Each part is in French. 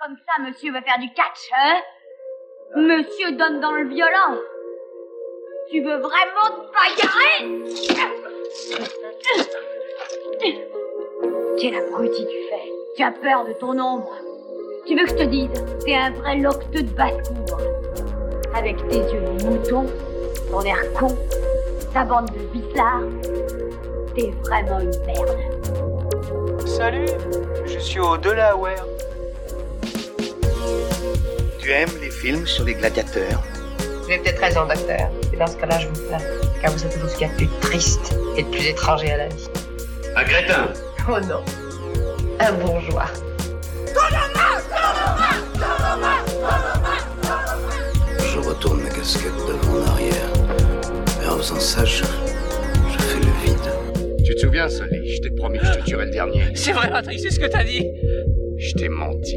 Comme ça, monsieur veut faire du catch, hein Monsieur donne dans le violent. Tu veux vraiment te bagarrer Quel abruti tu fais Tu as peur de ton ombre. Tu veux que je te dise, t'es un vrai locteux de basse-cour. Avec tes yeux de mouton, ton air con, ta bande de bizarres, t'es vraiment une merde. Salut, je suis au Delaware. Tu aimes les films sur les gladiateurs J'ai peut-être raison, docteur. Et dans ce cas-là, je vous plains. Car vous êtes toujours ce qu'il y a de plus triste et de plus étranger à la vie. Un crétin Oh non. Un bourgeois. Je retourne ma casquette devant en arrière. Et en faisant ça, je, je fais le vide. Tu te souviens, Sully Je t'ai promis que je te tuerais le dernier. C'est vrai, Patrick, c'est ce que t'as dit. Je t'ai menti.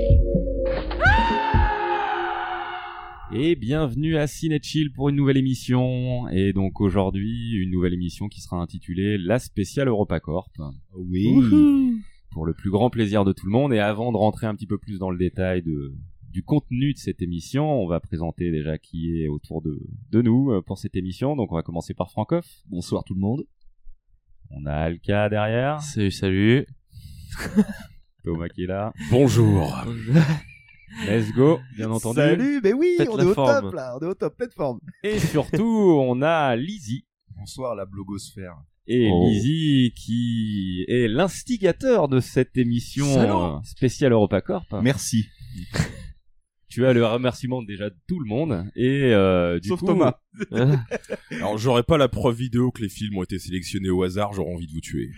Et bienvenue à Ciné Chill pour une nouvelle émission. Et donc aujourd'hui, une nouvelle émission qui sera intitulée La spéciale EuropaCorp. Oui. Pour le plus grand plaisir de tout le monde. Et avant de rentrer un petit peu plus dans le détail de, du contenu de cette émission, on va présenter déjà qui est autour de, de nous euh, pour cette émission. Donc on va commencer par Francoff. Bonsoir tout le monde. On a Alka derrière. Salut, salut. Thomas qui est là. Bonjour. Let's go, bien entendu. Salut, mais oui, Faites on la est au forme. top là, on est au top, pleine forme. Et surtout, on a Lizzie. Bonsoir la blogosphère. Et Oh. Lizzie qui est l'instigateur de cette émission Salaud. euh, spéciale EuropaCorp. Merci. Tu as le remerciement déjà de tout le monde. Et euh, du Sauf coup, euh, Thomas. Alors j'aurais pas la preuve vidéo que les films ont été sélectionnés au hasard, j'aurais envie de vous tuer.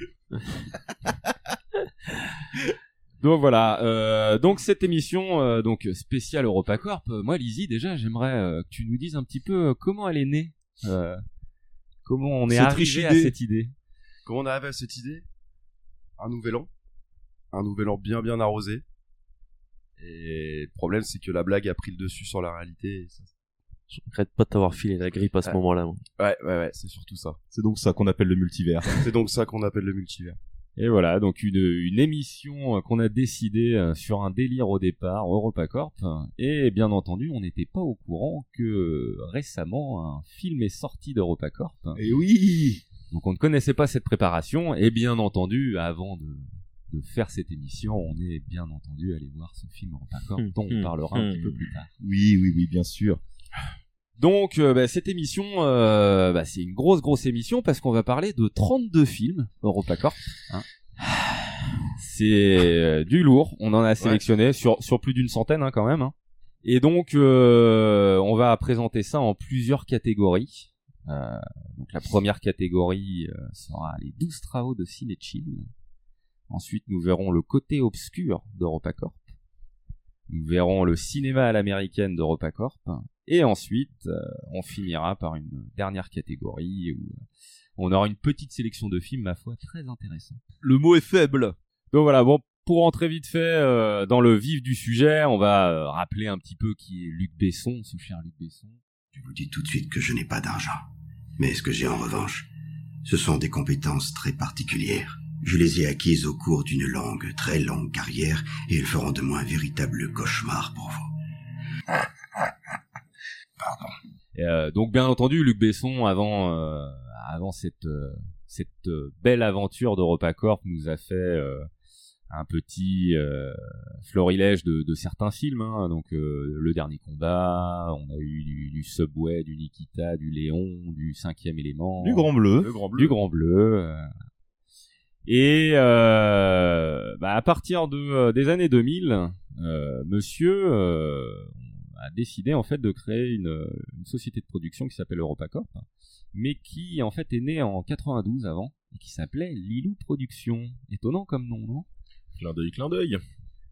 Donc voilà, euh, donc cette émission euh, donc spéciale EuropaCorp, euh, moi Lizzie déjà j'aimerais euh, que tu nous dises un petit peu euh, comment elle est née, euh, comment on est Cette riche arrivé à idée. cette idée. Comment on arrive à cette idée Un nouvel an. Un nouvel an bien bien arrosé. Et le problème c'est que la blague a pris le dessus sur la réalité. et ça- Je regrette pas de t'avoir filé la grippe à ce Ouais. moment-là. moi. Ouais, ouais, ouais, c'est surtout ça. C'est donc ça qu'on appelle le multivers. C'est donc ça qu'on appelle le multivers. Et voilà, donc une, une émission euh, qu'on a décidée euh, sur un délire au départ, EuropaCorp. Et bien entendu, on n'était pas au courant que euh, récemment un film est sorti d'EuropaCorp. Et oui Donc on ne connaissait pas cette préparation. Et bien entendu, avant de, de faire cette émission, on est bien entendu allé voir ce film EuropaCorp Hmm, dont on hmm, parlera un hmm. petit peu plus tard. Oui, oui, oui, bien sûr. Donc euh, bah, cette émission, euh, bah, c'est une grosse grosse émission parce qu'on va parler de 32 films EuropaCorp. hein. C'est euh, du lourd, on en a sélectionné sur, sur plus d'une centaine hein, quand même. hein. Et donc euh, on va présenter ça en plusieurs catégories. Euh, donc la première catégorie euh, sera les 12 travaux de Cinechill. Ensuite nous verrons le côté obscur d'EuropaCorp. Nous verrons le cinéma à l'américaine d'EuropaCorp. Et ensuite, euh, on finira par une dernière catégorie où euh, on aura une petite sélection de films, ma foi, très intéressante. Le mot est faible. Donc voilà, bon, pour entrer vite fait euh, dans le vif du sujet, on va euh, rappeler un petit peu qui est Luc Besson, ce cher Luc Besson. Je vous dis tout de suite que je n'ai pas d'argent. Mais ce que j'ai en revanche, ce sont des compétences très particulières. Je les ai acquises au cours d'une longue, très longue carrière et elles feront de moi un véritable cauchemar pour vous. Et, euh, donc bien entendu, Luc Besson, avant, euh, avant cette, euh, cette euh, belle aventure d'EuropaCorp, nous a fait euh, un petit euh, florilège de, de certains films. hein. Donc euh, Le Dernier Combat, on a eu du, du Subway, du Nikita, du Léon, du Cinquième Élément. Du Grand Bleu. Euh, Le grand bleu. Du Grand Bleu. euh. Et euh, bah, à partir de, euh, des années 2000, euh, monsieur euh, a décidé en fait de créer une, euh, une société de production qui s'appelle EuropaCorp, mais qui en fait est née en 92 avant et qui s'appelait Lilou Productions. Étonnant comme nom, non Clin d'œil, clin d'œil.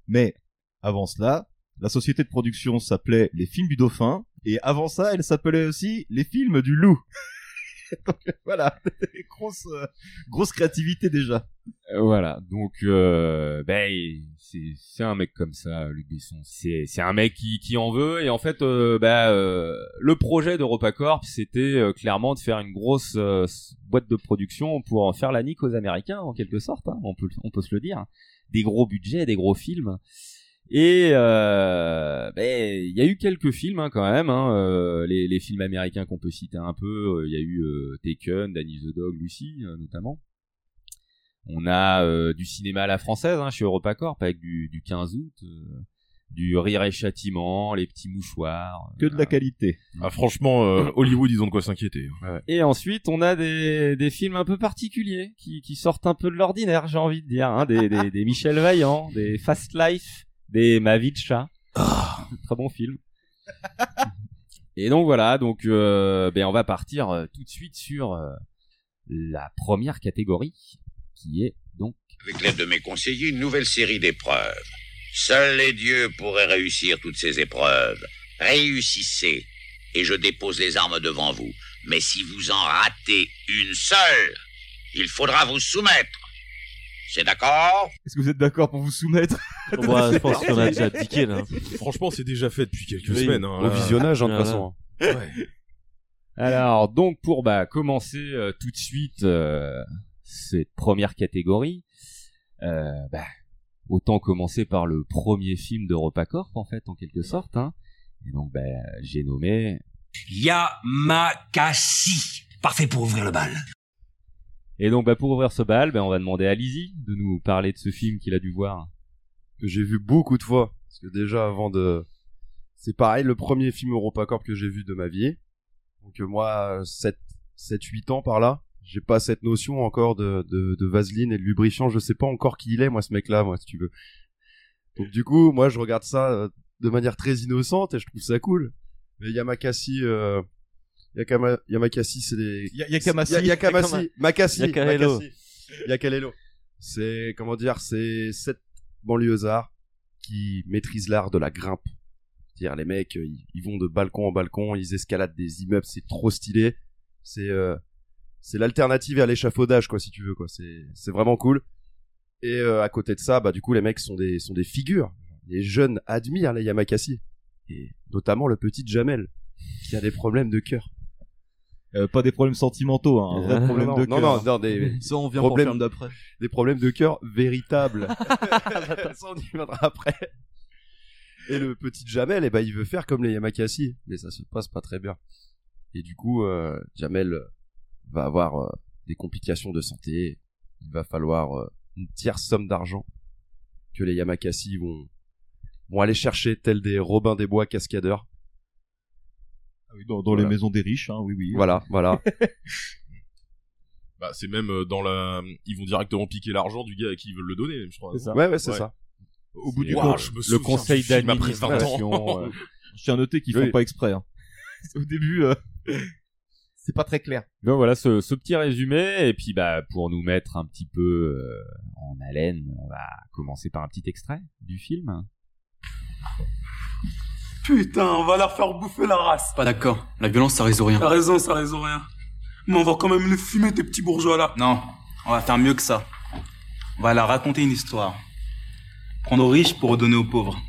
Mais Avant cela, la société de production s'appelait Les Films du Dauphin. Et avant ça, elle s'appelait aussi Les Films du Loup. Donc euh, voilà, grosse, euh, grosse créativité déjà. Euh, Voilà, donc euh, ben, c'est c'est un mec comme ça, Luc Besson. C'est c'est un mec qui, qui en veut et en fait, euh, bah, euh, le projet d'EuropaCorp, c'était euh, clairement de faire une grosse euh, s- boîte de production pour en faire la nique aux Américains en quelque sorte. hein, on peut on peut se le dire. Des gros budgets, des gros films. Et euh, ben, il y a eu quelques films hein, quand même, hein, euh, les, les films américains qu'on peut citer un peu. euh, Il y a eu euh, Taken, Danny the Dog, Lucy euh, notamment. On a euh, du cinéma à la française hein, chez EuropaCorp avec du, du 15 août, euh, du rire et châtiment, les petits mouchoirs. euh, Que de la qualité. Ah, franchement, euh, Hollywood, ils ont de quoi s'inquiéter. Et ensuite, on a des, des films un peu particuliers qui, qui sortent un peu de l'ordinaire, j'ai envie de dire. hein, des, des, des Michel Vaillant, des Fast Life, des Ma vie de chat. Très bon film. Et donc voilà, donc euh, ben, on va partir euh, tout de suite sur euh, la première catégorie qui est donc Avec l'aide de mes conseillers, une nouvelle série d'épreuves. Seuls les dieux pourraient réussir toutes ces épreuves. Réussissez, et je dépose les armes devant vous. Mais si vous en ratez une seule, il faudra vous soumettre. C'est d'accord Est-ce que vous êtes d'accord pour vous soumettre Ouais, je pense qu'on a déjà abdiqué, là. Franchement, c'est déjà fait depuis quelques Oui, semaines. hein. au visionnage, hein, de Ah, toute façon. ouais. Alors, donc, pour bah, commencer euh, tout de suite euh, cette première catégorie, euh, bah, autant commencer par le premier film d'EuropaCorp, en fait, en quelque sorte. Hein. Et donc, bah, j'ai nommé... Yamakasi. Parfait pour ouvrir le bal. Et donc, bah, pour ouvrir ce bal, bah, on va demander à Lizzie de nous parler de ce film qu'il a dû voir. que j'ai vu beaucoup de fois. Parce que déjà, avant de. C'est pareil, le premier film EuropaCorp que j'ai vu de ma vie. Donc, euh, moi, 7-8 ans par là, j'ai pas cette notion encore de, de, de vaseline et de lubrifiant. Je sais pas encore qui il est, moi, ce mec-là, moi, si tu veux. Donc, du coup, moi, je regarde ça euh, de manière très innocente et je trouve ça cool. Mais Yamakasi. Euh... Yakama- Yamakasi, c'est des. Ya- Yakamasi. Ya- Yakamasi. Yakama- Makasi. Yakarello. Makasi. Yakalelo. C'est, comment dire, c'est sept banlieusards qui maîtrisent l'art de la grimpe. C'est-à-dire, les mecs, euh, ils, ils vont de balcon en balcon, ils escaladent des immeubles, c'est trop stylé. C'est, euh, c'est l'alternative à l'échafaudage, quoi, si tu veux, quoi. C'est, c'est vraiment cool. Et euh, à côté de ça, bah, du coup, les mecs sont des, sont des figures. Les jeunes admirent les Yamakasi. Et notamment le petit Jamel, qui a des problèmes de cœur. Euh, pas des problèmes sentimentaux, hein, un vrai Non, problème Euh, non, de non, cœur. non, non, des Ça, on vient pour problèmes faire d'après. Des problèmes de cœur véritables. ça, on y viendra après. Et le petit Jamel, eh ben, il veut faire comme les Yamakasi, mais ça se passe pas très bien. Et du coup, euh, Jamel va avoir euh, des complications de santé. Il va falloir euh, une tierce somme d'argent que les Yamakasi vont, vont aller chercher, tels des Robin des Bois cascadeurs. Ah Dans, dans les maisons des riches, hein, oui, oui. Voilà, voilà. Bah, c'est même euh, dans la. Ils vont directement piquer l'argent du gars à qui ils veulent le donner, je crois. Oh, C'est ça. Ouais, ouais, c'est ça. Au bout C'est- du Waouh, compte, je me le souviens conseil du film d'amis, après 20 ans. présentation, euh, Je tiens à noter qu'ils Oui. font pas exprès. hein. Au début, euh, c'est pas très clair. Donc voilà ce, ce petit résumé, et puis bah, pour nous mettre un petit peu euh, en haleine, on va commencer par un petit extrait du film. Putain, on va leur faire bouffer la race. Pas d'accord. La violence, ça résout rien. T'as raison, ça résout rien. Mais on va quand même les fumer, tes petits bourgeois là. Non, on va faire mieux que ça. On va leur raconter une histoire. Prendre aux riches pour redonner aux pauvres.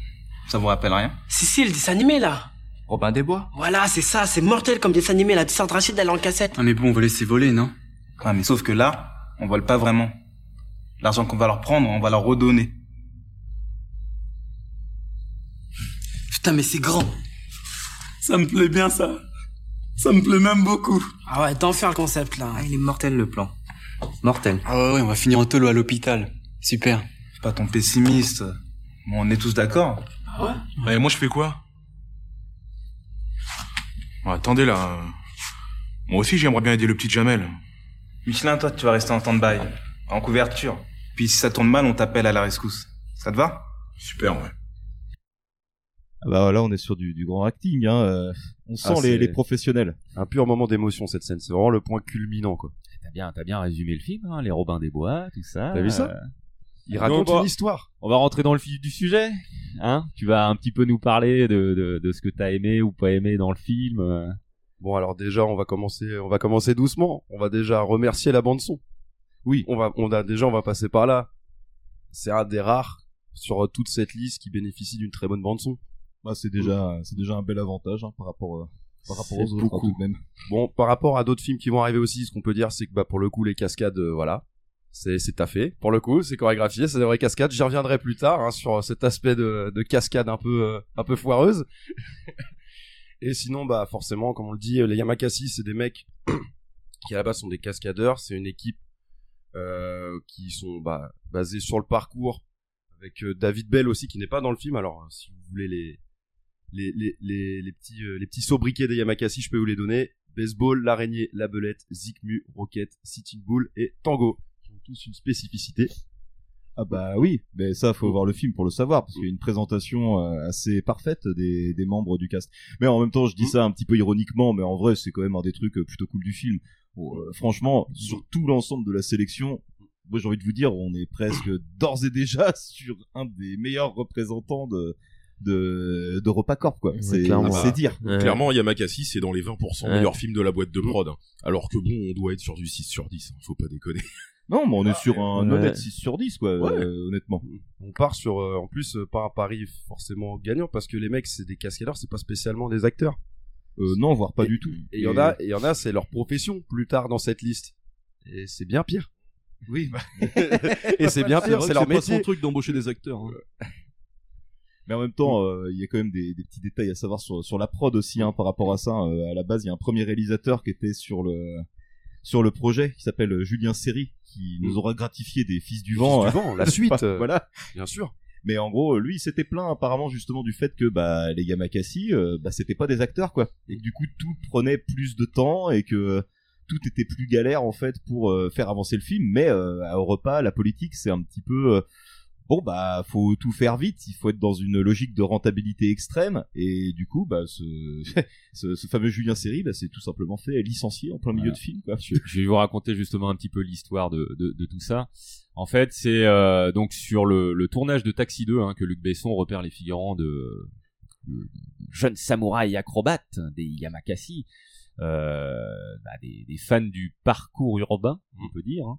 Ça vous rappelle rien Si, si, le dessin animé, là. Robin des Bois. Voilà, c'est ça, c'est mortel comme dessin animé, là. Tu sors de Rachid d'aller en cassette. Non Ah, mais bon, on va laisser voler, non Ouais, mais sauf que là, on vole pas vraiment. L'argent qu'on va leur prendre, on va leur redonner. Putain, mais c'est grand. Ça me plaît bien, ça. Ça me plaît même beaucoup. Ah ouais, d'enfer le concept, là. Ah, il est mortel le plan. Mortel. Ah ouais, ouais, on va finir en tolo à l'hôpital. Super. Fais Pas ton pessimiste. Bon, on est tous d'accord. Ah Et moi, je fais quoi Bon, Attendez là. Moi aussi, j'aimerais bien aider le petit Jamel. Michelin, toi, tu vas rester en stand-by, en couverture. Puis si ça tourne mal, on t'appelle à la rescousse. Ça te va Super, ouais. Ah bah là, on est sur du, du grand acting. Hein. euh, On sent Ah, les, c'est les professionnels. Un pur moment d'émotion, cette scène. C'est vraiment le point culminant, quoi. T'as bien, t'as bien résumé le film, hein, les Robins des Bois, tout ça. euh, T'as vu ça Il raconte une histoire. On va rentrer dans le fil du sujet. Hein tu vas un petit peu nous parler de, de, de ce que t'as aimé ou pas aimé dans le film. euh. Bon, alors déjà, on va commencer, on va commencer doucement. On va déjà remercier la bande son. Oui. On va, on a déjà, on va passer par là. C'est un des rares sur euh, toute cette liste qui bénéficie d'une très bonne bande son. Bah, c'est déjà, c'est déjà un bel avantage hein, par rapport, euh, par rapport aux C'est autres hein, beaucoup. tout de même. Bon, par rapport à d'autres films qui vont arriver aussi, ce qu'on peut dire, c'est que bah pour le coup, les cascades, euh, voilà, C'est, c'est taffé. Pour le coup, c'est chorégraphié, c'est des vraies cascades. J'y reviendrai plus tard hein, sur cet aspect de, de cascade un peu, euh, un peu foireuse. Et sinon, bah forcément, comme on le dit, les Yamakasi, c'est des mecs qui à la base sont des cascadeurs. C'est une équipe euh, qui sont bah, basés sur le parcours, avec euh, David Bell aussi qui n'est pas dans le film. Alors, euh, si vous voulez les les, les, les, les petits euh, les petits sobriquets des Yamakasi, je peux vous les donner. Baseball, l'araignée, la belette, Zikmu, Rocket, Sitting Bull et Tango, qui ont tous une spécificité. Ah bah oui, mais ça faut voir le film pour le savoir parce qu'il y a une présentation euh, assez parfaite des, des membres du cast. Mais en même temps, je dis ça un petit peu ironiquement, mais en vrai, c'est quand même un des trucs euh, plutôt cool du film. Bon, euh, franchement, sur tout l'ensemble de la sélection, moi j'ai envie de vous dire, on est presque d'ores et déjà sur un des meilleurs représentants de de d'EuropaCorp quoi. C'est c'est dire. Clairement, Yamakasi, c'est dans les 20% Ouais. Mm. meilleurs films de la boîte de prod. hein. Alors que bon, on doit être sur du 6 sur 10. hein, Faut pas déconner. Non, mais on est sur un ouais. honnête 6 sur 10 quoi, Ouais. euh, honnêtement. On part sur, euh, en plus, euh, par un pari forcément gagnant parce que les mecs, c'est des cascadeurs, c'est pas spécialement des acteurs. Euh, non, voire pas Et- du tout. Et il y en a, et il y en a, c'est leur profession plus tard dans cette liste. Et c'est bien pire. Oui. bah. et c'est bien pire, c'est leur métier. d'embaucher des acteurs. hein. Mais en même temps, euh, il y a quand même des, des petits détails à savoir sur, sur la prod aussi hein, par rapport à ça. Euh, à la base, il y a un premier réalisateur qui était sur le sur le projet qui s'appelle Julien Seri qui nous aura gratifié des Fils du Vent. hein. Fils du hein. Vent, la suite, euh, voilà. Bien sûr. Mais en gros, lui, il s'était plaint apparemment justement du fait que bah, les Yamakasi, euh, bah, c'était pas des acteurs quoi. Et que du coup, tout prenait plus de temps et que euh, tout était plus galère en fait pour euh, faire avancer le film. Mais euh, à Europa, la politique, c'est un petit peu euh, bon bah faut tout faire vite. Il faut être dans une logique de rentabilité extrême et du coup, bah ce, ce, ce fameux Julien Série, bah, c'est tout simplement fait licencier en plein milieu de film quoi. Je, je vais vous raconter justement un petit peu l'histoire de, de- de tout ça. En fait, c'est euh, donc sur le, le tournage de Taxi 2 hein, que Luc Besson repère les figurants de, de- de jeunes samouraïs acrobates des Yamakasi, euh, bah, des, des fans du parcours urbain, on peut dire. hein.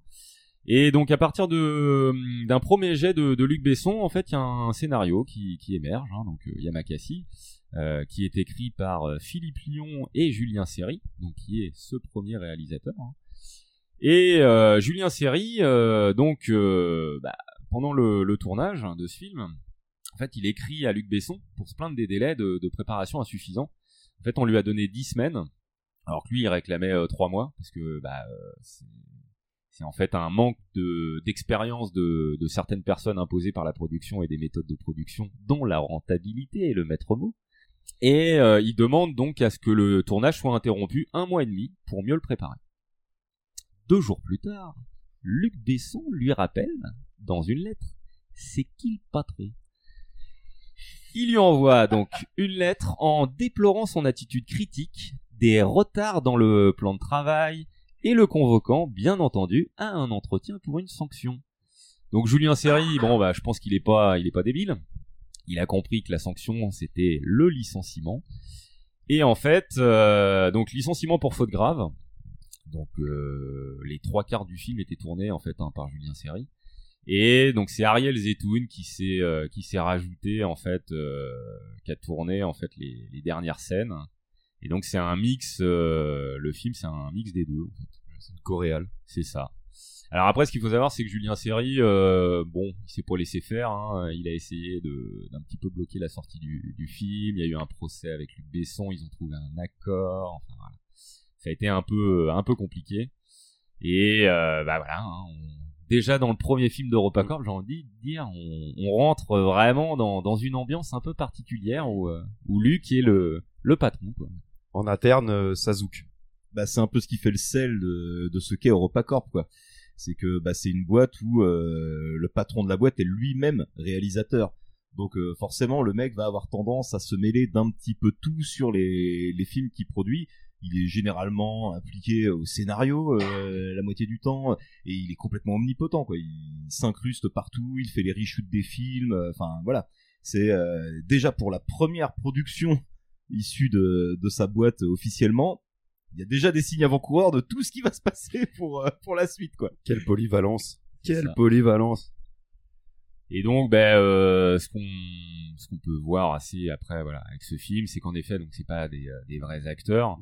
Et donc à partir de d'un premier jet de, de Luc Besson, en fait, il y a un scénario qui, qui émerge, hein, donc euh, Yamakasi, euh, qui est écrit par euh, Philippe Lyon et Julien Serry, donc qui est ce premier réalisateur. hein. Et euh, Julien Serry, euh, donc euh, bah, pendant le, le tournage hein, de ce film, en fait, il écrit à Luc Besson pour se plaindre des délais de, de préparation insuffisants. En fait, on lui a donné 10 semaines, alors que lui, il réclamait 3 mois, parce que bah, euh, c'est- c'est en fait un manque de- d'expérience de, de certaines personnes imposées par la production et des méthodes de production, dont la rentabilité est le maître mot. Et euh, il demande donc à ce que le tournage soit interrompu un mois et demi pour mieux le préparer. Deux jours plus tard, Luc Besson lui rappelle, dans une lettre, c'est qui le patron Il lui envoie donc une lettre en déplorant son attitude critique, des retards dans le plan de travail et le convoquant, bien entendu, à un entretien pour une sanction. Donc Julien Serry, bon bah je pense qu'il est pas, il est pas débile. Il a compris que la sanction c'était le licenciement. Et en fait, euh, donc licenciement pour faute grave. Donc euh, les trois quarts du film étaient tournés en fait hein, par Julien Serry. Et donc c'est Ariel Zetoun qui s'est euh, qui s'est rajouté en fait, euh, qui a tourné en fait les, les dernières scènes. Et donc c'est un mix, euh, le film c'est un mix des deux en fait. C'est une coréale. C'est ça. Alors après ce qu'il faut savoir c'est que Julien Serry, euh, bon il s'est pas laissé faire, hein. il a essayé de d'un petit peu bloquer la sortie du, du film, il y a eu un procès avec Luc Besson, ils ont trouvé un accord, enfin voilà. Ça a été un peu un peu compliqué. Et euh, bah voilà, hein, on- déjà dans le premier film d'EuropaCorp, Mm. j'ai envie de dire, on, on rentre vraiment dans, dans une ambiance un peu particulière où, euh, où Luc est le, le patron. Quoi. En interne, euh, ça zouk. bah, c'est un peu ce qui fait le sel de, de ce qu'est EuropaCorp, quoi. C'est que bah, c'est une boîte où euh, le patron de la boîte est lui-même réalisateur. Donc euh, forcément, le mec va avoir tendance à se mêler d'un petit peu tout sur les, les films qu'il produit. Il est généralement impliqué au scénario euh, la moitié du temps et il est complètement omnipotent. Quoi. Il s'incruste partout, il fait les reshoots des films. euh, Enfin voilà, c'est euh, déjà pour la première production issue de, de sa boîte officiellement, il y a déjà des signes avant-coureurs de tout ce qui va se passer pour, euh, pour la suite, quoi. Quelle polyvalence. Quelle ça. polyvalence. Et donc, ben, euh, ce qu'on ce qu'on peut voir assez après, voilà, avec ce film, c'est qu'en effet, donc c'est pas des, euh, des vrais acteurs.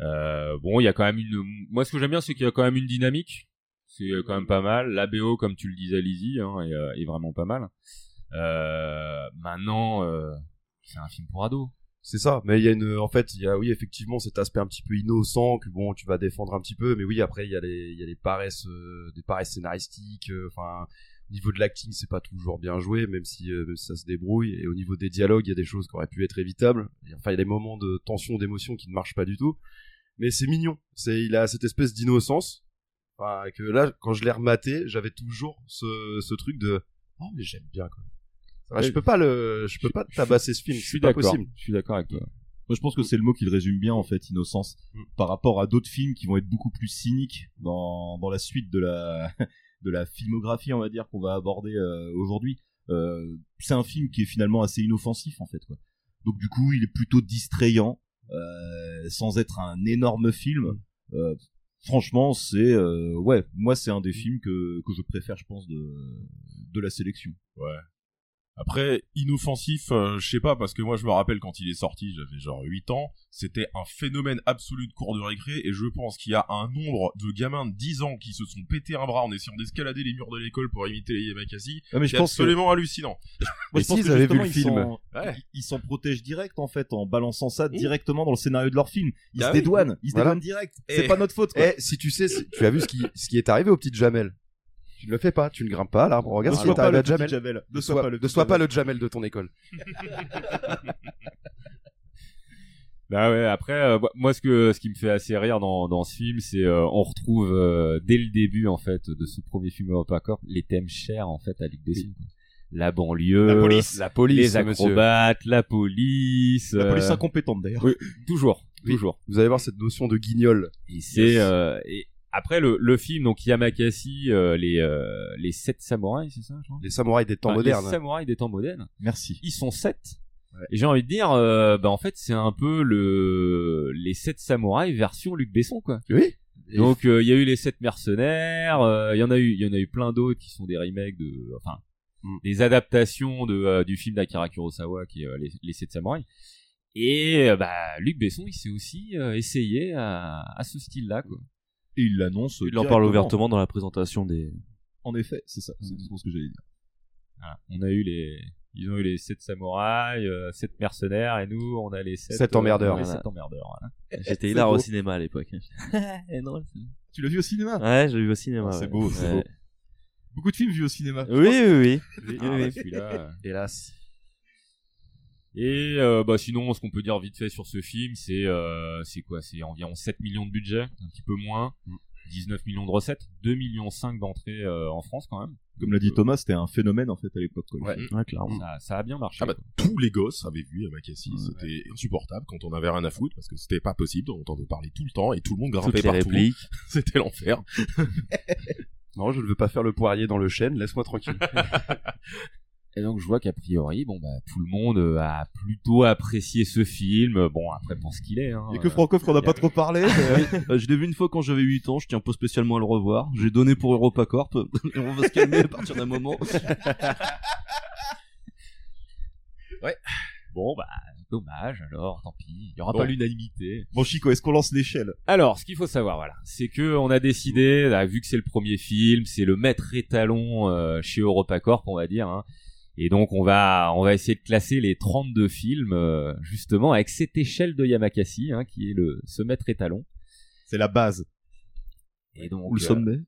Euh, bon, il y a quand même une. Moi, ce que j'aime bien, c'est qu'il y a quand même une dynamique. C'est- c'est quand même pas mal. La BO, comme tu le disais, Lizzie, hein, est, euh, est vraiment pas mal. Euh, maintenant, euh, c'est un film pour ados. C'est ça, mais il y a une, en fait, il y a, oui, effectivement, cet aspect un petit peu innocent que bon, tu vas défendre un petit peu, mais oui, après, il y a les, il y a les paresses, euh, des paresses scénaristiques, euh, enfin, au niveau de l'acting, c'est pas toujours bien joué, même si, euh, même si ça se débrouille, et au niveau des dialogues, il y a des choses qui auraient pu être évitables, Et enfin, il y a des moments de tension, d'émotion qui ne marchent pas du tout, mais c'est mignon, c'est, il a cette espèce d'innocence, enfin, que là, quand je l'ai rematé, j'avais toujours ce, ce truc de, oh, mais j'aime bien, quoi. Ah, je peux pas le, je peux pas tabasser ce film. Je c'est suis pas d'accord. possible. Je suis d'accord avec toi. Moi, je pense que c'est le mot qui le résume bien, en fait, innocence, par rapport à d'autres films qui vont être beaucoup plus cyniques dans, dans la suite de la, de la filmographie, on va dire, qu'on va aborder euh, aujourd'hui. Euh, c'est un film qui est finalement assez inoffensif, en fait. Quoi. Donc, du coup, il est plutôt distrayant, euh, sans être un énorme film. Euh, franchement, c'est... euh, ouais, moi, c'est un des films que, que je préfère, je pense, de, de la sélection. Ouais. Après, inoffensif, euh, je sais pas, parce que moi je me rappelle quand il est sorti, j'avais genre 8 ans, c'était un phénomène absolu de cours de récré, et je pense qu'il y a un nombre de gamins de 10 ans qui se sont pété un bras en essayant d'escalader les murs de l'école pour imiter les Yamakasi, Ah, mais je qui est pense que- absolument hallucinant. Moi, je pense que justement, ils s'en- ils- Ils s'en protègent direct en fait en balançant ça directement dans le scénario de leur film. Ils Ah se oui. dédouanent, ils se Voilà. dédouanent direct. C'est Eh, pas notre faute. Quoi. eh, si tu sais, si- tu as vu ce qui, ce qui est arrivé au petit Jamel. Tu ne le fais pas, tu ne grimpes pas à l'arbre. Regarde Ne ce sois qui est arrivé à pas le petit Jamel. Jamel. Ne sois pas le, ne sois pas le Jamel de ton école. Bah ouais, après, euh, moi- moi, ce, que, ce qui me fait assez rire dans, dans ce film, c'est euh, on retrouve euh, dès le début, en fait, de ce premier film Europa Corp, les thèmes chers, en fait, à Luc Besson. quoi. La banlieue, La police. La police, les monsieur. acrobates, la police. La police euh, incompétente d'ailleurs. oui, toujours, Oui. toujours. Vous allez voir cette notion de guignol. Et c'est euh, et après le, le film donc Yamakasi euh, les euh, les sept samouraïs c'est ça je crois Les samouraïs des temps Enfin, modernes. les samouraïs des temps modernes Merci. ils sont sept et j'ai envie de dire euh, bah en fait c'est un peu le les sept samouraïs version Luc Besson quoi oui donc euh, il y a eu les sept mercenaires euh, il y en a eu il y en a eu plein d'autres qui sont des remakes de enfin des adaptations de euh, du film d'Akira Kurosawa qui est euh, les, les sept samouraïs et euh, bah Luc Besson il s'est aussi euh, essayé à, à ce style là quoi Et il l'annonce. Il Il en parle ouvertement dans la présentation des. En effet, c'est ça. C'est tout ce que j'allais dire. Voilà. On a eu les, ils ont eu les 7 samouraïs, 7 mercenaires, et nous, on a les 7, Sept emmerdeurs. les Voilà. sept emmerdeurs, voilà. J'étais C'est hilar au beau. cinéma à l'époque. Tu l'as vu au cinéma Ouais, je l'ai vu au cinéma. Ah, c'est ouais. beau, c'est Ouais. beau. Beaucoup de films vus au cinéma. Oui, oui, oui. Ah, Oui, bah, oui. celui-là. Hélas. Et euh, bah, sinon, ce qu'on peut dire vite fait sur ce film, c'est euh, c'est quoi C'est environ 7 millions de budget, un petit peu moins, 19 millions de recettes, 2 millions 5 d'entrées euh, en France quand même. Comme l'a dit Thomas, c'était un phénomène en fait à l'époque. quoi. Ça, ça a bien marché. Ah bah, tous les gosses avaient vu Yamakasi, c'était insupportable quand on avait rien à foutre parce que c'était pas possible, on entendait parler tout le temps et tout le monde grimpait Toutes les partout. répliques. c'était l'enfer. Non, je ne veux pas faire le poirier dans le chêne, laisse-moi tranquille. Et donc je vois qu'a priori, bon bah tout le monde euh, a plutôt apprécié ce film. Bon après pour ce qu'il est. Hein, Il y a que Francoff qu'on n'a pas trop parlé. mais- Euh, je l'ai vu une fois quand j'avais 8 ans, je tiens pas spécialement à le revoir. J'ai donné pour EuropaCorp, et on va se calmer à partir d'un moment. Ouais. Bon bah dommage alors, tant pis. Il y aura Bon. pas l'unanimité. Bon Chico, est-ce qu'on lance l'échelle Alors, ce qu'il faut savoir, voilà, c'est que on a décidé, là, vu que c'est le premier film, c'est le maître étalon euh, chez EuropaCorp, on va dire, hein, et donc on va, on va essayer de classer les 32 films, euh, justement, avec cette échelle de Yamakasi, hein, qui est le, ce maître étalon. C'est la base. Et donc, Ou le euh, sommet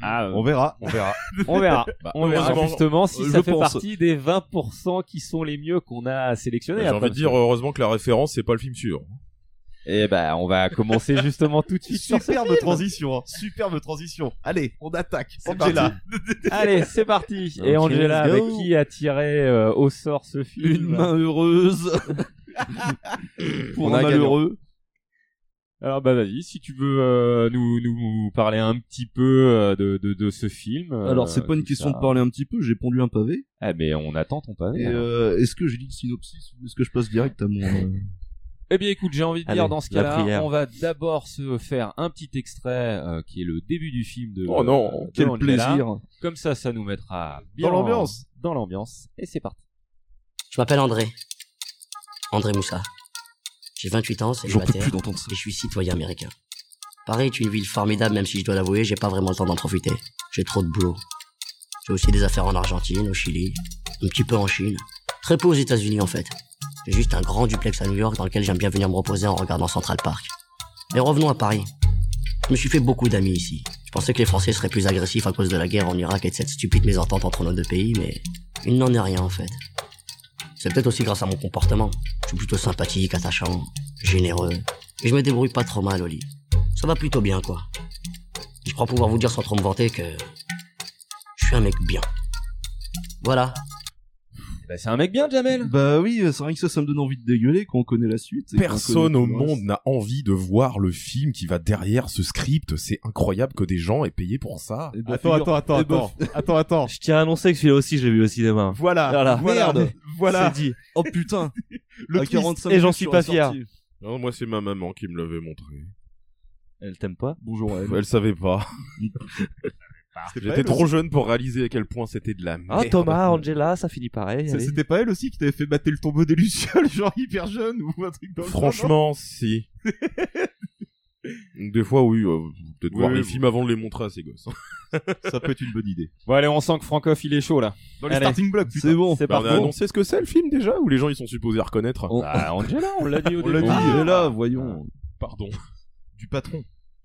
ah, euh, On verra. On verra. on verra. Bah, on verra heureusement, justement si euh, ça je fait pense. partie des 20% qui sont les mieux qu'on a sélectionnés. J'ai après, envie de parce dire, heureusement que la référence c'est pas le film sûr. Eh ben, on va commencer justement tout de suite sur ce Superbe film. transition, hein. superbe transition. Allez, on attaque. parti. Angela. Allez, c'est parti. Et Ok, Angela, let's avec go. qui a tiré euh, au sort ce film Une main heureuse. Pour On un a un gagnant. malheureux. Alors bah vas-y, si tu veux euh, nous, nous parler un petit peu euh, de, de, de ce film. euh, Alors, c'est pas une tout question ça. de parler un petit peu, j'ai pondu un pavé. Ah mais on attend ton pavé. hein. Et alors. euh, est-ce que je lis le synopsis ou est-ce que je passe direct à mon. euh, Eh bien écoute, j'ai envie de Allez, dire dans ce la cas-là, prière. on va d'abord se faire un petit extrait euh, qui est le début du film de. euh, Oh non, de quel Angela. plaisir. Comme ça, ça nous mettra bien Dans l'ambiance. en- Dans l'ambiance. Et c'est parti. Je m'appelle André. André Moussa. J'ai 28 ans, c'est J'en peux plus d'entendre ça. Et je suis citoyen américain. Paris est une ville formidable, même si je dois l'avouer, j'ai pas vraiment le temps d'en profiter. J'ai trop de boulot. J'ai aussi des affaires en Argentine, au Chili, un petit peu en Chine. Très peu aux États-Unis en fait. J'ai juste un grand duplex à New York dans lequel j'aime bien venir me reposer en regardant Central Park. Mais revenons à Paris. Je me suis fait beaucoup d'amis ici. Je pensais que les Français seraient plus agressifs à cause de la guerre en Irak et de cette stupide mésentente entre nos deux pays, mais il n'en est rien en fait. C'est peut-être aussi grâce à mon comportement. Je suis plutôt sympathique, attachant, généreux. Et je me débrouille pas trop mal au lit. Ça va plutôt bien, quoi. Je crois pouvoir vous dire sans trop me vanter que je suis un mec bien. Voilà. Eh ben, c'est un mec bien, Jamel. Bah oui, euh, c'est vrai que ça, ça me donne envie de dégueuler quand on connaît la suite. et qu'on Personne connaît au tout le reste. monde hein. n'a envie de voir le film qui va derrière ce script. C'est incroyable que des gens aient payé pour ça. bah, Attends, attends, attends, attends, attends, attends. Je tiens à annoncer que celui-là aussi, je l'ai vu au cinéma. Voilà, Ah, voilà, merde, voilà. C'est dit. Oh putain. Le À twist. 45 Et j'en minutes, suis je pas ressorti. fier. Non, moi c'est ma maman qui me l'avait montré. Elle t'aime pas Bonjour à elle. Elle savait pas. C'était pas J'étais elle trop aussi jeune pour réaliser à quel point c'était de la Ah, merde. Thomas, Angela, ça finit pareil. Ça, allez. C'était pas elle aussi qui t'avait fait battre le tombeau des Lucioles, genre hyper jeune ou un truc dans le genre, Franchement, si. Des fois, oui, euh, peut-être Oui, voir oui, les vous- films avant de les montrer à ses gosses. hein. Ça peut être une bonne idée. Bon, allez, on sent que Francoff, il est chaud là. Dans les Allez. starting blocks, putain. C'est bon, c'est Bah, parti. on a annoncé ce que c'est le film déjà ou les gens ils sont supposés reconnaître Bah, Angela, on l'a dit au On l'a début. dit, Ah. et là, voyons. Pardon. Du patron.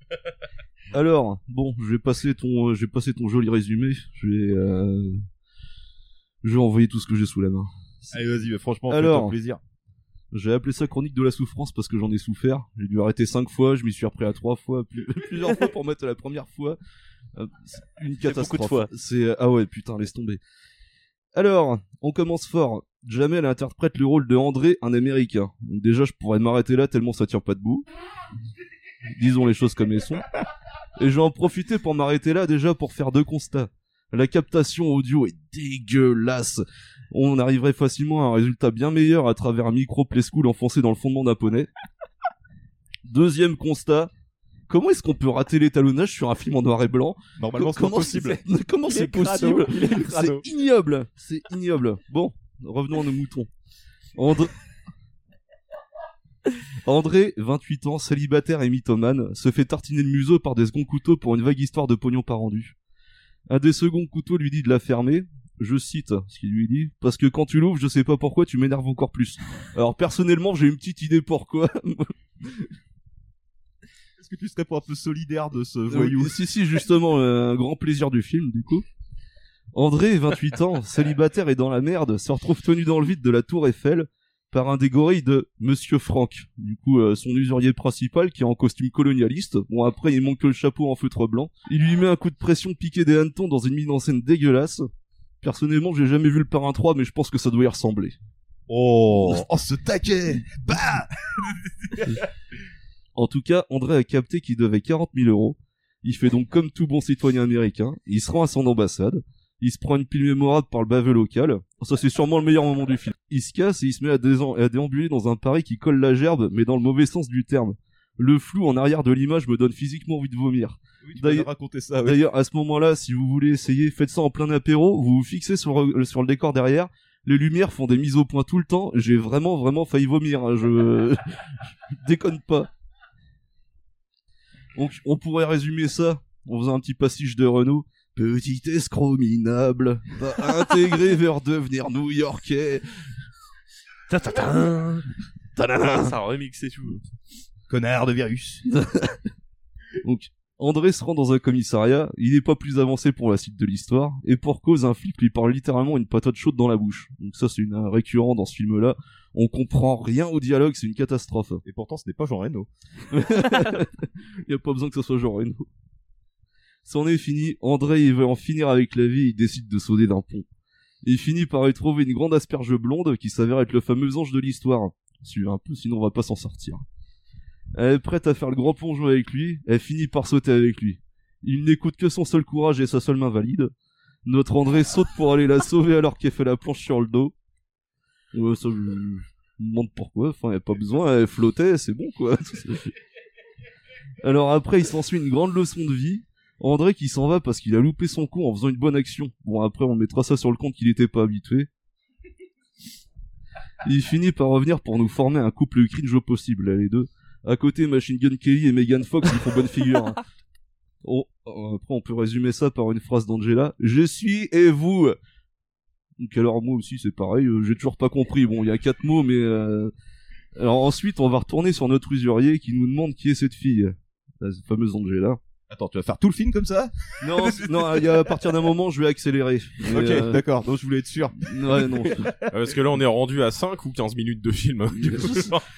Alors, bon, je vais passer ton, euh, je vais passer ton joli résumé. Je vais, euh, je vais envoyer tout ce que j'ai sous la main. Allez, vas-y, mais franchement, Alors, fais-toi plaisir. J'ai appelé ça chronique de la souffrance parce que j'en ai souffert. J'ai dû arrêter cinq fois, je m'y suis repris à trois fois, plus- plusieurs fois pour mettre la première fois. Euh, c'est Une catastrophe. beaucoup de fois. C'est ah ouais, putain, laisse tomber. Alors, on commence fort. Jamel interprète le rôle de André, un Américain. Donc déjà, je pourrais m'arrêter là tellement ça tire pas debout. Disons les choses comme elles sont. Et je vais en profiter pour m'arrêter là déjà pour faire deux constats. La captation audio est dégueulasse. On arriverait facilement à un résultat bien meilleur à travers un micro Play School enfoncé dans le fondement d'un poney. Deuxième constat. Comment est-ce qu'on peut rater l'étalonnage sur un film en noir et blanc Normalement, c'est Comment impossible. c'est- Comment Il c'est est crado, possible il est crado. C'est ignoble. C'est ignoble. Bon, revenons à nos moutons. André... André, 28 ans, célibataire et mythomane, se fait tartiner le museau par des seconds couteaux pour une vague histoire de pognon pas rendu. Un des seconds couteaux lui dit de la fermer. Je cite ce qu'il lui dit. Parce que quand tu l'ouvres, je sais pas pourquoi, tu m'énerves encore plus. Alors personnellement, j'ai une petite idée pourquoi. Est-ce que tu serais pas un peu solidaire de ce voyou. voyou si, si, justement, euh, un grand plaisir du film, du coup. André, 28 ans, célibataire et dans la merde, se retrouve tenu dans le vide de la tour Eiffel par un des gorilles de Monsieur Franck, du coup euh, son usurier principal qui est en costume colonialiste. Bon après il manque que le chapeau en feutre blanc. Il lui met un coup de pression piqué des hannetons dans une mise en scène dégueulasse. Personnellement j'ai jamais vu le parrain 3 mais je pense que ça doit y ressembler. Oh, oh, ce taquet Bah En tout cas, André a capté qu'il devait 40 000 euros. Il fait donc comme tout bon citoyen américain. Il se rend à son ambassade. Il se prend une pile mémorable par le baveux local. Ça, c'est sûrement le meilleur moment du film. Il se casse et il se met à, désen- à déambuler dans un Paris qui colle la gerbe, mais dans le mauvais sens du terme. Le flou en arrière de l'image me donne physiquement envie de vomir. D'ailleurs- raconter ça, ouais. D'ailleurs, à ce moment-là, si vous voulez essayer, faites ça en plein apéro, vous vous fixez sur, euh, sur le décor derrière, les lumières font des mises au point tout le temps, j'ai vraiment, vraiment failli vomir, hein, je... je déconne pas. Donc, on pourrait résumer ça en faisant un petit pastiche de Renault. Petit escroc minable, va intégrer vers devenir new-yorkais. Ta-ta-ta. Ta-da-da. Ça remix et tout. Connard de virus. Donc, André se rend dans un commissariat, il n'est pas plus avancé pour la suite de l'histoire, et pour cause, un flic lui parle littéralement une patate chaude dans la bouche. Donc ça, c'est une- un récurrent dans ce film-là. On comprend rien au dialogue, c'est une catastrophe. Et pourtant, ce n'est pas Jean Reno. Il n'y a pas besoin que ça soit Jean Reno. C'en est fini, André il veut en finir avec la vie, il décide de sauter d'un pont. Il finit par y trouver une grande asperge blonde qui s'avère être le fameux ange de l'histoire. Suivez un peu, sinon on va pas s'en sortir. Elle est prête à faire le grand plongeon avec lui, elle finit par sauter avec lui. Il n'écoute que son seul courage et sa seule main valide. Notre André saute pour aller la sauver alors qu'elle fait la planche sur le dos. Ouais, ça, je me demande pourquoi, enfin y a pas besoin, elle flottait, c'est bon quoi. Alors après, il s'ensuit une grande leçon de vie. André qui s'en va parce qu'il a loupé son coup en faisant une bonne action. Bon, après, on mettra ça sur le compte qu'il n'était pas habitué. Il finit par revenir pour nous former un couple cringe au possible, là, les deux. À côté, Machine Gun Kelly et Megan Fox, ils font bonne figure. hein. On- euh, après, on peut résumer ça par une phrase d'Angela. Je suis et vous. Donc alors moi aussi c'est pareil, euh, j'ai toujours pas compris. Bon, il y a quatre mots, mais euh, alors ensuite on va retourner sur notre usurier qui nous demande qui est cette fille, la fameuse Angela. Attends, tu vas faire tout le film comme ça Non, c- non, il y a- à partir d'un moment je vais accélérer. Mais, Ok, euh, d'accord. Donc je voulais être sûr. Ouais, non. Ah, Parce que là, on est rendu à 5 ou 15 minutes de film.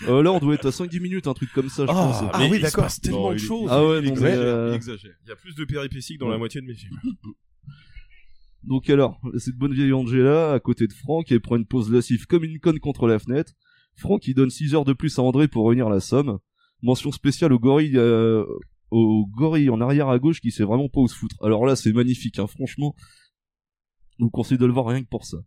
Euh, là on doit être à 5-10 minutes, un truc comme ça. Je Ah, pense. mais Ah oui, il se d'accord. passe tellement de choses. Ah ouais, Il non, mais, exagère, euh, il exagère. Il y a plus de péripéties que dans la moitié de mes films. Donc alors, cette bonne vieille Angela, à côté de Franck, elle prend une pause lascive comme une conne contre la fenêtre. Franck, il donne 6 heures de plus à André pour réunir la somme. Mention spéciale au gorille, euh, au gorille en arrière à gauche qui sait vraiment pas où se foutre. Alors là, c'est magnifique, hein, franchement. Je vous conseille de le voir rien que pour ça.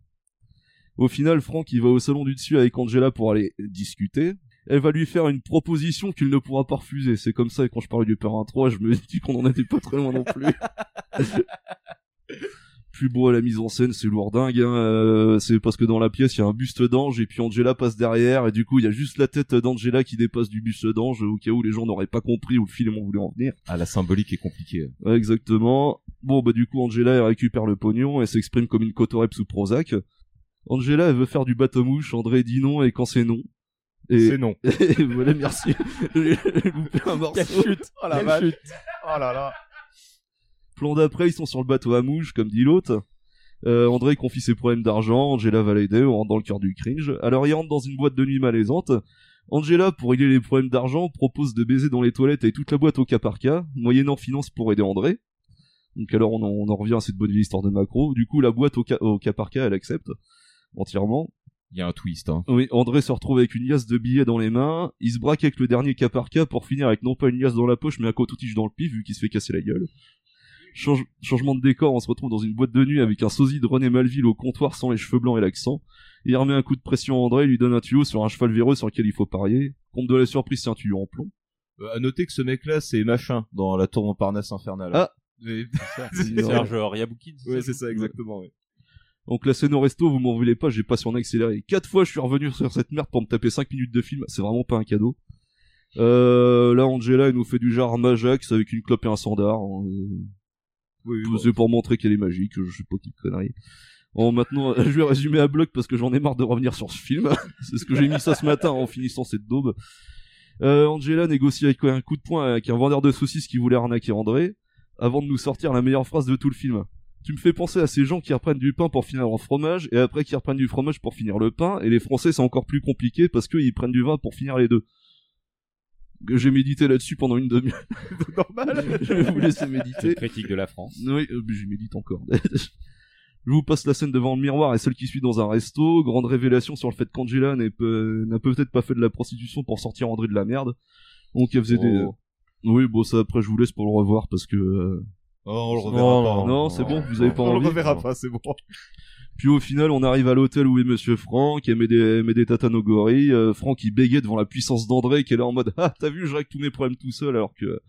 Au final, Franck, il va au salon du dessus avec Angela pour aller discuter. Elle va lui faire une proposition qu'il ne pourra pas refuser. C'est comme ça, et quand je parle du Parrain 3, je me dis qu'on en était pas très loin non plus. Plus beau à la mise en scène, c'est lourdingue. Hein. euh, c'est parce que dans la pièce, il y a un buste d'ange et puis Angela passe derrière et du coup, il y a juste la tête d'Angela qui dépasse du buste d'ange au cas où les gens n'auraient pas compris où le film voulait en venir. Ah, la symbolique est compliquée. Ouais, exactement. Bon, bah du coup, Angela, elle récupère le pognon et s'exprime comme une cotorep sous Prozac. Angela, elle veut faire du bateau-mouche, André dit non, et quand c'est non... Et... C'est non. et voilà, merci. J'ai loupé un morceau. Quelle chute. Oh la Quelle vache. chute. Oh là là. Plan d'après, ils sont sur le bateau à mouche, comme dit l'autre. Euh, André confie ses problèmes d'argent, Angela va l'aider, on rentre dans le cœur du cringe. Alors il rentre dans une boîte de nuit malaisante. Angela, pour régler les problèmes d'argent, propose de baiser dans les toilettes et toute la boîte au cas par cas, moyennant finance pour aider André. Donc alors on en, on en revient à cette bonne vieille histoire de macro. Du coup, la boîte au cas, au cas par cas, elle accepte entièrement. Il y a un twist. Hein. Oui, André se retrouve avec une liasse de billets dans les mains, il se braque avec le dernier cas par cas pour finir avec non pas une liasse dans la poche mais un coton-tige dans le pif vu qu'il se fait casser la gueule. Change- changement de décor, on se retrouve dans une boîte de nuit avec un sosie de René Malville au comptoir sans les cheveux blancs et l'accent. Il remet un coup de pression à André, il lui donne un tuyau sur un cheval véreux sur lequel il faut parier. Compte de la surprise, c'est un tuyau en plomb. Euh, à noter que ce mec-là, c'est machin dans la tour Montparnasse infernale. Ah. Oui, c'est ça. C'est Serge vrai. Riaboukine. Oui, c'est ça, exactement. ouais. Donc la scène au resto, vous m'en voulez pas, j'ai passé en accéléré. Quatre fois je suis revenu sur cette merde pour me taper 5 minutes de film, c'est vraiment pas un cadeau. Euh, là Angela elle nous fait du genre Majax avec une clope et un sandar. hein, euh. c'est pour montrer qu'elle est magique, je sais pas quelle connerie. Bon, maintenant, je vais résumer à bloc parce que j'en ai marre de revenir sur ce film. c'est ce que j'ai mis ça ce matin en finissant cette daube. Euh, Angela négocie avec un coup de poing avec un vendeur de saucisses qui voulait arnaquer André, avant de nous sortir la meilleure phrase de tout le film. Tu me fais penser à ces gens qui reprennent du pain pour finir leur fromage, et après qui reprennent du fromage pour finir le pain, et les Français c'est encore plus compliqué parce qu'ils prennent du vin pour finir les deux. J'ai médité là-dessus pendant une demi-heure. Normal. Je vais vous laisser méditer. Cette critique de la France. Oui, euh, mais j'y médite encore. Je vous passe la scène devant le miroir et celle qui suit dans un resto. Grande révélation sur le fait qu'Angela n'est pe- n'a peut-être pas fait de la prostitution pour sortir André de la merde. Donc elle faisait des... euh, Oh. Oui, bon, ça après je vous laisse pour le revoir parce que... euh, Oh, on le reverra non, pas. non, c'est bon, vous avez pas On envie. le reverra pas, c'est bon. Puis au final, on arrive à l'hôtel où est Monsieur Franck, elle met des, elle met des tatanes au gorille. Euh, Franck, il bégait devant la puissance d'André, qui est là en mode Ah, t'as vu, je règle tous mes problèmes tout seul, alors que euh,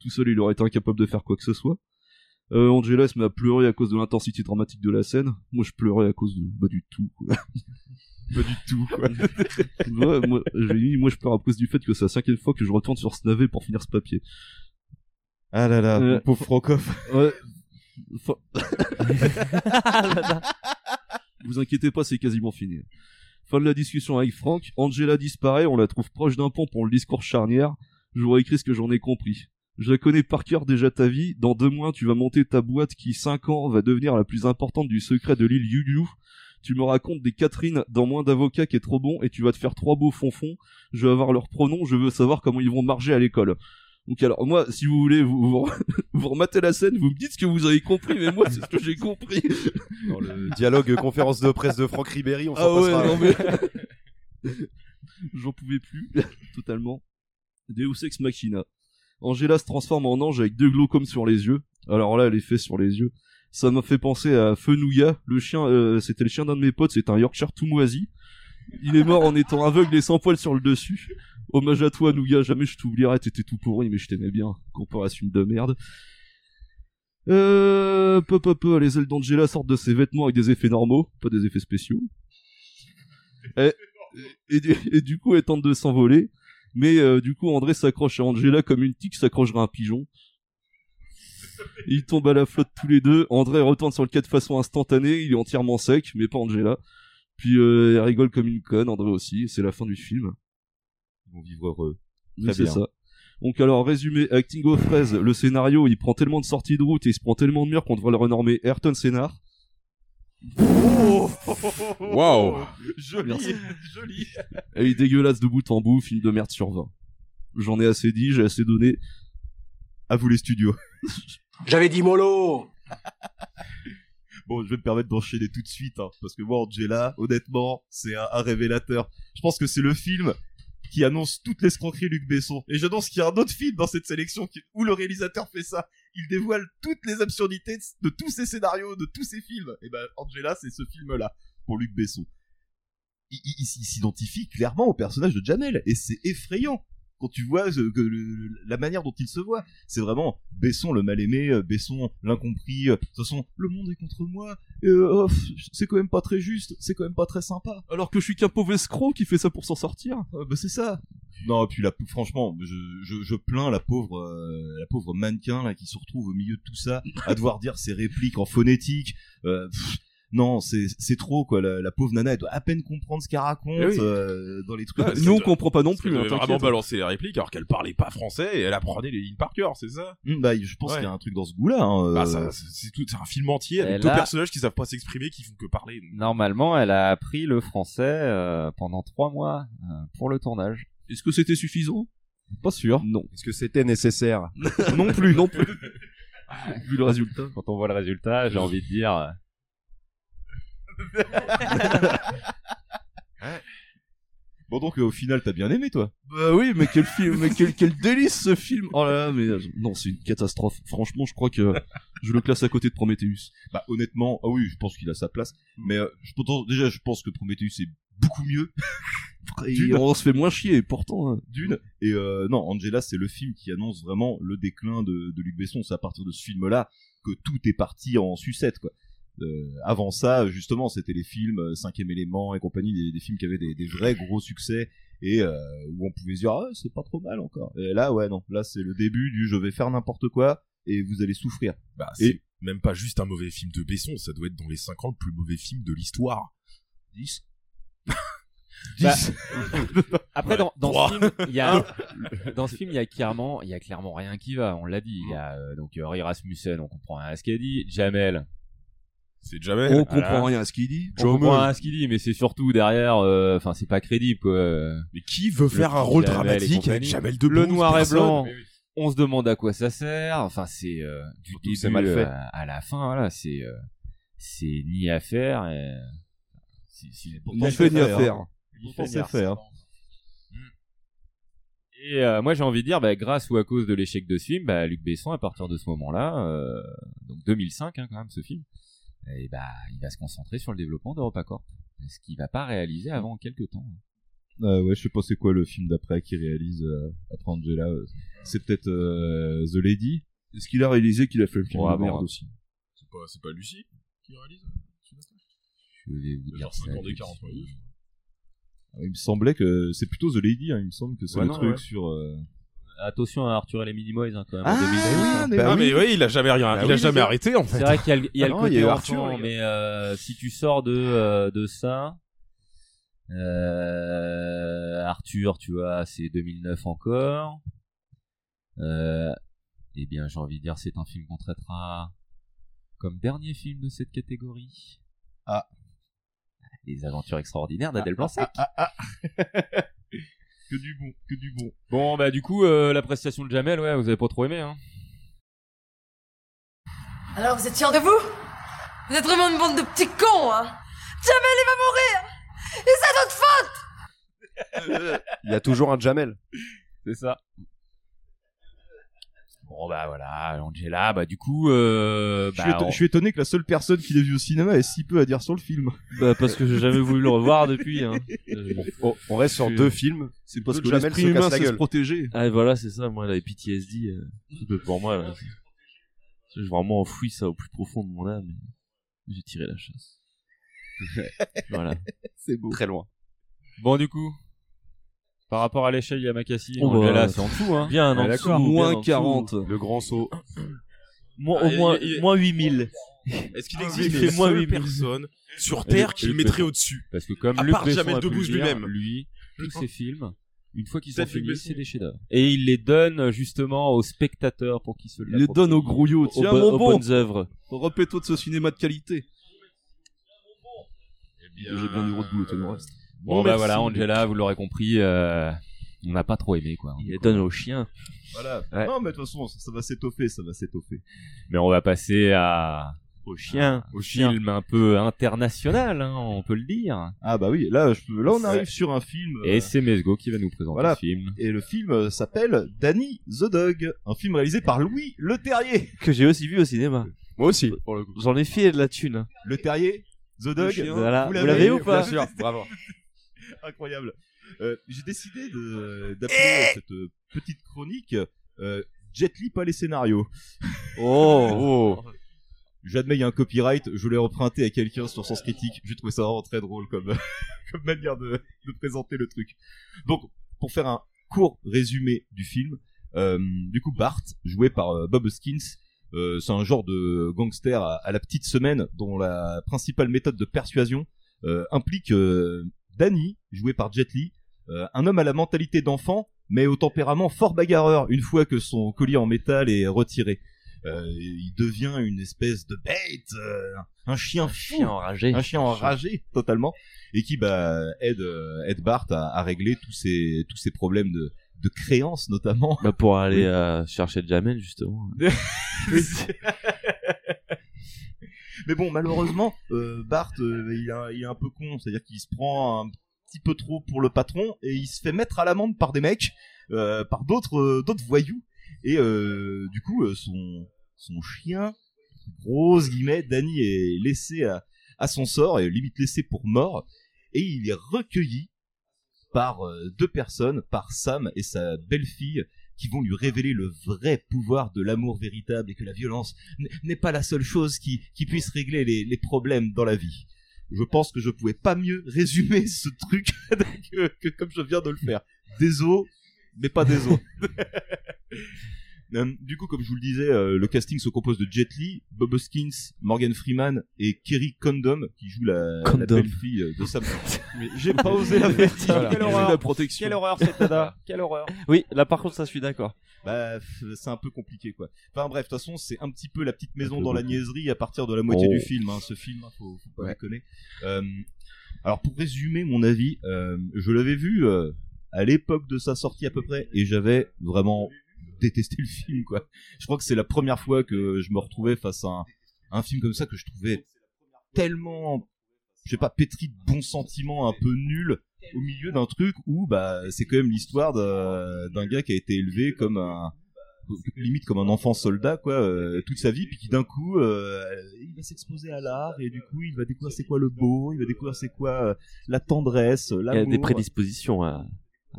tout seul, il aurait été incapable de faire quoi que ce soit. Euh, Angela se met à pleurer à cause de l'intensité dramatique de la scène. Moi, je pleurais à cause de, bah, du tout, quoi. Pas du tout, quoi. Ouais, moi, j'ai mis, moi, je pleure à cause du fait que c'est la cinquième fois que je retourne sur ce navet pour finir ce papier. Ah là là, Euh, mon pauvre Francoff. Ouais. Fa- Vous inquiétez pas, c'est quasiment fini. Fin de la discussion avec Franck. Angela disparaît, on la trouve proche d'un pont pour le discours charnière. Je vous écrit ce que j'en ai compris. Je la connais par cœur déjà ta vie. Dans deux mois, tu vas monter ta boîte qui, cinq ans, va devenir la plus importante du secret de l'île Yuliu. Tu me racontes des Catherine dans moins d'avocats qui est trop bon et tu vas te faire trois beaux fonfons. Je veux avoir leurs pronoms, je veux savoir comment ils vont marger à l'école. Donc alors moi, si vous voulez, vous, vous, vous rematez la scène, vous me dites ce que vous avez compris, mais moi c'est ce que j'ai compris. Dans le dialogue euh, conférence de presse de Franck Ribéry, on s'en Ah ouais, passera. non, mais- J'en pouvais plus, totalement. Deus Ex Machina. Angela se transforme en ange avec deux glaucomes sur les yeux. Alors là, elle est faite sur les yeux. Ça m'a fait penser à Fenouilla. Le chien, euh, c'était le chien d'un de mes potes, c'est un Yorkshire tout moisi. Il est mort en étant aveugle et sans poils sur le dessus. Hommage à toi, Nougat, jamais je t'oublierai, t'étais tout pourri, mais je t'aimais bien. Comparation de merde. Euh, pop, pop, pop, les ailes d'Angela sortent de ses vêtements avec des effets normaux, pas des effets spéciaux. Et, et du, et du coup, elle tente de s'envoler. Mais euh, du coup, André s'accroche à Angela comme une tique s'accrochera à un pigeon. Ils tombent à la flotte tous les deux. André retourne sur le quai de façon instantanée. Il est entièrement sec, mais pas Angela. Puis euh, elle rigole comme une conne, André aussi. C'est la fin du film. Ils vont vivre heureux. Oui, Très c'est bien. ça. Donc alors, résumé, acting aux fraises, le scénario, il prend tellement de sorties de route et il se prend tellement de murs qu'on devrait le renommer Ayrton Sénard. Waouh Merci. Et il est dégueulasse de bout en bout, film de merde sur 20. J'en ai assez dit, j'ai assez donné. À vous les studios. J'avais dit mollo Bon, je vais me permettre d'enchaîner tout de suite, hein, parce que moi, Angela, honnêtement, c'est un, un révélateur. Je pense que c'est le film qui annonce toute l'escroquerie Luc Besson. Et j'annonce qu'il y a un autre film dans cette sélection qui- où le réalisateur fait ça. Il dévoile toutes les absurdités de, de tous ses scénarios, de tous ses films. Et ben, Angela, c'est ce film-là, pour Luc Besson. Il, il- il s- il s'identifie clairement au personnage de Jamel, et c'est effrayant quand tu vois euh, que le- la manière dont il se voit. C'est vraiment Besson le mal-aimé, euh, Besson l'incompris, euh, de toute façon, le monde est contre moi, euh, oh, pff, c'est quand même pas très juste, c'est quand même pas très sympa. Alors que je suis qu'un pauvre escroc qui fait ça pour s'en sortir. Ah, bah, c'est ça. Non, et puis la, franchement, je, je, je plains la pauvre, euh, la pauvre mannequin là qui se retrouve au milieu de tout ça, à devoir dire ses répliques en phonétique. Euh, pff, non, c'est c'est trop quoi. La, la pauvre nana, elle doit à peine comprendre ce qu'elle raconte Eh oui. euh, dans les trucs. Ah, Nous, parce que- on comprend pas non parce plus, qu'elle hein, devait vraiment t'inquiète. balancer les répliques alors qu'elle parlait pas français et elle apprenait les lignes par cœur, c'est ça Hmm, bah, je pense Ouais. qu'il y a un truc dans ce goût-là. hein, Bah, euh, ça- c'est c'est tout, c'est un film entier avec Et deux là- personnages qui savent pas s'exprimer, qui font que parler. Normalement, elle a appris le français euh, pendant trois mois euh, pour le tournage. Est-ce que c'était suffisant Pas sûr. Non. Est-ce que c'était nécessaire Non plus, non plus. Vu le résultat. Quand on voit le résultat, j'ai envie de dire. euh, Bon donc euh, au final t'as bien aimé toi. Bah oui, mais quel film, mais quel, quel délice ce film. Oh là là, mais euh, non, c'est une catastrophe. Franchement, je crois que je le classe à côté de Prometheus. Bah honnêtement, ah oui, je pense qu'il a sa place. Mm. Mais euh, je pense- déjà je pense que Prometheus est beaucoup mieux. Et Dune. on se fait moins chier, et pourtant. hein. Dune. Et euh, non, Angela, c'est le film qui annonce vraiment le déclin de, de Luc Besson. C'est à partir de ce film-là que tout est parti en sucette, quoi. Euh, avant ça, justement, c'était les films euh, Cinquième élément et compagnie, des, des films qui avaient des, des vrais gros succès et euh, où on pouvait se dire ah, c'est pas trop mal encore. Et là, ouais, non, là c'est le début du je vais faire n'importe quoi et vous allez souffrir. Bah, c'est et même pas juste un mauvais film de Besson, ça doit être dans les 50 plus mauvais films de l'histoire. 10 10 bah, Après, dans, dans Trois. ce film, il y a, dans ce film, il y a clairement, il y a clairement rien qui va. On l'a dit. Il y a euh, donc euh, Ray Rasmussen, on comprend rien à ce qu'elle dit. Jamel. C'est Jamel. On comprend rien à ce qu'il dit. On Jamel. comprend rien à ce qu'il dit, mais c'est surtout derrière. euh, Enfin, c'est pas crédible quoi. Mais qui veut faire un rôle dramatique avec Jamel Debbouze Le noir et Personne. blanc. Mais oui. On se demande à quoi ça sert. Enfin, c'est euh, du Surtout que début c'est mal fait. euh, à, la fin. Voilà, c'est euh, c'est ni à faire. euh, c'est- c'est- Ni fait ni à faire. Ni Pourtant, fait ni c'est à fait, hein. Et euh, moi, j'ai envie de dire, bah, grâce ou à cause de l'échec de ce film, bah, Luc Besson, à partir de ce moment-là, euh, donc 2005 hein, quand même, ce film, et bah, il va se concentrer sur le développement d'EuropaCorp, ce qu'il va pas réaliser avant quelques temps. Euh, ouais, je sais pas c'est quoi le film d'après qui réalise euh, après Angela. euh, c'est peut-être euh, The Lady. Est-ce qu'il a réalisé qu'il a fait le film Ouais, de bon, merde hein. ouais. aussi C'est pas, c'est pas Lucie qui réalise Je vais vous dire Genre ça. 50 d'écart entre les deux. Ah Il me semblait que c'est plutôt The Lady, hein, il me semble que c'est Ouais, le non, truc ouais. sur. euh, Attention à Arthur et les Minimoys hein, quand même. Ah, en 2012, hein. mais Bah oui. mais oui, il a jamais rien, Bah il oui, a les jamais gars. arrêté en fait. C'est vrai qu'il y a le, il y a le Ah non, côté il y a eu enfant, Arthur, les gars. mais euh, si tu sors de, euh, de ça, euh, Arthur, tu vois, c'est 2009 encore. Euh, eh bien, j'ai envie de dire, c'est un film qu'on traitera comme dernier film de cette catégorie. Ah. Les aventures extraordinaires d'Adèle Blanc-Sec. Que du bon, que du bon. Bon, bah, du coup, euh, la prestation de Jamel, ouais, vous avez pas trop aimé, hein. Alors vous êtes sûr de vous Vous êtes vraiment une bande de petits cons, hein Jamel, il va mourir Et c'est notre faute Il y a toujours un Jamel. C'est ça. Bon bah voilà, Angela, bah du coup, euh, Je bah, suis, éton- on- je suis étonné que la seule personne qui l'ait vu au cinéma ait si peu à dire sur le film. Bah parce que j'ai jamais voulu le revoir depuis. hein. Euh, On- on reste sur je- deux films. C'est parce Deux que Jamel l'esprit se humain casse la sait se gueule. protéger. Ah voilà c'est ça moi la PTSD euh, un peu pour moi là. J'ai vraiment enfoui ça au plus profond de mon âme. et J'ai tiré la chasse. voilà. C'est beau. Très loin. Bon du coup. Par rapport à l'échelle Yamakasi, On on est va- là, c'est en dessous, hein. Bien en Ouais, dessous, d'accord. bien Moins en dessous. 40. Le grand saut. Moins, Ah, au il- moins, il- moins 8000. Est-ce qu'il Ah, existe oui, une c'est moins seule 8000. personne sur Terre qui le mettrait au-dessus Parce que comme À Luc part Besson Jamel a pu Debbouze le dire, lui-même. lui, tous ses films, une fois qu'ils sont Peut-être Luc finis, Besson. c'est des chefs-d'œuvre. Et il les donne justement aux spectateurs pour qu'ils se Il les donne aux grouillots. Tiens, bo- mon aux bon. bonnes œuvres. Repétons de ce cinéma de qualité. J'ai bien du gros de boulot, tout le reste. Bon, bah voilà, Angela, vous l'aurez compris, euh, on n'a pas trop aimé quoi. Il les donne aux chiens. Voilà. Ouais. Non, mais de toute façon, ça, ça va s'étoffer, ça va s'étoffer. Mais on va passer à aux Ah, chiens. au film un peu international, hein, on peut le dire. Ah bah oui, là, je peux- là, on C'est- arrive sur un film. euh, Et c'est Mesgo qui va nous présenter Voilà. le film. Et le film euh, s'appelle Danny the Dog, un film réalisé par Louis Le Terrier. Que j'ai aussi vu au cinéma. Moi aussi, J'en ai fait de la thune. Le Terrier, The Le Dog, chien. Voilà. Vous l'avez ou pas Bien sûr, bravo. Incroyable. Euh, J'ai décidé de- d'appeler cette euh, petite chronique euh, Jet Li pas les scénarios. Oh, J'admets, il y a un copyright, je l'ai emprunté à quelqu'un sur Sens Critique. J'ai trouvé ça vraiment très drôle comme, comme manière de, de présenter le truc. Donc, pour faire un court résumé du film, euh, du coup, Bart, joué par euh, Bob Hoskins, euh, c'est un genre de gangster à, à la petite semaine dont la principale méthode de persuasion euh, implique euh, Danny, joué par Jet Li, euh, un homme à la mentalité d'enfant, mais au tempérament fort bagarreur une fois que son collier en métal est retiré. Euh, il devient une espèce de bête, euh, un chien fou, chien enragé. un chien enragé totalement, et qui bah, aide, euh, aide Bart à, à régler tous ses, tous ses problèmes de, de créance notamment. Bah pour aller euh, chercher Jamel justement. Mais bon, malheureusement, euh, Bart, euh, il, est, il est un peu con, c'est-à-dire qu'il se prend un petit peu trop pour le patron et il se fait mettre à l'amende par des mecs, euh, par d'autres, euh, d'autres voyous. Et euh, du coup, euh, son, son chien, grosse guillemets, Danny est laissé à, à son sort, et limite laissé pour mort, et il est recueilli par euh, deux personnes, par Sam et sa belle-fille, qui vont lui révéler le vrai pouvoir de l'amour véritable et que la violence n- n'est pas la seule chose qui, qui puisse régler les, les problèmes dans la vie. Je pense que je pouvais pas mieux résumer ce truc que, que comme je viens de le faire. Désolé, mais pas désolé. Euh, du coup, comme je vous le disais, euh, le casting se compose de Jet Li, Bob Hoskins, Morgan Freeman et Kerry Condom qui joue la, la Condom. belle-fille euh, de Sam. Mais j'ai pas osé la faire. Quelle horreur. Quelle horreur, cette nana. Quelle horreur. Oui, là par contre ça je suis d'accord. Bah, f- c'est un peu compliqué quoi. Enfin bref, de toute façon, c'est un petit peu la petite maison peu dans la beaucoup. niaiserie à partir de la moitié Oh. du film. hein. Ce film, hein, faut, faut pas déconner. Euh, alors pour résumer mon avis, euh, je l'avais vu euh, à l'époque de sa sortie à peu près et j'avais vraiment détesté le film quoi. Je crois que c'est la première fois que je me retrouvais face à un, un film comme ça que je trouvais tellement, je sais pas, pétri de bons sentiments un peu nuls au milieu d'un truc où bah c'est quand même l'histoire d'un d'un gars qui a été élevé comme un limite comme un enfant soldat quoi euh, toute sa vie puis qui d'un coup euh, il va s'exposer à l'art et du coup il va découvrir c'est quoi le beau il va découvrir c'est quoi euh, la tendresse Il y a l'amour des prédispositions à. à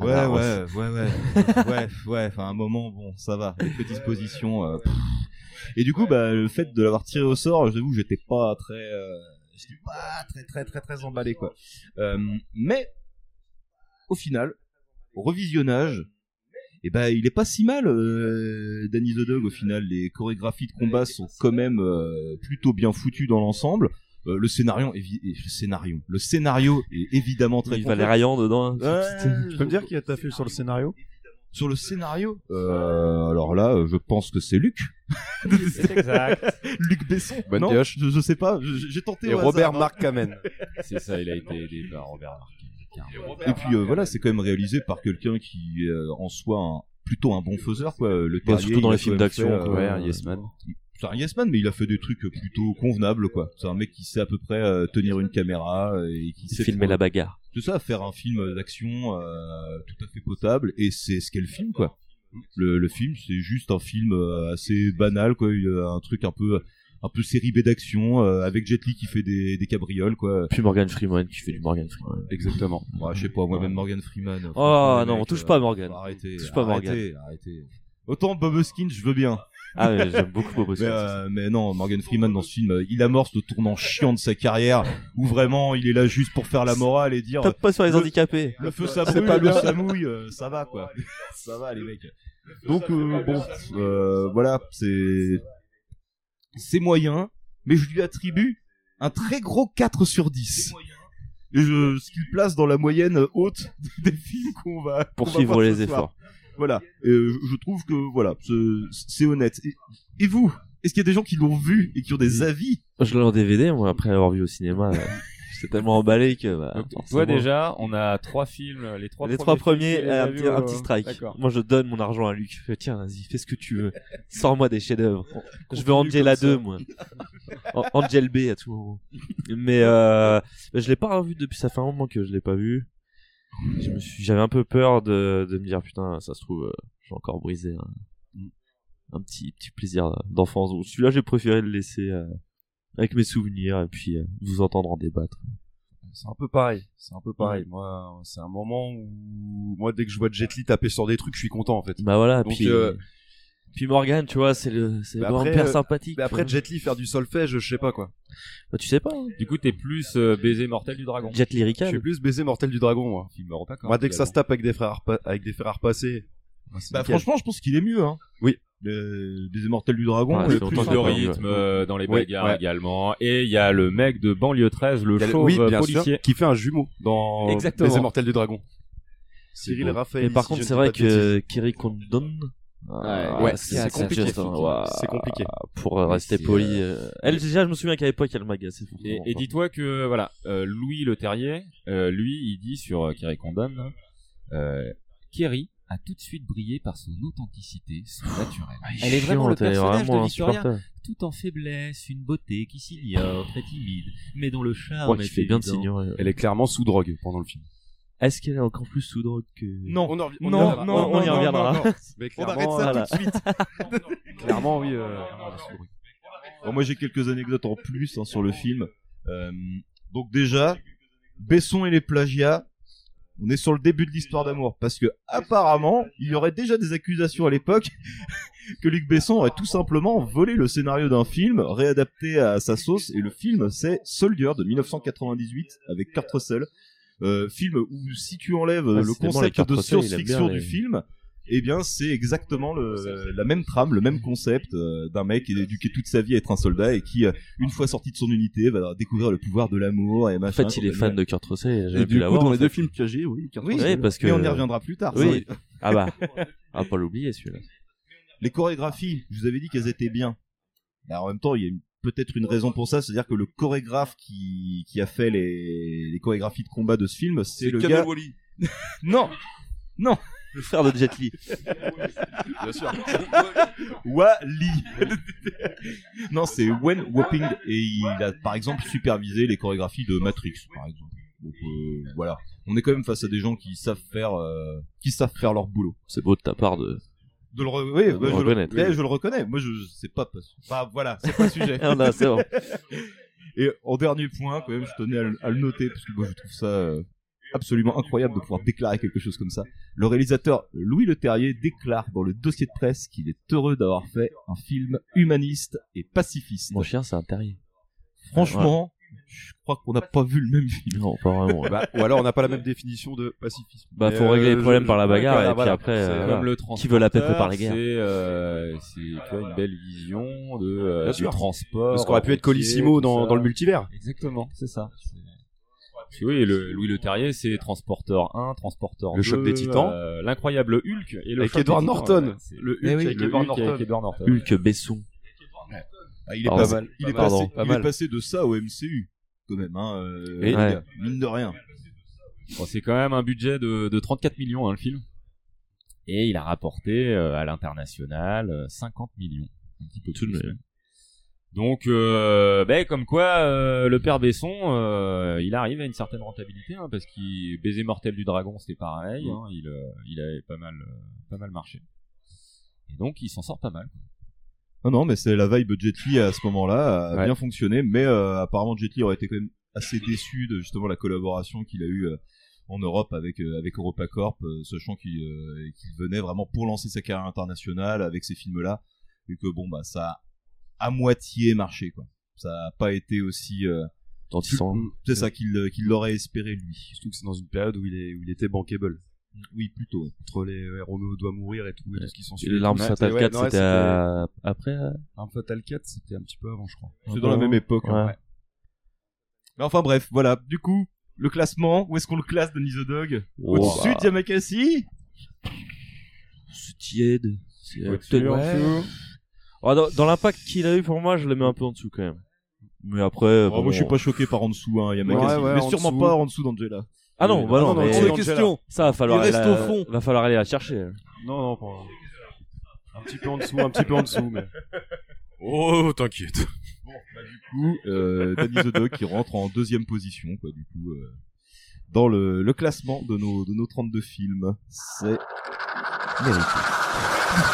Ah bah, Ouais, la ouais, race. ouais, ouais, ouais, ouais. Enfin, un moment, bon, ça va. Les prédispositions. euh, pff. et du coup, bah, le fait de l'avoir tiré au sort, j'avoue, j'étais pas très, euh, j'étais pas très, très, très, très emballé, quoi. Euh, mais au final, au revisionnage, et ben, il est pas si mal, euh, Danny the Dog. Au final, les chorégraphies de combat sont quand même euh, plutôt bien foutues dans l'ensemble. Euh, le scénario, évi- et- le scénario, le scénario est évidemment très. Il va complexe. les raillant dedans. hein. Je peux me dire qui a taffé sur le scénario Sur le scénario Euh, alors là, euh, je pense que c'est Luc. C'est exact. Luc Besson. Bonne non, pioche. je, je sais pas, je- j'ai tenté. Et au Robert hasard, hein. Marc Kamen. C'est ça, il a été aidé par Robert Et puis euh, voilà, c'est quand même réalisé par quelqu'un qui euh, en soit un- plutôt un bon faiseur quoi. Le Bah, Terrier, surtout dans il a les films quand même d'action, fait, euh, quoi. Ouais, un Yes Man. C'est un yes man, mais il a fait des trucs plutôt convenables quoi. C'est un mec qui sait à peu près euh, tenir une caméra euh, et qui sait Filmer la bagarre. Tout ça, faire un film d'action euh, tout à fait potable et c'est ce qu'est le film quoi. Le, le film, c'est juste un film euh, assez banal quoi, Il y a un truc un peu un peu série B d'action euh, avec Jet Li qui fait des, des cabrioles quoi. Puis Morgan Freeman qui fait du Morgan Freeman. Exactement. je sais pas, moi-même Morgan Freeman. Oh franchement, les non, mecs, touche euh, pas Morgan. Arrêtez. Touche pas arrêtez, Morgan. arrêtez. Autant Bob Hoskins, je veux bien. Ah ouais, j'aime beaucoup Bob mais, euh, mais non, Morgan Freeman dans ce film, euh, il amorce le tournant chiant de sa carrière où vraiment il est là juste pour faire la morale et dire. Tape pas sur les euh, le- handicapés. Le feu ça C'est brûle, pas le bien. ça mouille, euh, ça va quoi. ça va les mecs. Donc euh, bon, euh, voilà, c'est c'est moyen, mais je lui attribue un très gros 4 sur 10. Et je, ce qu'il place dans la moyenne haute des films qu'on va qu'on va Poursuivre voir les ce soir. efforts. Voilà, Et, euh, je trouve que voilà, c'est- c'est honnête. Et, et vous, est-ce qu'il y a des gens qui l'ont vu et qui ont des avis Je l'ai en DVD, moi, après avoir vu au cinéma. euh, J'étais tellement emballé que. Bah, Toi forcément. déjà, on a trois films, les trois les premiers trois films, premiers, euh, tu les as un, vus petit, un au- petit strike. euh, D'accord. Moi, je donne mon argent à Luc. Je fais, Tiens, vas-y, fais ce que tu veux. Sors-moi des chefs-d'œuvre. Je veux Angela 2, moi. An- Angel B à tout moment. Mais euh, je l'ai pas revu depuis. Ça fait un moment que je l'ai pas vu. Je me suis, j'avais un peu peur de, de me dire putain, ça se trouve, euh, j'ai encore brisé un, un petit petit plaisir d'enfance. Donc, Celui-là, j'ai préféré le laisser euh, avec mes souvenirs et puis euh, vous entendre en débattre. C'est un peu pareil. C'est un peu pareil. Moi, c'est un moment où, moi, dès que je vois Jet Li taper sur des trucs, je suis content, en fait. Bah voilà, Ah, Donc, puis, euh, puis Morgan, tu vois, c'est le, c'est le mais grand après, père euh, sympathique. Mais après, tu vois. Jet Li faire du solfège, je sais pas, quoi. Bah, tu sais pas. hein. Du coup, t'es plus euh, baiser mortel du dragon. Jet Li Je Rical. suis plus baiser mortel du dragon, moi. Film européen, quand Moi, même, dès que ça également. se tape avec des frères, repa- avec des frères passés. moi, c'est Bah nickel. franchement, je pense qu'il est mieux. Hein. Oui. Le- des immortels du dragon. Ouais, le c'est plus- plus de rythme euh, dans les Oui, bagarres ouais. également. Et il y a le mec de banlieue 13, le Il y a le- chauve oui, bien policier. sûr, qui fait un jumeau dans Exactement. Les Immortels du Dragon. Cyril Raphaël. Mais par si contre, je ne c'est dis vrai pas de bêtises. que Kerry Condon. ah, ouais, c'est compliqué, juste un- c'est ouah, compliqué. C'est compliqué. Pour euh, Mais rester c'est, poli. euh, euh, Elle, déjà, je me souviens qu'à l'époque, elle m'agaçait. Et, fortement, et quoi. dis-toi que voilà, euh, Louis Le Terrier, euh, lui, il dit sur euh, Kerry Condon, euh, Kerry a tout de suite brillé par son authenticité, son naturel. Ah, il Elle est chiante, vraiment le elle est personnage vraiment de Victoria, insupportable. tout en faiblesse, une beauté qui s'ignore, très timide, mais dont le charme Ouais, qui est fait bien de évident. s'ignorer. Elle est clairement sous drogue pendant le film. Est-ce qu'elle est encore plus sous drogue que. Non, on en revi- on y non, reviendra. non, on y Non, reviendra. non, non, non. Mais On clairement, arrête ça voilà. tout de suite. Clairement, oui. euh, Bon, moi, j'ai quelques anecdotes en plus hein, sur le film. Euh, donc déjà, Besson et les plagiats. On est sur le début de l'histoire d'amour parce que apparemment, il y aurait déjà des accusations à l'époque que Luc Besson aurait tout simplement volé le scénario d'un film réadapté à sa sauce et le film c'est Soldier de 1998 avec Kurt Russell. Euh, film où si tu enlèves Ah, le c'est dément, concept les Kurt de Russell, il aime bien science-fiction les- du film, eh bien c'est exactement le, la même trame, le même concept euh, d'un mec qui est éduqué toute sa vie à être un soldat et qui, euh, une fois sorti de son unité, va découvrir le pouvoir de l'amour et En machin. Bah, fait, il est fan de Kurt Russell. et Et J'avais du pu coup, l'avoir. dans en les fait. deux films piégés, oui, Kurt Oui, Russell. parce que. Mais on y reviendra plus tard, ça, Oui. oui. ah bah. Ah, pas l'oublier celui-là. Les chorégraphies, je vous avais dit qu'elles étaient bien. Mais en même temps, il y a une- peut-être une raison pour ça, c'est-à-dire que le chorégraphe qui, qui a fait les, les chorégraphies de combat de ce film, c'est le gars. non, non, le frère de Jet Li. Bien sûr. Wally. non, c'est Wen Wapping et il a par exemple supervisé les chorégraphies de Matrix, par exemple. Donc euh, voilà, on est quand même face à des gens qui savent faire, euh, qui savent faire leur boulot. C'est beau de ta part de. De le, re- oui, Ah, De le bah, je reconnaître. Le, mais je le reconnais. Moi, je, je sais pas. parce- Bah, voilà, c'est pas le sujet. Ah, non, c'est bon. Et en dernier point, quand même, je tenais à, le- à le noter parce que moi, je trouve ça euh, absolument incroyable de pouvoir déclarer quelque chose comme ça. Le réalisateur Louis Le Terrier déclare dans le dossier de presse qu'il est heureux d'avoir fait un film humaniste et pacifiste. Mon chien, c'est un terrier. Franchement, je crois qu'on n'a pas vu le même film. Non, pas vraiment. bah, ou alors on n'a pas la même définition de pacifisme. Bah, Mais, faut régler euh, les je- problèmes par la ouais, voilà, bagarre, et puis voilà. après, C'est- euh, C'est voilà. comme le Qui veut la paix peut transporteur, par la guerre. C'est euh, c'est, tu vois, une belle vision de euh, Bien du sûr. transport. Parce qu'on aurait pu être routier, Colissimo tout dans- ça. dans le multivers. Exactement, c'est ça. Parce que Oui, le, Louis Le Terrier, c'est Transporteur 1, Transporteur 2, Le choc des Titans. euh, l'incroyable Hulk et le Avec choc des Edward Titans, Norton. ouais, c'est- Le Hulk Eh oui, avec le Edward Hulk avec Norton. Edward Norton. Hulk Besson. Ah, il est Pardon. pas mal. Il est, Pardon. passé, Pas il est mal. passé de ça au MCU, quand même. Hein, euh, Et- les Ouais. gars, Mine de rien. Bon, c'est quand même un budget de, de 34 millions, hein, le film. Et il a rapporté euh, à l'international euh, 50 millions. Un petit peu plus. même. Donc, euh, ben, comme quoi, euh, le père Besson, euh, il arrive à une certaine rentabilité, hein, parce qu'il Baiser mortel du dragon, c'était Mm. pareil. hein, il, euh, il avait pas mal, euh, pas mal marché. Et donc, il s'en sort pas mal. Non, non, mais c'est la vibe Jet Li à ce moment-là a Ouais. bien fonctionné, mais euh, apparemment Jet Li aurait été quand même assez déçu de justement la collaboration qu'il a eue euh, en Europe avec euh, avec EuropaCorp, euh, sachant qu'il euh, qu'il venait vraiment pour lancer sa carrière internationale avec ces films-là. et que bon bah ça a à moitié marché quoi. Ça n'a pas été aussi euh, Retentissant. plus- C'est ça qu'il euh, qu'il l'aurait espéré lui. Mm, Surtout que c'est dans une période où il, est, où il était bankable. Oui, plutôt. Entre les ouais, Roméo doit mourir et tout, et tout ce qui s'en Et suit. l'arme Ouais, fatale ouais, 4, non, c'était à- après, euh, L'arme fatale 4, c'était un petit peu avant, je crois. C'est dans la même époque. hein. Ouais. Mais enfin bref, voilà. Du coup, le classement, où est-ce qu'on le classe de Dog Oh, Au-dessus bah. de Yamakasi C'est tiède. C'est Au-dessus, peut-être- en dessous. Ah, dans dans l'impact qu'il a eu pour moi, je le mets un peu en dessous quand même. Mais après. Oh, moi, je suis pas choqué par en dessous, hein, Yamakasi. Ouais, ouais, mais en sûrement dessous. pas en dessous d'Angela. Ah non, bah non, mais- Ça va falloir. Il aller reste la- au fond. Va falloir aller la chercher. Non, non, pas- Un petit peu en dessous, un petit peu en dessous, mais. Oh, t'inquiète. Bon, bah, du coup, euh, Danny the Dog qui rentre en deuxième position, quoi, du coup, euh, dans le, le classement de nos, de nos 32 films. C'est mérité.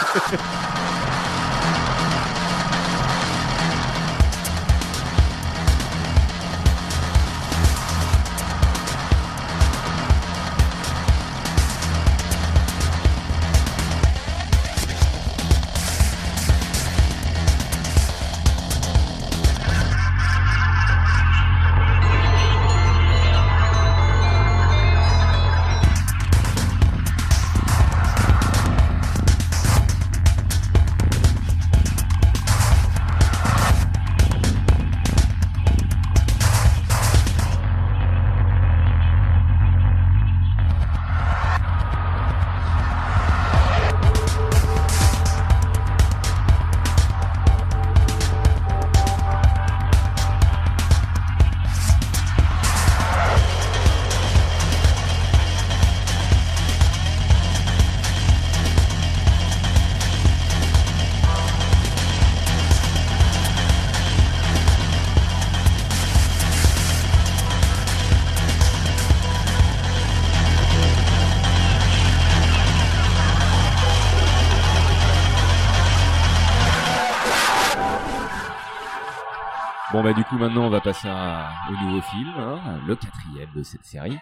Bon bah du coup maintenant on va passer à- au nouveau film, hein, le quatrième de cette série.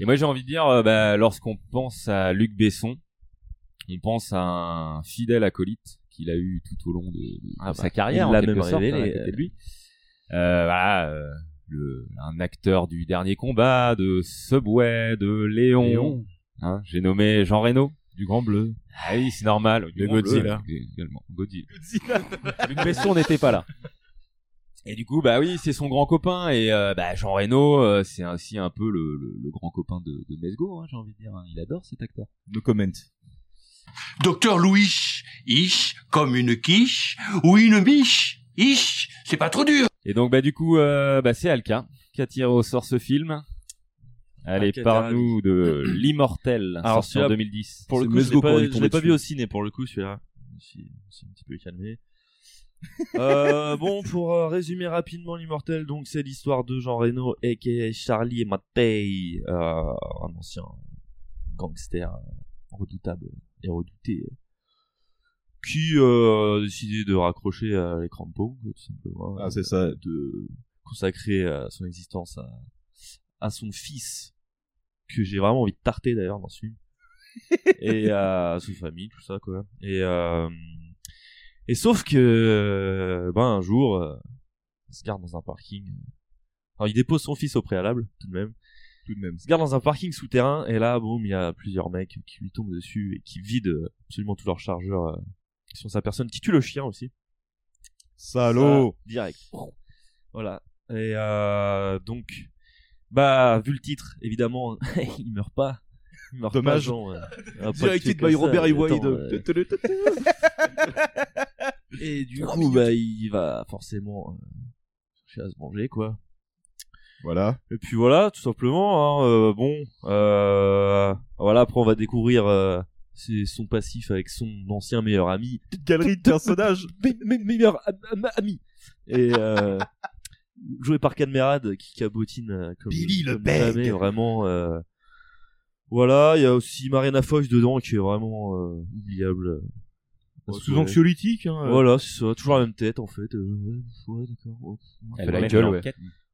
Et moi j'ai envie de dire, euh, bah, lorsqu'on pense à Luc Besson, on pense à un fidèle acolyte qu'il a eu tout au long de, de sa carrière, il l'a en quelque même sorte, révélé, hein, à côté de lui. Euh, voilà, euh, le- un acteur du dernier combat, de Subway, de Léon. Léon. Hein, j'ai nommé Jean Reno. Du Grand Bleu. Ah oui, c'est normal. Du De Grand Bleu, Godzilla. également. Godzilla. Luc Besson n'était pas là. Et du coup, bah oui, c'est son grand copain. Et euh, bah, Jean Reno, euh, c'est aussi un peu le, le- le grand copain de, de Mesgo, hein, j'ai envie de dire. hein. Il adore cet acteur. No comment. Docteur Louis, ish, comme une quiche, ou une biche, ish, c'est pas trop dur. Et donc, bah, du coup, euh, bah, c'est Alka qui a tiré au sort ce film. Allez, Alcatraz. parle-nous de L'Immortel, Alors, sorti en celui-là, 2010. Pour le coup, je l'ai pas, je l'ai pas vu au ciné pour le coup celui-là. Je me suis- je me suis un petit peu calmé. Euh, bon, pour euh, résumer rapidement l'immortel, donc c'est l'histoire de Jean Reno, a.k.a. Charlie Mattei, euh, un ancien gangster euh, redoutable et redouté, euh, qui euh, a décidé de raccrocher euh, à les crampons, tout simplement. Ah, c'est ça. De consacrer euh, son existence à, à son fils, que j'ai vraiment envie de tarter d'ailleurs dans ce film et euh, à sa famille, tout ça, quoi. Et, euh, et sauf que, euh, ben, un jour, euh, il se garde dans un parking. Alors, il dépose son fils au préalable, tout de même. Tout de même. Il se garde dans un parking souterrain, et là, boum, il y a plusieurs mecs qui lui tombent dessus et qui vident euh, absolument tous leurs chargeurs euh, sur sa personne, qui tue le chien aussi. Salaud. Ça, Direct. Oh. Voilà. Et euh, donc, bah, vu le titre, évidemment, il meurt pas. Il meurt Dommage. pas, Jean, euh, on va pas le tuer Directed comme by ça, Robert E. mais Wade. attends, euh, Et du Oh, coup, bah, il va forcément euh, chercher à se manger, quoi. Voilà. Et puis voilà, tout simplement. hein, euh, bon, euh, voilà, après on va découvrir euh, ses- son passif avec son ancien meilleur ami. Petite galerie de personnages. Me- me- meilleur am- am- ami. Et euh, joué par Cadmerad qui cabotine euh, comme, Billy le comme Bègue. jamais, vraiment. euh, voilà, il y a aussi Mariana Foch dedans qui est vraiment euh, oubliable. Ouais, sous anxiolytique, hein. Voilà, c'est ça, toujours la même tête en fait. euh, ouais, ouais, d'accord. Ah ouais. Elle fait la gueule, ouais.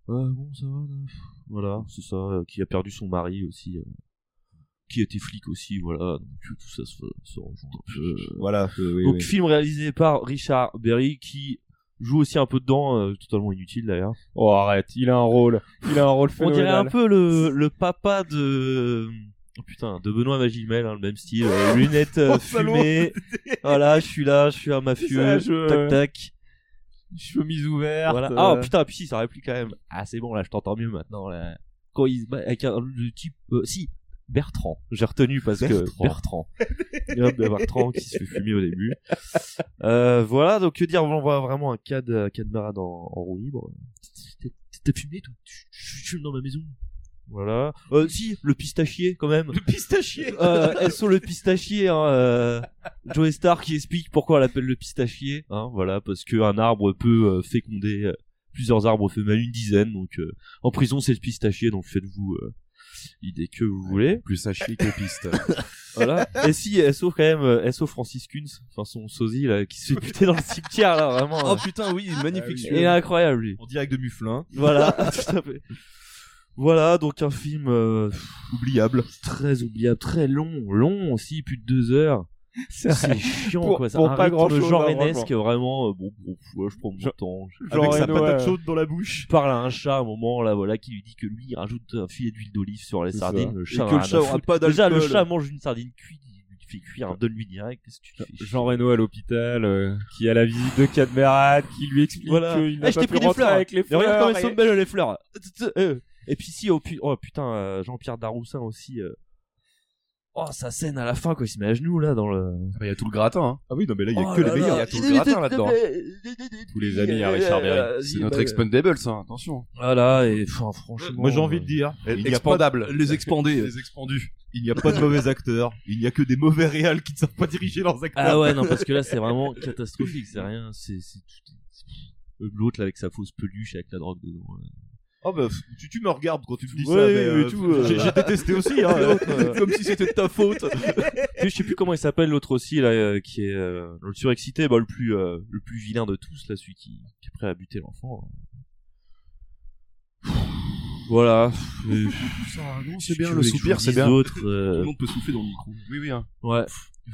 Ouais, bon, ça va. là. Voilà, c'est ça, euh, qui a perdu son mari aussi. euh, qui était flic aussi, voilà. Donc euh, tout ça se, se rejoint un peu. Voilà, euh, oui, Donc oui. film réalisé par Richard Berry qui joue aussi un peu dedans, euh, totalement inutile d'ailleurs. Oh arrête, il a un rôle, il a un rôle On dirait un phénoménal. peu le, le papa de oh, putain de Benoît Magimel, hein, le même style, euh, lunettes euh, Oh, salaud. fumées. voilà, je suis là, je suis un mafieux, ça, je- euh, tac tac. Chemise ouverte. Voilà. Ah putain, puis si ça réplique quand même. Ah c'est bon là, je t'entends mieux maintenant là. Quand il se bat avec un le type euh, si Bertrand, j'ai retenu parce que Bertrand. Il y a Bertrand qui se fait fumer au début. Euh, voilà, donc que dire, on voit vraiment un cas de, cas de marade en, en roue libre. T'es- t'es- T'as fumé toi Tu- tu tu fumes dans ma maison Voilà. Euh, si, le pistachier quand même. Le pistachier euh, SO le pistachier. Hein, euh, Joey Star qui explique pourquoi on l'appelle le pistachier. Hein, voilà, parce qu'un arbre peut euh, féconder euh, plusieurs arbres, fait même une dizaine. Donc euh, en prison, c'est le pistachier, donc faites-vous euh, l'idée que vous voulez. Plus un chic que piste. voilà. Et si, SO quand même, euh, SO Francis Kunz, enfin son sosie là, qui se fait buter dans le cimetière là, vraiment. euh. Ah Oh, putain, oui, magnifique Il celui-là. est incroyable lui. En direct de Mufflin. Voilà, tout à fait. Voilà, donc un film euh, oubliable, très oubliable, très long, long aussi, plus de deux heures. C'est vrai. C'est chiant Pour- quoi, ça pour un pas rythme grand-chose, Jean hein, Ménesque, franchement. vraiment. euh, bon, bon, ouais, je prends mon temps. je- Jean Reno, ouais. dans la bouche. Je parle à un chat à un moment là, voilà, qui lui dit que lui il rajoute un filet d'huile d'olive sur les C'est sardines. ça. Le Et chat que en a le rien chat à aura foutre. pas Déjà, le d'alcool. chat mange une sardine cuite, il lui fait cuire, hein, donne-lui direct. Qu'est-ce que tu fais Jean Reno à l'hôpital, euh, qui a la visite de Cadmerade, qui lui explique Voilà. qu'il n'a Eh, je pas t'ai pu pris des rentrer fleurs. avec les Mais fleurs. regarde comme elles et- sont belles les fleurs. Euh, Et puis si, oh, pu- oh, putain, euh, Jean-Pierre Daroussin aussi. euh, Oh, sa scène à la fin, quoi, il se met à genoux là dans le. Ah bah, il y a tout le gratin, hein. Ah oui, non, mais là, il y Oh a que les meilleurs. Il y a tout le gratin là-dedans. Tous les amis euh, à Richard Berry. C'est bah, notre Expendables, ça, attention. Voilà, et enfin, franchement. Moi j'ai envie de dire, euh, il n'y a expandable. pas de- Les expandés. les expandus. Il n'y a pas de mauvais acteurs, il n'y a que des mauvais réals qui ne savent pas diriger leurs acteurs. Ah ouais, non, parce que là, c'est vraiment catastrophique, c'est rien, c'est c'est tout. c'est- L'autre là avec sa fausse peluche avec la drogue dedans. là. Oh bah, f- tu, tu me regardes quand tu me dis Ouais, ça. oui, mais, mais euh, tout, euh, j'ai- J'ai détesté aussi. Hein, L'autre, euh, Comme si c'était de ta faute. Puis, je sais plus comment il s'appelle l'autre aussi là euh, qui est euh, le surexcité bah, le plus euh, le plus vilain de tous là celui qui, qui est prêt à buter l'enfant hein. voilà Et- c'est Si bien, tu le voulais que je soupir, vous c'est dise bien. d'autres, euh, Tout le monde peut souffler dans le micro. Oui, oui, hein. ouais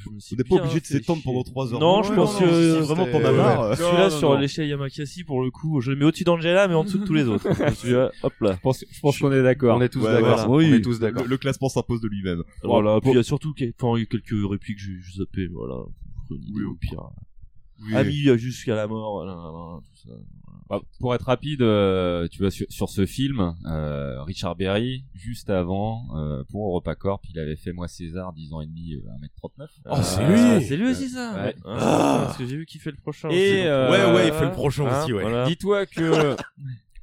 On n'est pas obligé de s'étendre pendant 3 heures. Non, je Ouais, pense non, que non, euh, si, vraiment c'était- t'en as marre. Ouais. Celui-là Non, non, sur non. l'échelle Yamakasi pour le coup, je le mets au-dessus d'Angela mais en dessous de tous les autres. Celui-là, hop là. Je pense, qu'on est d'accord. On est tous d'accord. Oui. On est tous d'accord. Le, le classement s'impose de lui-même. Voilà, Bon, puis il y a surtout quel- enfin, il y a quelques répliques que j'ai j'ai zappées, mais voilà. Pour une idée, au pire. Oui. Ah Ami euh, jusqu'à la mort, là, là, là, tout ça. Bah, pour être rapide, euh, tu vois, sur, sur ce film, euh, Richard Berry, juste avant, euh, pour EuropaCorp, il avait fait Moi César, 10 ans et demi, euh, 1m39. Oh, Euh, c'est lui C'est lui euh, aussi, ça ouais. Ah Parce que j'ai vu qu'il fait le prochain aussi, Et, donc- euh, Ouais, ouais, il fait le prochain hein, aussi, ouais. voilà. Dis-toi que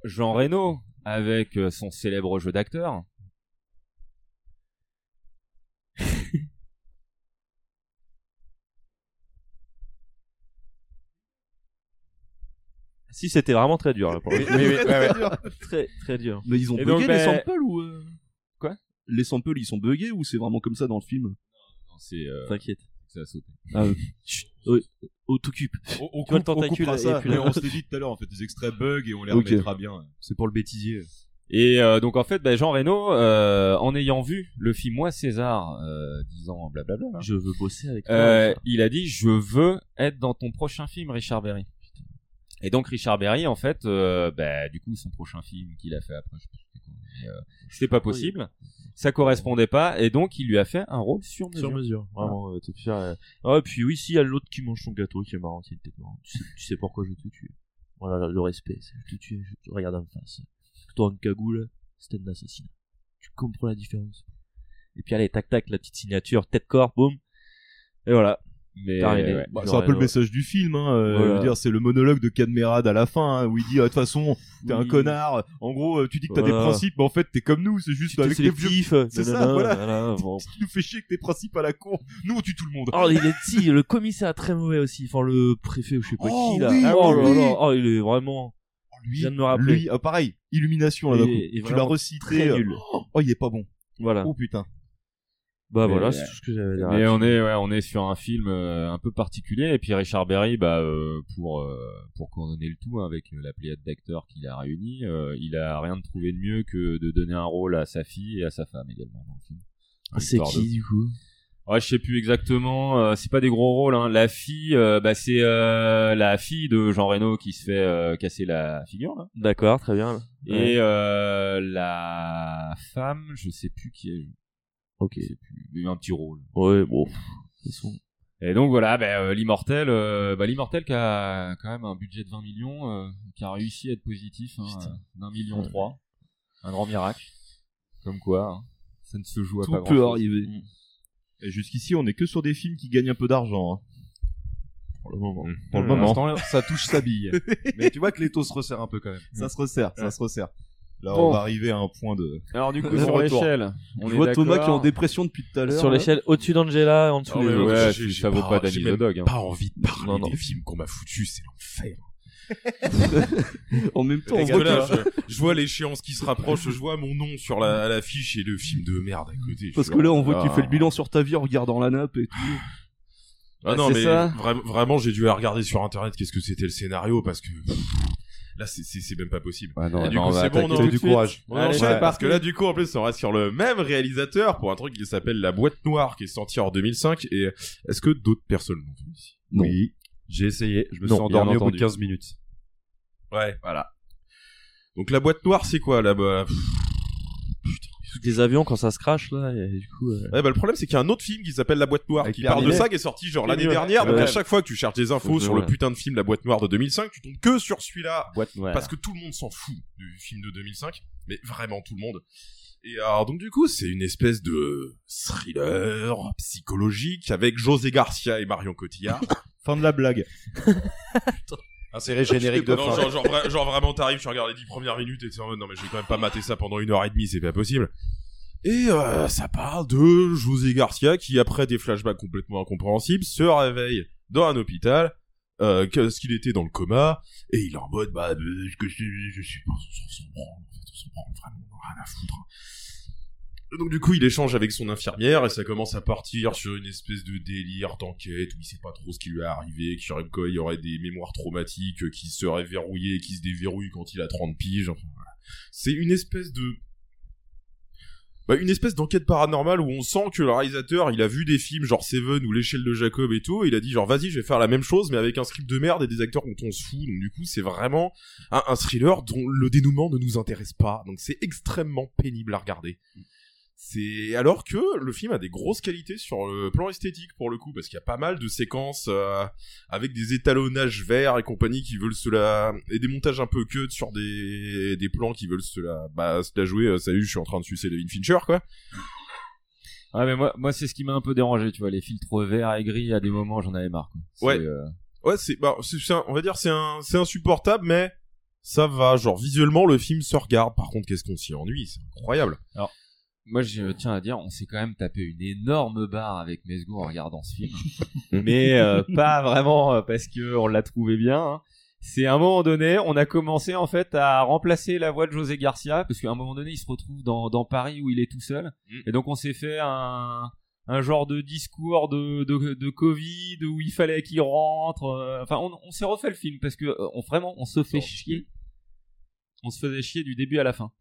Jean Reno, avec euh, son célèbre jeu d'acteur, Si, c'était vraiment très dur, là, pour le Oui, coup. oui, oui, ouais, ouais. Très, très dur. Mais ils ont Et bugué donc, les ben, samples ou. euh, Quoi Les samples, ils sont buggés ou c'est vraiment comme ça dans le film c'est. euh, T'inquiète. Ça a sauté. Ah, euh, chut, euh, Autocube. On, on Tu vois le coupe- on tentacule, coupera et ça, puis mais là- on se l'est dit tout à l'heure en fait, des extraits bugs et on les Ok. remettra bien. C'est pour le bêtisier. Et euh, donc en fait, bah, Jean Reno, euh, en ayant vu le film Moi César, euh, disant blablabla, là, Je veux bosser avec toi. euh, il a dit je veux être dans ton prochain film, Richard Berry. Et donc Richard Berry, en fait, euh, bah, du coup son prochain film qu'il a fait après, je sais plus c'était quoi, mais, euh, c'était pas possible, ça correspondait pas, et donc il lui a fait un rôle sur mesure. Sur mesure, vraiment, euh, t'es fier. euh. Ah, et puis oui, si, il y a l'autre qui mange son gâteau qui est marrant, qui est une tête marrante. Tu sais, tu sais pourquoi je vais te tuer. Voilà, le- le respect, c'est je te tue, je te regarde en face. Parce que Toi, en cagoule, c'était un assassinat. Tu comprends la différence. Et puis allez, tac tac, la petite signature, tête corps, boum. Et voilà. Mais Terminé. Ouais. Bah, c'est un peu le message du film, hein, euh, Voilà. je veux dire, c'est le monologue de Cadmerade à la fin, hein, où il dit, ah, de toute façon, t'es un Oui. connard, en gros, euh, tu dis que t'as Voilà. des principes, mais en fait, t'es comme nous, c'est juste T'es avec des vieux- sélectif, C'est nanana, ça, voilà. nanana, bon. Tu nous fais chier avec tes principes à la con, nous on tue tout le monde. Oh, il est, si, le commissaire très mauvais aussi, enfin le préfet ou je sais pas Oh, qui là. oui, Ah, oh oui, là oui. là, oh, il est vraiment. lui, je viens de me rappeler. Lui, ah, pareil, Illumination, là, Il d'un est- il est coup. Tu l'as vraiment recité. très euh, nul. Oh, il est pas bon. Voilà. Oh putain. Bah Mais, voilà, euh, c'est tout ce que j'avais à dire Mais là-dessus. on est, ouais, on est sur un film euh, un peu particulier. Et puis Richard Berry, bah, euh, pour euh, pour coordonner le tout hein, avec euh, la pléiade d'acteurs qu'il a réunis, euh, il a rien de trouvé de mieux que de donner un rôle à sa fille et à sa femme également dans le film. C'est Victor qui deux. du coup Ouais, je sais plus exactement. euh, c'est pas des gros rôles. Hein. La fille, euh, bah, c'est euh, la fille de Jean Reno qui se fait euh, casser la figure. Là. D'accord, très bien. Ouais. Et euh, la femme, je sais plus qui elle joue. Ok. Je sais plus, mais un petit rôle. Ouais, bon. pff, De toute façon. Et donc voilà, bah, euh, l'immortel, euh, bah, l'immortel qui a quand même un budget de 20 millions, euh, qui a réussi à être positif hein, euh, d'un million Ouais. trois, un grand miracle. Comme quoi, hein, ça ne se joue à Tout pas peut grand-chose. arriver. Et jusqu'ici, on est que sur des films qui gagnent un peu d'argent. hein. Pour le moment. Pour le Pour moment. l'instant, Mmh. ça touche sa bille. Mais tu vois que les taux se resserrent un peu quand même. Ça se resserre, ça Ouais. se resserre. Là, Bon. on va arriver à un point de. Alors, du coup, de sur retour. l'échelle, on Je est vois Thomas d'accord. qui est en dépression depuis tout à l'heure. Sur là. l'échelle au-dessus d'Angela, en dessous Ah les ouais, autres. ouais, j'ai- j'ai j'ai même Dog, hein. Pas envie de parler Non, non. des films qu'on m'a foutu, c'est l'enfer. En même temps, on Parce que voit là, que- hein. je, je vois l'échéance qui se rapproche, je vois mon nom sur la, à l'affiche et le film de merde à côté. Je Parce suis que là, on genre, voit qu'il ah. fait le bilan sur ta vie en regardant la nappe et tout. Ah Bah, non, mais vra- vraiment, j'ai dû la regarder sur internet qu'est-ce que c'était le scénario parce que. pff, Là, c'est- c'est c'est même pas possible. Ouais, non, Et du non, on coup, va c'est bon, attaquer non, du tout de suite. courage. On Allez, enchaîne, ouais. parce que là, du coup, en plus, on reste sur le même réalisateur pour un truc qui s'appelle La Boîte Noire, qui est sorti en 2005. Et est-ce que d'autres personnes l'ont vu ici Oui. J'ai essayé, je me Non, suis bien endormi au bout de entendu. 15 minutes. Ouais, voilà. Donc la boîte noire, c'est quoi là-bas Des avions quand ça se crache là, et du coup. euh, Ouais, bah, le problème, c'est qu'il y a un autre film qui s'appelle La Boîte Noire, Avec qui Pierre parle de Ninet. ça, qui est sorti genre l'année Ouais. dernière. Donc Ouais. à chaque fois que tu cherches des infos Ouais. sur le putain de film La Boîte Noire de 2005, tu tombes que sur celui-là. Boîte Noire. Parce que tout le monde s'en fout du film de 2005. Mais vraiment tout le monde. Et alors, donc du coup, c'est une espèce de thriller psychologique avec José Garcia et Marion Cotillard. Fin de la blague. Inséré générique de non, fin. Genre, genre, vra- genre vraiment, t'arrives, tu regardes les 10 premières minutes et t'es en mode non, mais je vais quand même pas mater ça pendant une heure et demie, c'est pas possible. Et euh, ça parle de José Garcia qui, après des flashbacks complètement incompréhensibles, se réveille dans un hôpital, euh, ce qu'il était dans le coma, et il est en mode bah, euh, que je, je suis. On s'en branle, en fait, on s'en branle vraiment, on en a rien à foutre. Donc du coup, il échange avec son infirmière et ça commence à partir sur une espèce de délire d'enquête où il sait pas trop ce qui lui est arrivé, qu'il y aurait- qu'il y aurait des mémoires traumatiques euh, qui seraient verrouillées et qui se déverrouillent quand il a 30 piges. Enfin, voilà. C'est une espèce de bah, une espèce d'enquête paranormale où on sent que le réalisateur, il a vu des films genre Seven ou L'échelle de Jacob et tout, et il a dit genre vas-y, je vais faire la même chose mais avec un script de merde et des acteurs dont on se fout. Donc du coup, c'est vraiment un, un thriller dont le dénouement ne nous intéresse pas. Donc c'est extrêmement pénible à regarder. C'est alors que le film a des grosses qualités sur le plan esthétique pour le coup parce qu'il y a pas mal de séquences euh, avec des étalonnages verts et compagnie qui veulent cela et des montages un peu cut sur des, des plans qui veulent cela bah cela jouer euh, salut je suis en train de sucer David Fincher quoi. Ah mais moi, moi c'est ce qui m'a un peu dérangé, tu vois, les filtres verts et gris à des moments j'en avais marre. Quoi. C'est, Ouais. euh, Ouais, c'est, bah, c'est, c'est un- on va dire, c'est un, c'est insupportable, mais ça va. Genre, visuellement, le film se regarde. Par contre, qu'est-ce qu'on s'y ennuie? C'est incroyable. Alors, moi je tiens à dire, on s'est quand même tapé une énorme barre avec Mesgo en regardant ce film, mais euh, pas vraiment euh, parce que on l'a trouvé bien. hein. C'est à un moment donné, on a commencé en fait à remplacer la voix de José Garcia parce qu'à un moment donné, il se retrouve dans, dans Paris où il est tout seul, et donc on s'est fait un un genre de discours de, de, de Covid où il fallait qu'il rentre. euh, enfin, on, on s'est refait le film parce que euh, on, vraiment, on se fait chier. On se faisait chier du début à la fin.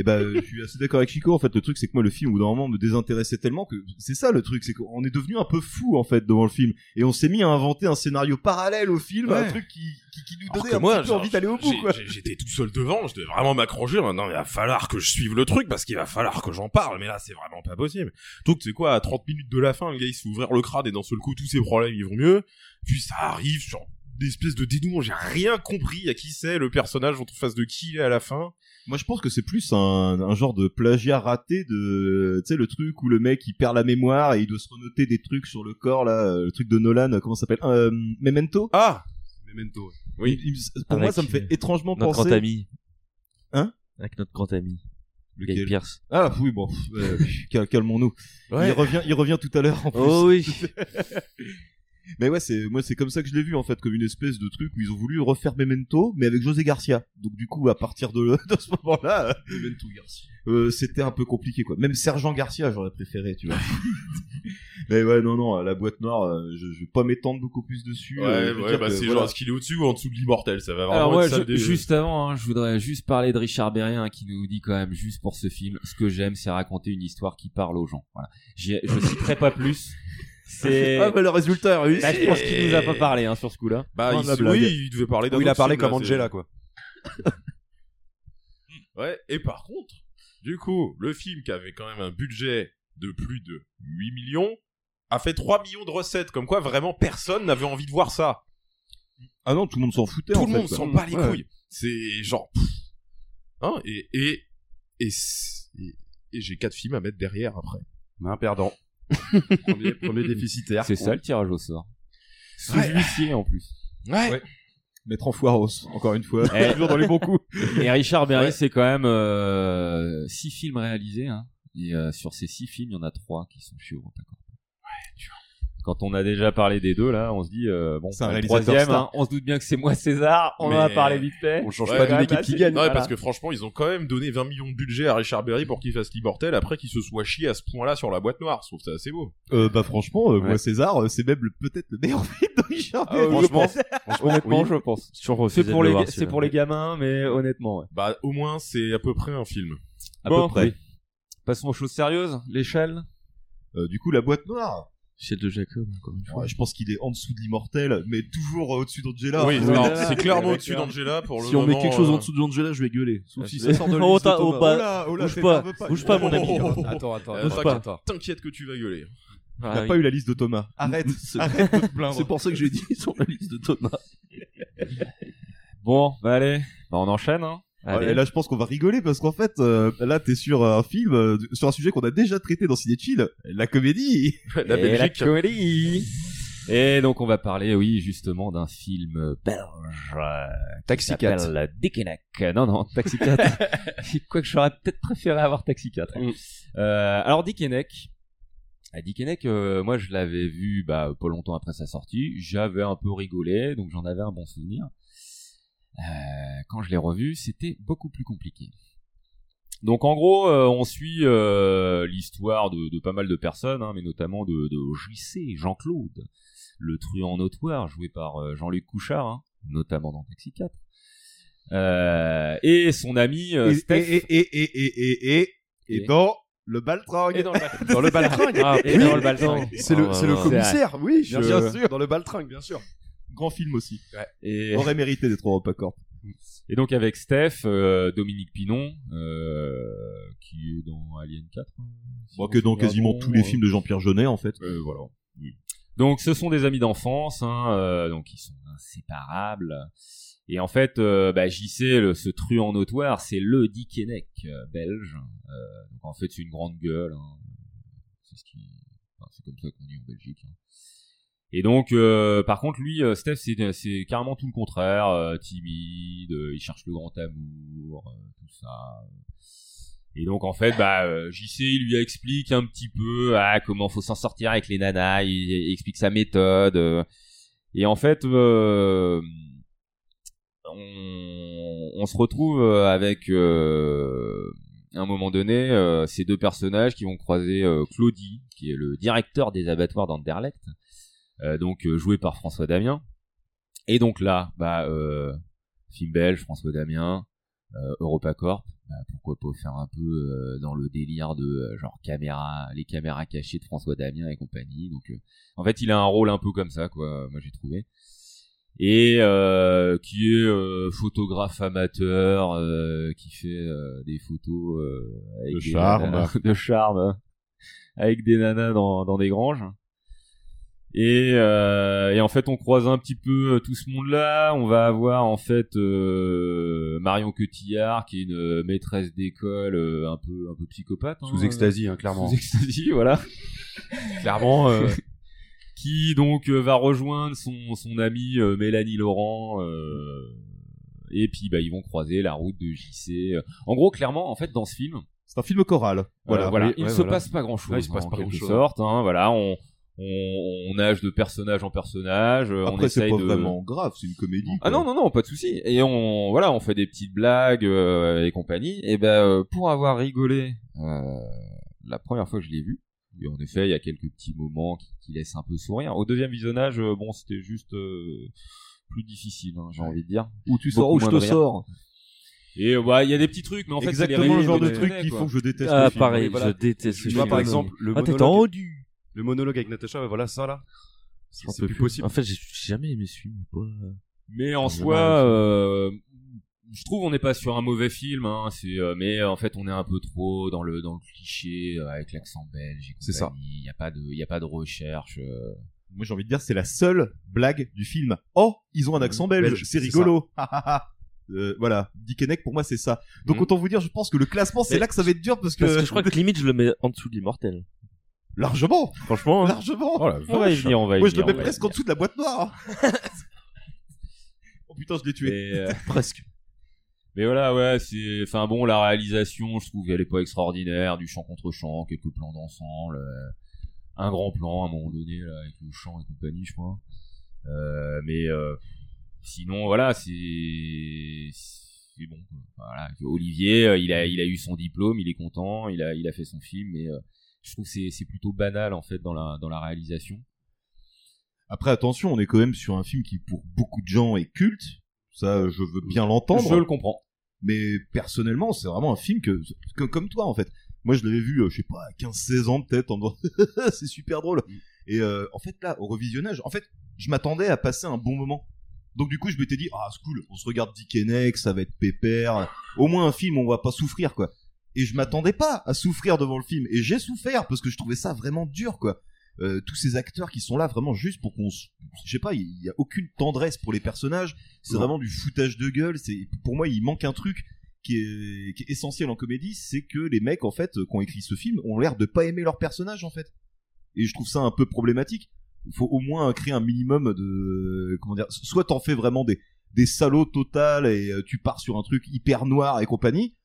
Et ben, je suis assez d'accord avec Chico. En fait, le truc, c'est que moi, le film, au bout d'un moment, me désintéressait tellement que c'est ça le truc, c'est qu'on est devenu un peu fou en fait devant le film, et on s'est mis à inventer un scénario parallèle au film, un Ouais. truc qui, qui, qui nous Alors donnait que un moi, petit peu genre, envie d'aller au bout. j'ai- Quoi. j'ai- J'étais tout seul devant, je devais vraiment m'accrocher. Non, mais il va falloir que je suive le truc parce qu'il va falloir que j'en parle. Mais là, c'est vraiment pas possible. Donc, c'est quoi, à 30 minutes de la fin, le gars, il se fait ouvrir le crâne et d'un seul coup, tous ses problèmes, ils vont mieux. Puis ça arrive sur des espèces de dénouement. J'ai rien compris à qui c'est le personnage, en face de qui il est à la fin. Moi, je pense que c'est plus un, un genre de plagiat raté de, tu sais, le truc où le mec il perd la mémoire et il doit se renoter des trucs sur le corps là, euh, le truc de Nolan, euh, comment ça s'appelle, Euh, Memento. Ah, Memento. Oui. pour moi, avec, ça me fait euh, étrangement notre penser. grand ami. Hein Avec notre grand ami. Lequel Guy Pierce. Ah oui, bon, pff, euh, cal- calmons-nous. Ouais. Oh Il revient, il revient tout à l'heure en plus. Oh oui. Mais ouais, c'est moi c'est comme ça que je l'ai vu en fait, comme une espèce de truc où ils ont voulu refaire Memento, mais avec José Garcia. Donc du coup, à partir de, de ce moment-là, euh, euh, c'était un peu compliqué quoi. Même Sergent Garcia, j'aurais préféré, tu vois. mais ouais, non non, la boîte noire, euh, je, je vais pas m'étendre beaucoup plus dessus. Ouais, euh, je veux ouais, dire bah que, c'est voilà. genre, est-ce qu'il est au-dessus ou en dessous de l'immortel Ça va vraiment Alors moi, être ça, ju- des- juste avant, hein, je voudrais juste parler de Richard Berrien hein, qui nous dit quand même juste pour ce film, ce que j'aime, c'est raconter une histoire qui parle aux gens. Voilà. J'y- Je citerai pas plus. C'est. Ah, bah, le résultat est réussi. Bah, je pense qu'il nous a pas parlé hein, sur ce coup-là. Bah, Non, il la se- blague. oui, il devait parler d'un Ou il a autre parlé film, là, comme Bah, c'est- Angela, quoi. Ouais, et par contre, du coup, le film qui avait quand même un budget de plus de 8 millions a fait 3 millions de recettes, comme quoi vraiment personne n'avait envie de voir ça. Ah non, tout le monde s'en foutait. Tout en le fait, monde quoi. s'en bat les Ouais. couilles. C'est genre. pff. Hein, et et, et, c'est- et- et j'ai 4 films à mettre derrière après. Un perdant. premier, premier déficitaire. C'est ça le tirage au sort. Sous huissier en plus. Ouais. Mettre en foiros, encore une fois. Eh. Toujours dans les bons coups. Et Richard Berry, c'est quand même euh, six films réalisés. Hein. Et euh, sur ces six films, il y en a trois qui sont chez Europa Corp. Quand on a déjà parlé des deux, là, on se dit, euh, bon, C'est un le réalisateur troisième, star. hein, on se doute bien que c'est moi César, on en a Mais- parlé vite fait. Ouais, quand ouais, même bah, assez- c'est- Ouais, voilà. parce que franchement, ils ont quand même donné 20 millions de budget à Richard Berry pour qu'il fasse l'immortel après qu'il se soit chié à ce point-là sur la boîte noire. Je trouve ça assez beau. Euh, bah franchement, euh, Ouais. moi César, euh, c'est même le- peut-être le meilleur film de Richard Ah, Berry, ouais, franchement, je pense. franchement, Honnêtement, oui. je pense. Je refusais C'est pour, de le les, voir, c'est celui-là. pour les gamins, mais honnêtement, ouais. Bah, au moins, c'est à peu près un film. À peu près. Passons aux choses sérieuses. L'échelle. Euh, du coup, la boîte noire. Celle de Jacob, encore une Ouais, je pense qu'il est en dessous de l'immortel, mais toujours euh, au-dessus d'Angela. Oui, Ouais. alors, c'est clairement au-dessus d'Angela pour le Si on met moment, quelque chose euh, en dessous d'Angela, je vais gueuler. Sauf Ah, si je ça vais- sort de Oh, l'île de t'as- oh, Thomas. bah, bouge pas, bouge pas, mon ami. Attends, attends, Euh, bouge t'inquiète, pas. T'inquiète que tu vas gueuler. Ah, T'as oui. pas eu la liste de Thomas. Arrête, C'est- arrête de te plaindre. C'est pour ça que j'ai dit sur la liste de Thomas. Bon, bah allez, bah on enchaîne. Hein. Ah, et là, je pense qu'on va rigoler parce qu'en fait, euh, là, t'es sur un film, euh, sur un sujet qu'on a déjà traité dans Ciné Chill, la comédie. Et la comédie. Et donc on va parler, oui, justement d'un film belge. euh, qui Taxi s'appelle 4. Le Dickeneck. Non, non, Taxi 4. Quoique j'aurais peut-être préféré avoir Taxi 4. hein. Euh, alors Dickeneck. À Dickeneck, euh, moi je l'avais vu bah, pas longtemps après sa sortie. J'avais un peu rigolé, donc j'en avais un bon souvenir. Euh, quand je l'ai revu, c'était beaucoup plus compliqué. Donc en gros, euh, on suit euh, l'histoire de, de pas mal de personnes, hein, mais notamment de, de JC, Jean-Claude, le truand notoire joué par euh, Jean-Luc Couchard, hein, notamment dans Taxi 4. Euh, et son ami euh, Et- Steph. et- et- et- et- et- et- et dans le baltringue. Et dans le baltringue. Dans le baltringue. Ah, et dans le baltringue. C'est le, Oh, Ah, c'est le ouais. commissaire, oui, Bien je- sûr. Dans le baltringue, bien sûr. Grand film aussi. Et- Aurait mérité d'être au Repacorp. Et donc avec Steph, euh, Dominique Pinon, euh, qui est dans Alien 4. hein, si Bon, on que se dans souvient quasiment bien, tous les euh, films de Jean-Pierre Jeunet, en fait. voilà. Donc ce sont des amis d'enfance, hein, euh, donc ils sont inséparables. Et en fait, euh, bah, JC, le, ce truand notoire, c'est le Dickeneck euh, belge. Euh, donc en fait, c'est une grande gueule. hein. C'est ce qui, enfin, c'est comme ça qu'on dit en Belgique. hein. Et donc, euh, par contre, lui, euh, Steph, c'est, c'est carrément tout le contraire. euh, timide, euh, il cherche le grand amour, euh, tout ça. Et donc, en fait, bah, euh, JC il lui explique un petit peu ah, comment faut s'en sortir avec les nanas. Il, il explique sa méthode. euh. et en fait, euh, on, on se retrouve euh, avec, euh, à un moment donné, euh, ces deux personnages qui vont croiser euh, Claudie, qui est le directeur des abattoirs d'Anderlecht, euh, donc euh, joué par François Damien. Et donc là, bah, euh, film belge, François Damien, euh, EuropaCorp, bah, pourquoi pas faire un peu euh, dans le délire de euh, genre caméra, les caméras cachées de François Damien et compagnie. Donc, euh, en fait, il a un rôle un peu comme ça, quoi. Moi, j'ai trouvé et euh, qui est euh, photographe amateur euh, qui fait euh, des photos euh, avec De des charme. nanas- de charme avec des nanas dans, dans des granges et, euh, et en fait on croise un petit peu euh, tout ce monde là on va avoir en fait euh, Marion Cotillard qui est une euh, maîtresse d'école euh, un peu un peu psychopathe hein, Sous extasie, hein, clairement. sous extasie voilà Clairement, euh, qui donc euh, va rejoindre son, son ami euh, Mélanie Laurent euh, et puis bah, ils vont croiser la route de JC. euh. En gros, clairement, en fait, dans ce film, C'est un film choral. voilà, Voilà. voilà, Oui, il ouais, se voilà. passe pas grand chose. Ouais, il se passe pas en quelque grand-chose. sorte, hein, voilà, on, on, on nage de personnage en personnage. euh, on Après, c'est essaye pas de... vraiment grave, c'est une comédie. Ah non, non, non, pas de souci. Et on, voilà, on fait des petites blagues euh, et compagnie. Et ben, euh, pour avoir rigolé euh, la première fois que je l'ai vu, et en effet, il y a quelques petits moments qui, qui laissent un peu sourire. Au deuxième visionnage, euh, bon, c'était juste euh, plus difficile, hein, j'ai envie de dire. Ou tu sors ou je moins de te rire. sors. Et euh, bah, il y a des petits trucs, mais en fait, c'est les Exactement le réels genre de qu'on truc connaît, qu'il quoi. faut que je déteste Ah, le film. pareil, Oui, je déteste Tu ce vois, film. par exemple, le Ah, t'es monologue. Le monologue avec Natacha, ouais, voilà ça là. C'est J'en c'est peux plus plus. possible. En fait, j'ai j'ai jamais aimé ce film. Pas... Mais en J'ai soi, mal, euh, je trouve on n'est pas sur un mauvais film. Hein, c'est, euh, mais euh, en fait, on est un peu trop dans le dans le cliché euh, avec l'accent belge. C'est ça. Il n'y a pas de il y a pas de recherche. euh. Moi, j'ai envie de dire, c'est la seule blague du film. Oh, ils ont un accent belge, Belge, c'est c'est rigolo. Euh, voilà, Dick Henneck, pour moi, c'est ça. Donc, autant vous dire, je pense que le classement, c'est Mais- là que ça va être dur parce que. Parce que je crois que limite, je le mets en dessous de l'immortel. Largement Franchement. hein. Largement Oh la On va y vache. venir, on va y Moi, je venir, le on va mets y presque en dessous de la boîte noire. hein. oh putain, je l'ai tué. presque. euh, Mais voilà, ouais, c'est. Enfin bon, la réalisation, je trouve qu'elle est pas extraordinaire. Du chant contre chant, quelques plans d'ensemble, euh, un grand plan à un moment donné là, avec le chant et compagnie, je crois. Euh, mais euh, sinon, voilà, c'est c'est bon. quoi. Voilà, Olivier, euh, il a il a eu son diplôme, il est content, il a il a fait son film, mais euh, je trouve que c'est c'est plutôt banal en fait dans la dans la réalisation. Après, attention, on est quand même sur un film qui, pour beaucoup de gens, est culte. Ça, euh, je veux bien l'entendre. Je le comprends. Mais personnellement, c'est vraiment un film que, que- comme toi, en fait. Moi, je l'avais vu, euh, je sais pas, à 15-16 ans peut-être, en me disant, c'est super drôle. Et euh, en fait, là, au revisionnage, en fait, je m'attendais à passer un bon moment. Donc, du coup, je m'étais dit, ah, c'est cool, on se regarde Dick Henneck, ça va être pépère. Au moins, un film, on va pas souffrir, quoi. Et je m'attendais pas à souffrir devant le film. Et j'ai souffert parce que je trouvais ça vraiment dur, quoi. Euh, tous ces acteurs qui sont là vraiment juste pour qu'on se- je sais pas il y a aucune tendresse pour les personnages c'est Non. vraiment du foutage de gueule c'est pour moi il manque un truc qui est, qui est essentiel en comédie c'est que les mecs en fait euh, qui ont écrit ce film ont l'air de pas aimer leurs personnages en fait et je trouve ça un peu problématique il faut au moins créer un minimum de comment dire soit t'en fais vraiment des des salauds total et euh, tu pars sur un truc hyper noir et compagnie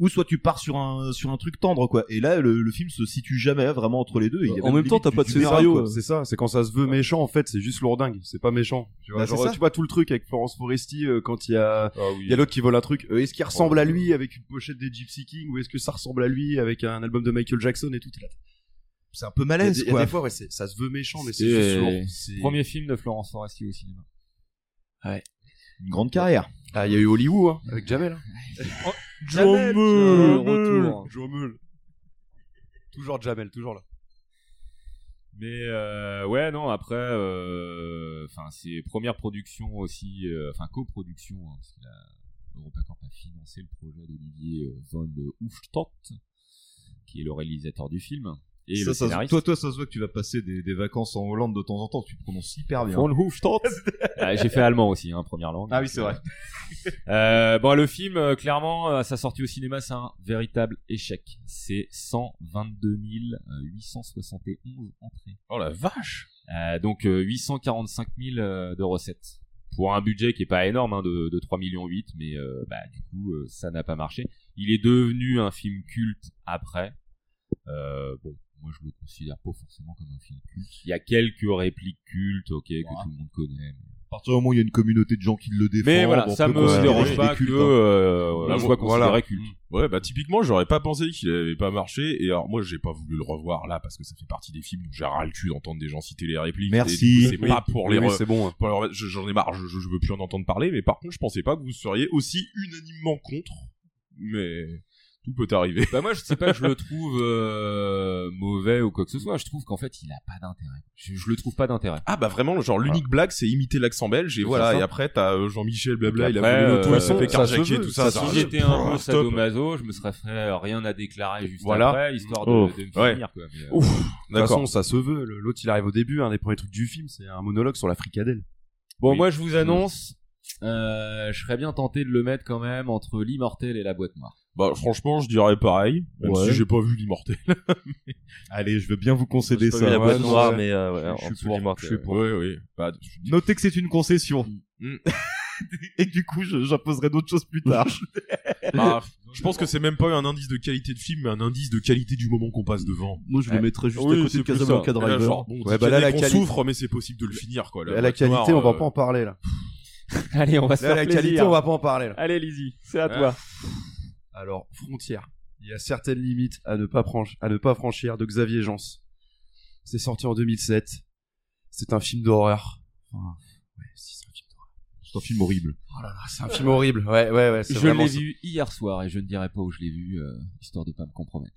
ou soit tu pars sur un sur un truc tendre quoi et là le, le film se situe jamais vraiment entre les deux et il y a limite du- du bizarre, quoi. C'est ça, c'est quand ça se veut méchant, en fait, c'est juste lourdingue, c'est pas méchant. Tu vois, Bah, genre, c'est ça. tu vois tout le truc avec Florence Foresti euh, quand il y Ah a, oui. il y a l'autre qui vole un truc. euh, est-ce qu'il ressemble à lui avec une pochette des Gypsy King ou est-ce que ça ressemble à lui avec un album de Michael Jackson et tout t'es là, c'est un peu Il malaise y a des- il y a quoi des fois, ouais, c'est- ça se veut méchant, mais c'est Et, juste euh, lourd. C'est- Premier film de Florence Foresti au cinéma. Ouais. Une grande carrière. Oh, Ah, il y a eu Hollywood, hein, avec Jamel. Jamel, Jamel, hein. retour. Jamel. Toujours Jamel, toujours là. Mais euh, ouais, non, après, euh, enfin, c'est première production aussi, euh, enfin, coproduction, hein, parce que la EuropaCorp a financé le projet d'Olivier euh, von Hofstadt, qui est le réalisateur du film. Et Ça, le ça se- scénariste. toi, toi, ça se voit que tu vas passer des, des vacances en Hollande de temps en temps. Tu prononces hyper bien. Von Hofstadt. Ah, J'ai fait allemand aussi, hein, première langue. Ah oui, c'est vrai. Euh, bon, le film, euh, clairement, euh, à sa sortie au cinéma, c'est un véritable échec. C'est 122 871 entrées. Oh la vache Euh, donc euh, 845 000 euh, de recettes pour un budget qui est pas énorme hein, de, de 3 millions 8 mais euh, bah, du coup euh, ça n'a pas marché il est devenu un film culte après Euh, bon moi je le considère pas forcément comme un film culte il y a quelques répliques cultes ok que tout le monde connaît À partir du moment où il y a une communauté de gens qui le défendent, mais voilà on ça peut me considérer dérange qu'il pas est culte, que hein. euh, Bah, je vois voilà. considéré culte Mm. Ouais, bah typiquement, j'aurais pas pensé qu'il avait pas marché. Et alors, moi, j'ai pas voulu le revoir là parce que ça fait partie des films dont j'ai ras le cul d'entendre des gens citer les répliques. Merci. Et du coup, C'est Oui. pas pour Oui, les. oui, re- c'est bon, hein. pour les re- je- J'en ai marre. Je, je- je veux plus en entendre parler. Mais par contre, je pensais pas que vous seriez aussi unanimement contre. Mais tout peut arriver. Bah moi je sais pas que je le trouve euh, mauvais ou quoi que ce soit, je trouve qu'en fait il a pas d'intérêt. Je, je le trouve pas d'intérêt. Ah bah vraiment, genre l'unique blague c'est imiter l'accent belge et C'est voilà, ça. et après t'as euh, Jean-Michel blabla, Après, il a volé l'auto, euh, il s'est fait ça se carjacker, veut, tout ça. se ça- veut. Si j'étais un Oh, peu stop. sadomaso, je me serais fait rien à déclarer juste Voilà. après, histoire de, de me Ouais. finir. Quoi. Mais, euh, Ouf. De toute façon, ça se veut. Le- L'autre, il arrive au début, un des premiers trucs du film, c'est un monologue sur la fricadelle. Bon, moi je vous annonce, euh, je serais bien tenté de le mettre quand même entre l'immortel et la boîte noire. Bah franchement, je dirais pareil, même Ouais. si j'ai pas vu l'immortel. Allez, je veux bien vous concéder J'ai pas ça. vu la boîte Ouais, non, noire, ouais. mais, euh, ouais, en Je suis dessous pour, du mortel, je suis ouais. pour. Ouais, ouais. Bah, Mm. Notez que c'est une concession. et du coup, je- j'imposerai d'autres choses plus tard. Bah, je pense que c'est même pas un indice de qualité de film, mais un indice de qualité du moment qu'on passe devant. Moi, je le mettrais juste à côté de c'est plus Casablanca ça. Driver. Et là, genre, bon, Ouais, bah là, là, la on quali- souffre, mais c'est possible de le finir, quoi. à la qualité, euh, on va pas en parler là. Allez, on va se Là, faire la qualité, plaisir. on va pas en parler. Là. Allez, Lizzy, c'est à Ah. toi. Alors, frontière. Il y a certaines limites à ne pas, franch- à ne pas franchir de Xavier Jans. C'est sorti en 2007. C'est un film d'horreur. Enfin, ouais, si, c'est un film d'horreur. C'est un film horrible. Oh là là, c'est un film horrible. Ouais, ouais, ouais. c'est Je vraiment l'ai ça. vu hier soir et je ne dirai pas où je l'ai vu, euh, histoire de pas me compromettre.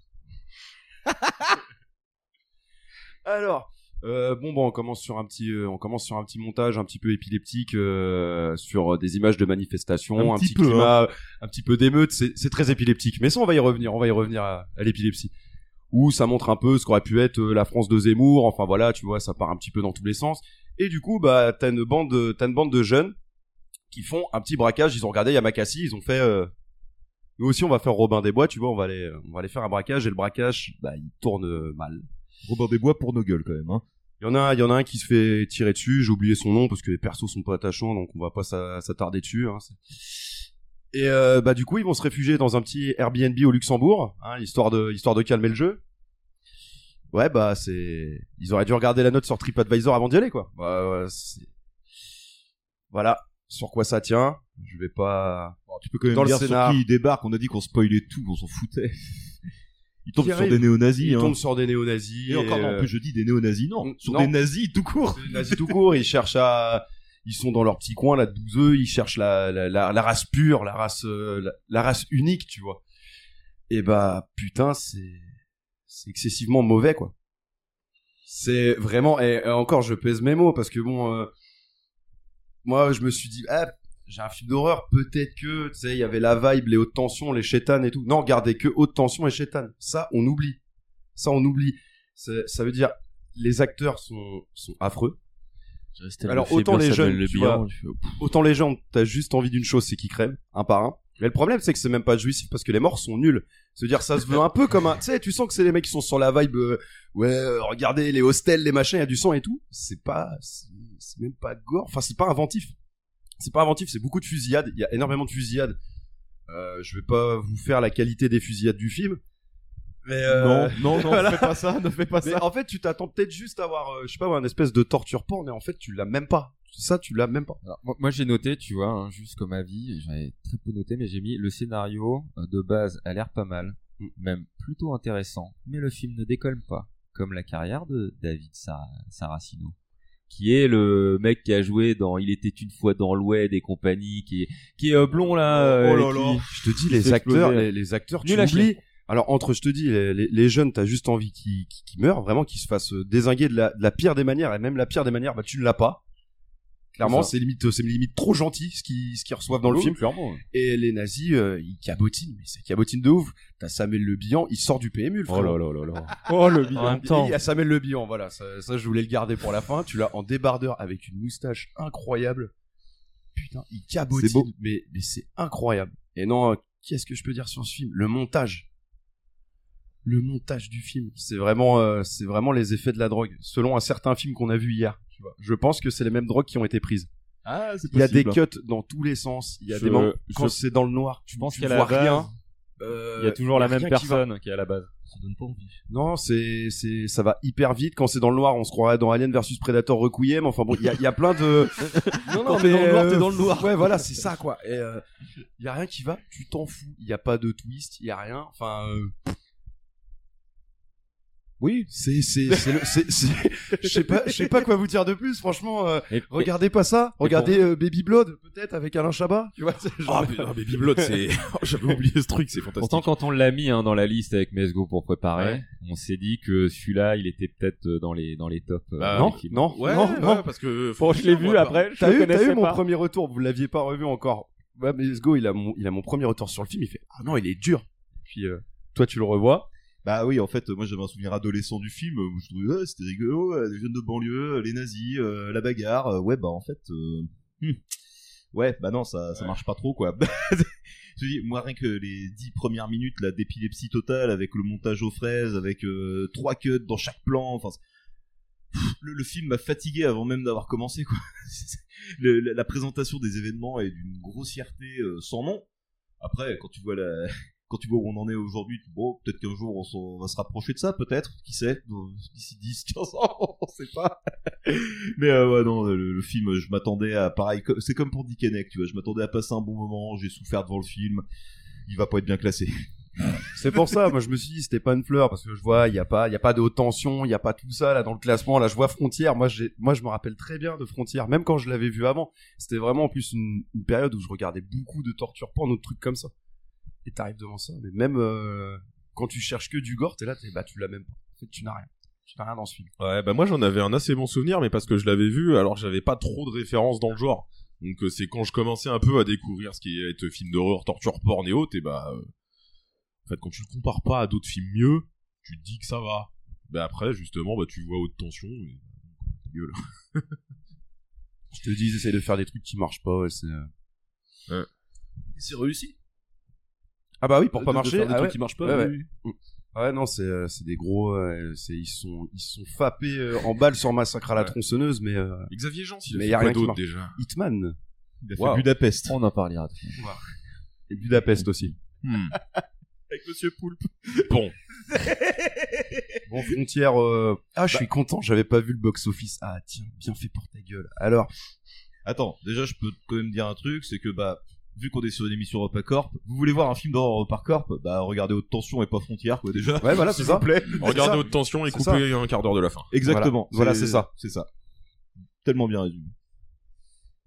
Alors, euh, bon, bon, on commence sur un petit, euh, on commence sur un petit montage un petit peu épileptique euh, sur euh, des images de manifestations, Un un, petit petit, peu, hein. climat, un petit peu d'émeute. C'est c'est très épileptique, mais ça, on va y revenir. On va y revenir à, à l'épilepsie. Où ça montre un peu ce qu'aurait pu être euh, la France de Zemmour. Enfin voilà, tu vois, ça part un petit peu dans tous les sens. Et du coup, bah, t'as une bande, de- t'as une bande de jeunes qui font un petit braquage. Ils ont regardé Yamakasi, ils ont fait. euh, nous aussi, on va faire Robin des Bois, tu vois, on va aller, on va aller faire un braquage et le braquage, bah, il tourne euh, mal. Robin des Bois pour nos gueules quand même. Hein. Il y en a, un- il y en a un qui se fait tirer dessus. J'ai oublié son nom parce que les persos sont pas attachants, donc on va pas s'a- s'attarder dessus. hein. C'est- Et euh, bah du coup, ils vont se réfugier dans un petit Airbnb au Luxembourg, hein, histoire de, histoire de calmer le jeu. Ouais, bah c'est, ils auraient dû regarder la note sur TripAdvisor avant d'y aller, quoi. Bah, ouais, c'est- voilà, sur quoi ça tient. Je vais pas. tu peux quand même dans dire le sur scénar, qui il débarque. On a dit qu'on spoilait tout, on s'en foutait. Il tombe Qui sur arrive. des néo-nazis. Il hein. tombe sur des néo-nazis. Et encore, non, en euh, plus, je dis des néo-nazis, non. Sur non. des nazis tout court. Des nazis tout court, ils cherchent à. Ils sont dans leur petit coin, là, de bouseux, ils cherchent la, la, la, la race pure, la race, euh, la, la race unique, tu vois. Et bah, putain, c'est. C'est excessivement mauvais, quoi. C'est vraiment. Et euh, encore, je pèse mes mots, parce que bon. euh, moi, je me suis dit, ah, j'ai un film d'horreur, peut-être que. Tu sais, il y avait la vibe, les hautes tensions, les chétanes et tout. Non, regardez que haute tension et chétanes. Ça, on oublie. Ça, on oublie. C'est- Ça veut dire, les acteurs sont, sont affreux. tellement Alors faible, autant les Samuel jeunes, Le tu Bihan, vois, tu fais, autant les gens, t'as juste envie d'une chose, c'est qu'ils crèvent un par un. Mais le problème, c'est que c'est même pas jouissif parce que les morts sont nuls. C'est-à-dire, ça se veut un peu comme un, tu sais, tu sens que c'est les mecs qui sont sur la vibe, euh, ouais, euh, regardez les hostels, les machins, il y a du sang et tout. C'est pas, c'est c'est même pas gore. Enfin, c'est pas inventif. C'est pas inventif, c'est beaucoup de fusillades. Il y a énormément de fusillades. Euh, je vais pas vous faire la qualité des fusillades du film. Mais euh, Non, non, non, voilà. fais pas ça, ne fais pas Mais ça. En fait, tu t'attends peut-être juste à avoir, euh, je sais pas, un espèce de torture porn, et en fait, tu l'as même pas. Ça, tu l'as même pas. Alors, moi, moi, j'ai noté, tu vois, hein, juste comme avis, j'avais très peu noté, mais j'ai mis le scénario euh, de base a l'air pas mal, Mm. même plutôt intéressant, mais le film ne décolle pas, comme la carrière de David Sa- Saracino, qui est le mec qui a joué dans Il était une fois dans l'Oued et compagnie, qui est, qui est euh, blond Oh, là. euh, et qui- Je te dis, qui les s'est acteurs, explosé. les, les acteurs, tu Nul à chier. oublies. Alors, entre, je te dis, les, les- les jeunes, t'as juste envie qu'ils qu'ils- qu'ils meurent, vraiment, qu'ils se fassent euh, désinguer de la, de la pire des manières, et même la pire des manières, bah, tu ne l'as pas. C'est Clairement, ça. c'est limite, euh, c'est limite trop gentil ce qu'ils ce qu'ils reçoivent dans le Oui, film. clairement, ouais. Et les nazis, euh, ils cabotinent, mais c'est cabotine de ouf. T'as Samuel Le Bihan, il sort du PMU, le Oh frérot. là là là Ah, là. Oh le bilan. En même temps. Il y a Samuel Le Bihan, voilà. Ça, ça, je voulais le garder pour la fin. Tu l'as en débardeur avec une moustache incroyable. Putain, il cabotine. C'est beau. Mais, mais c'est incroyable. Et non, qu'est-ce que je peux dire sur ce film Le montage. Le montage du film. C'est vraiment, euh, c'est vraiment les effets de la drogue. Selon un certain film qu'on a vu hier. Tu vois. Je pense que c'est les mêmes drogues qui ont été prises. Ah, c'est Il y a des possible. cuts dans tous les sens. Il y a Je- des moments je- quand c'est dans le noir. Tu penses qu'à tu la vois base, rien. Euh, il y Euh, a toujours la même personne qui est à la base. Ça donne pas envie. Non, c'est, c'est, ça va hyper vite. Quand c'est dans le noir, on se croirait dans Alien versus Predator Requiem. Enfin bon, il y a, il y a plein de. non, Quand t'es dans le noir, t'es euh, dans le noir. Ouais, voilà, c'est ça, quoi. Et, euh, il y a rien qui va, tu t'en fous. Il y a pas de twist, il y a rien. Enfin. euh, Oui, c'est, c'est, c'est, le- c'est, c'est- je sais pas, je sais pas quoi vous dire de plus, franchement, euh, Et- regardez pas ça, pour- regardez euh, Baby Blood, peut-être, avec Alain Chabat, tu vois, c'est genre- Ah, mais- ah, Baby Blood, c'est. J'avais oublié ce truc, c'est fantastique. Pourtant, quand on l'a mis hein, dans la liste avec Mesgo pour préparer, Ouais. on s'est dit que celui-là, il était peut-être euh, dans les dans les tops. euh, Bah, non, des films. non, Ouais, non, ouais, non. parce que- euh, Bon, je l'ai vu après, je T'as le eu, t'as eu connaissais mon pas. premier retour, vous l'aviez pas revu encore. Ouais, mais let's go, il a mon, il a mon premier retour sur le film, il fait ah non, il est dur. Puis euh, toi, tu le revois. Bah oui, en fait, moi j'avais un souvenir adolescent du film où je trouvais ouais, c'était rigolo, euh, les jeunes de banlieue, euh, les nazis, euh, la bagarre. euh, ouais, bah en fait, euh, hmm. ouais, bah non, ça, ça marche pas trop quoi. Je dis, moi rien que les dix premières minutes là d'épilepsie totale avec le montage aux fraises, avec euh, trois cuts dans chaque plan, enfin. c'est- pff, le, le film m'a fatigué avant même d'avoir commencé quoi. Le- la, la présentation des événements est d'une grossièreté euh, sans nom. Après, quand tu vois la, quand tu vois où on en est aujourd'hui, tu- bon, peut-être qu'un jour on, s'en- on va se rapprocher de ça, peut-être, qui sait, dans- d'ici 10, 15 ans, on sait pas. Mais euh, ouais, non, le, le film, je m'attendais à pareil, co- c'est comme pour Dick Henneck, tu vois, je m'attendais à passer un bon moment, j'ai souffert devant le film, il va pas être bien classé. C'est pour ça, moi je me suis dit c'était pas une fleur parce que je vois il y a pas il y a pas de haute tension, il y a pas tout ça là dans le classement là, je vois Frontière, moi j'ai moi je me rappelle très bien de Frontière même quand je l'avais vu avant. C'était vraiment en plus une, une période où je regardais beaucoup de torture porn ou de trucs comme ça. Et t'arrives devant ça mais même euh, quand tu cherches que du gore, t'es là t'es bah tu l'as même pas. En fait, tu n'as rien. Tu n'as rien dans ce film. Ouais, bah moi j'en avais un assez bon souvenir, mais parce que je l'avais vu alors que j'avais pas trop de références dans le genre. Donc euh, c'est quand je commençais un peu à découvrir ce qui est être film d'horreur, torture, porn et autres, et bah. euh, en fait, quand tu le compares pas à d'autres films mieux, tu te dis que ça va. Bah après, justement, bah tu vois haute tension, et. Ta gueule. Je te dis ils essayent de faire des trucs qui marchent pas, ouais, c'est euh, Ouais. C'est réussi. Ah bah oui, pour Euh, pas de- de marcher. faire des ah trucs ouais. qui marchent pas, Ouais, oui, ouais. Mm. Ouais, non, c'est euh, c'est des gros. euh, c'est ils sont ils sont fappés euh, en balle sur massacre à la Ouais. tronçonneuse, mais. euh, Xavier Jean, s'il a mais fait y a quoi rien qui d'autre, marche. déjà Hitman. Il a fait Budapest. Oh. On en parlera. Et Budapest aussi. Hmm. Avec Monsieur Poulpe. Bon. Bon, frontière. euh, Ah, je suis content, j'avais pas vu le box office. Ah tiens, bien fait pour ta gueule. Alors, Attends, déjà, je peux quand même dire un truc, c'est que, bah, vu qu'on est sur une émission Repacorp, vous voulez voir un film d'horreur Repacorp, bah, regardez Haute Tension et pas Frontière, quoi, déjà. Ouais, voilà, c'est s'il ça. vous plaît. Regardez Haute Tension et C'est coupez ça. un quart d'heure de la fin. Exactement. Voilà, c'est ça. C'est ça. Tellement bien résumé.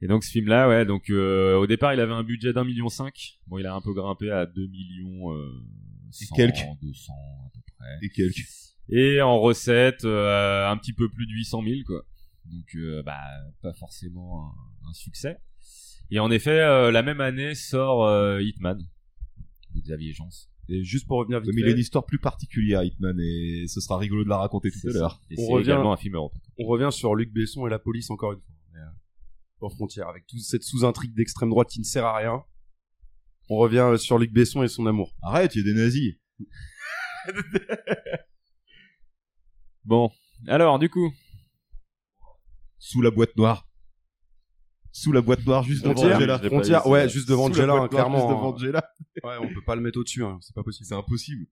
Et donc ce film-là, ouais, donc euh, au départ il avait un budget d'un million cinq. Bon, il a un peu grimpé à 2 millions euh, Et 100, quelques. 200 à peu près. Et quelques. Et en recettes, euh, un petit peu plus de 800 000 quoi. Donc euh, bah pas forcément un, un succès. Et en effet, euh, la même année sort euh, Hitman de Xavier Jean. Et juste pour revenir vite vite Mais il a fait- une histoire plus particulière, Hitman, et ce sera rigolo de la raconter tout C'est à ça. l'heure. Et On c'est revient- également un film européen. on revient sur Luc Besson et la police encore une fois. Mais, euh, hors frontière, avec toute cette sous-intrigue d'extrême droite qui ne sert à rien. On revient euh, sur Luc Besson et son amour. Arrête, il y a des nazis. Bon, alors du coup, Sous la boîte noire. Sous la boîte noire, juste devant Frontière, Angela. Frontière, ouais, juste devant Sous la Angela, boîte noire, clairement, Juste devant hein. Angela. Ouais, on peut pas le mettre au-dessus, hein, c'est pas possible. C'est impossible.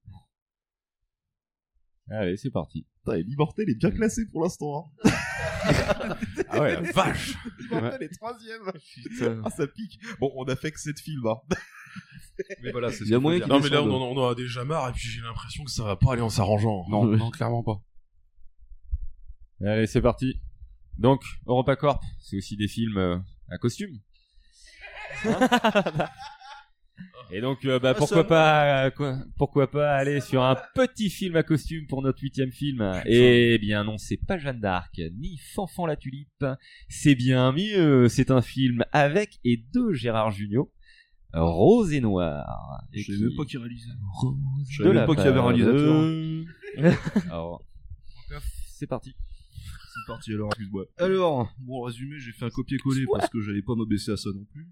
allez, c'est parti. Putain, et l'immortel est bien classé pour l'instant. hein. Ah ouais, la vache. L'immortel est troisième. Ah, ça pique. Bon, on a fait que 7 films. Hein. Mais voilà, c'est Il y a moyen Non, mais là, on en, on en a déjà marre, et puis j'ai l'impression que ça va pas aller en s'arrangeant. Non, non, clairement pas. Allez, c'est parti. Donc, EuropaCorp, c'est aussi des films euh, à costume. Et donc, euh, bah, Hein Ah, pourquoi ça- pas, euh, quoi- pourquoi pas aller sur un petit film à costume pour notre huitième film Eh bien, non, c'est pas Jeanne d'Arc, ni Fanfan la Tulipe. C'est bien mieux. C'est un film avec et de Gérard Jugnot, Rose et Noir. Et Je qui- savais même pas qui réalisait. Je de savais la même pas qu'il y avait un part réalisateur. de- Alors, c'est parti. C'est parti alors, excuse-moi. Alors, bon résumé, j'ai fait un copier-coller parce que j'allais pas m'abaisser à ça non plus.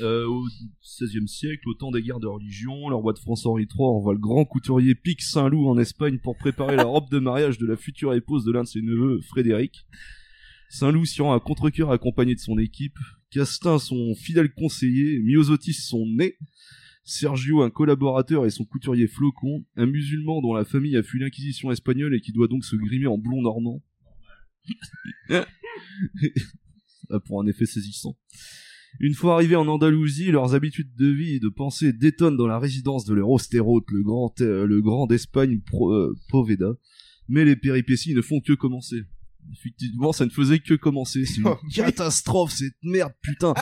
Euh, au XVIe siècle, au temps des guerres de religion, le roi de France Henri III envoie le grand couturier Pic Saint-Loup en Espagne pour préparer la robe de mariage de la future épouse de l'un de ses neveux, Frédéric. Saint-Loup s'y rend à contre-cœur accompagné de son équipe, Castin son fidèle conseiller, Miosotis son nez, Sergio un collaborateur et son couturier Flocon, un musulman dont la famille a fui l'inquisition espagnole et qui doit donc se grimer en blond normand. Ah, pour un effet saisissant. Une fois arrivés en Andalousie, leurs habitudes de vie et de pensée détonnent dans la résidence de leur ostérote, le grand, euh, le grand d'Espagne Pro- euh, Poveda. Mais les péripéties ne font que commencer. Effectivement, ça ne faisait que commencer. C'est une catastrophe, cette merde, putain.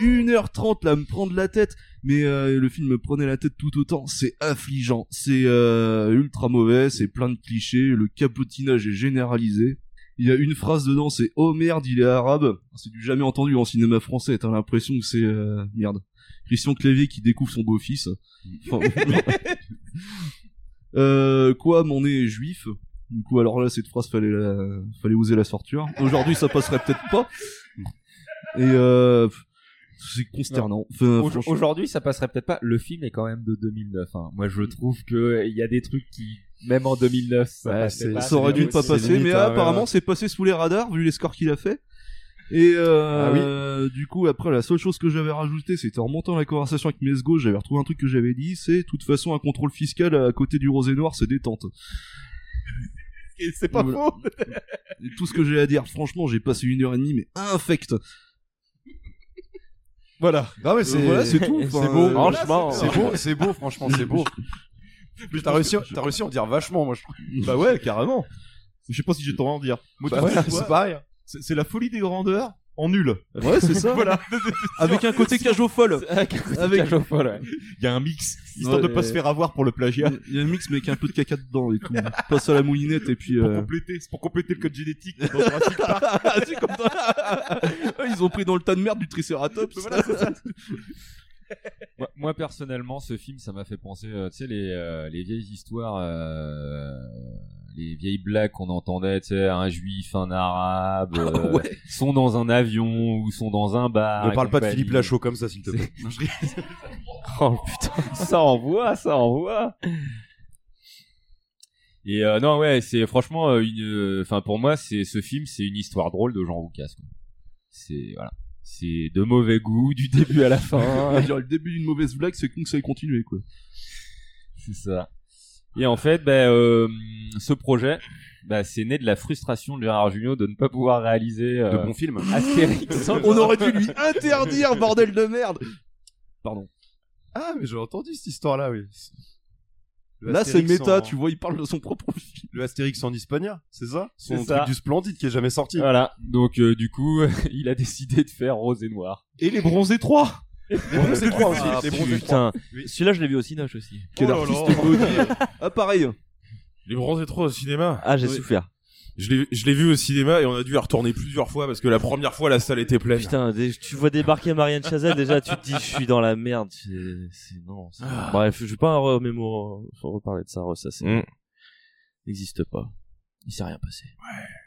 1h30 là, à me prendre la tête. Mais euh, le film me prenait la tête tout autant. C'est affligeant. C'est euh, ultra mauvais. C'est plein de clichés. Le capotinage est généralisé. Il y a une phrase dedans, c'est Oh merde, il est arabe. C'est du jamais entendu en cinéma français. T'as l'impression que c'est euh, merde. Christian Clavier qui découvre son beau-fils. Enfin, euh, quoi, mon nez est juif. Du coup, alors là, cette phrase, fallait, la... fallait oser la sortir. Aujourd'hui, ça passerait peut-être pas. Et euh, pff, C'est consternant. Non. Enfin, Au- Euh, franchement- Aujourd'hui, ça passerait peut-être pas. Le film est quand même de 2009. hein. Moi, je trouve que euh, il y a des trucs qui, même en 2009, ça, Ouais, passait c'est- pas. ça aurait dû ne pas C'est passer, limite, mais hein, ouais, apparemment ouais. c'est passé sous les radars vu les scores qu'il a fait. Et euh, du coup, après, la seule chose que j'avais rajoutée, c'était en montant la conversation avec Mesgo, j'avais retrouvé un truc que j'avais dit, c'est de toute façon un contrôle fiscal à côté du rosé noir, c'est détente. Et c'est pas Voilà. faux. Et tout ce que j'ai à dire, franchement, j'ai passé une heure et demie, mais infecte. Voilà. Non, mais c'est voilà, c'est tout. Enfin, C'est beau, euh, franchement. C'est beau, c'est beau, franchement, c'est beau. Mais t'as réussi, t'as réussi à en dire vachement, moi je trouve. Bah ouais, carrément. Je sais pas si j'ai tendance à en dire. Moi, Bah tu vois, ouais, tu vois, c'est pareil. C'est c'est la folie des grandeurs en nul. Ouais, c'est ça. voilà. Avec un côté cage au folle. Avec un côté cage au folle, ouais. Il y a un mix, histoire de pas se faire avoir pour le plagiat. Il y a un mix, mais avec un peu de caca dedans et tout. Passe à la moulinette et puis. euh, Ah, Compléter, c'est pour compléter le code génétique. dans Jurassic Park. C'est comme ça. Ils ont pris dans le tas de merde du Triceratops. moi, moi, personnellement, ce film, ça m'a fait penser, euh, tu sais, les, euh, les vieilles histoires, euh, les vieilles blagues qu'on entendait, tu sais, un juif, un arabe, euh, Ouais. sont dans un avion ou sont dans un bar. Ne et parle pas de compagnie. Philippe Lachaud comme ça, s'il te plaît. C'est- oh putain, ça envoie, ça envoie. Et euh, non, ouais, c'est franchement, euh, une, euh, enfin pour moi, c'est ce film, c'est une histoire drôle de Jean Roucas. quoi. C'est voilà, c'est de mauvais goût du début à la fin. Ah, Genre, le début d'une mauvaise blague, c'est con que ça ait continué, quoi. C'est ça. Et en fait, ben, euh, ce projet, ben, c'est né de la frustration de Gérard Jugnot de ne pas pouvoir réaliser euh, De bons films. Astérix. Hein, On aurait dû lui interdire, bordel de merde. Pardon. Ah, mais j'ai entendu cette histoire-là, oui. Le Là, c'est Astérix méta, en- tu vois, il parle de son propre film. Le Astérix en Hispania, c'est ça C'est Son ça. truc du Splendide qui est jamais sorti. Voilà. Donc euh, du coup, il a décidé de faire Rose et Noir. Et les bronzés 3 Les Bronzés trois aussi, les Bronzés Putain. trois. Oui. Ah, Celui-là, je l'ai vu au Cinoche aussi. Oh Quel artiste maudit. Ah, pareil. Les Bronzés 3 au cinéma Ah, j'ai souffert. Je l'ai- je l'ai vu au cinéma et on a dû la retourner plusieurs fois parce que la première fois la salle était pleine. Putain, dès- tu vois débarquer Marianne Chazelle, déjà, tu te dis, je suis dans la merde. C'est- c'est- non, c'est- Bref, je vais pas en remémorer, faut reparler de ça, ça c'est- Mm. n'existe pas. Il s'est rien passé.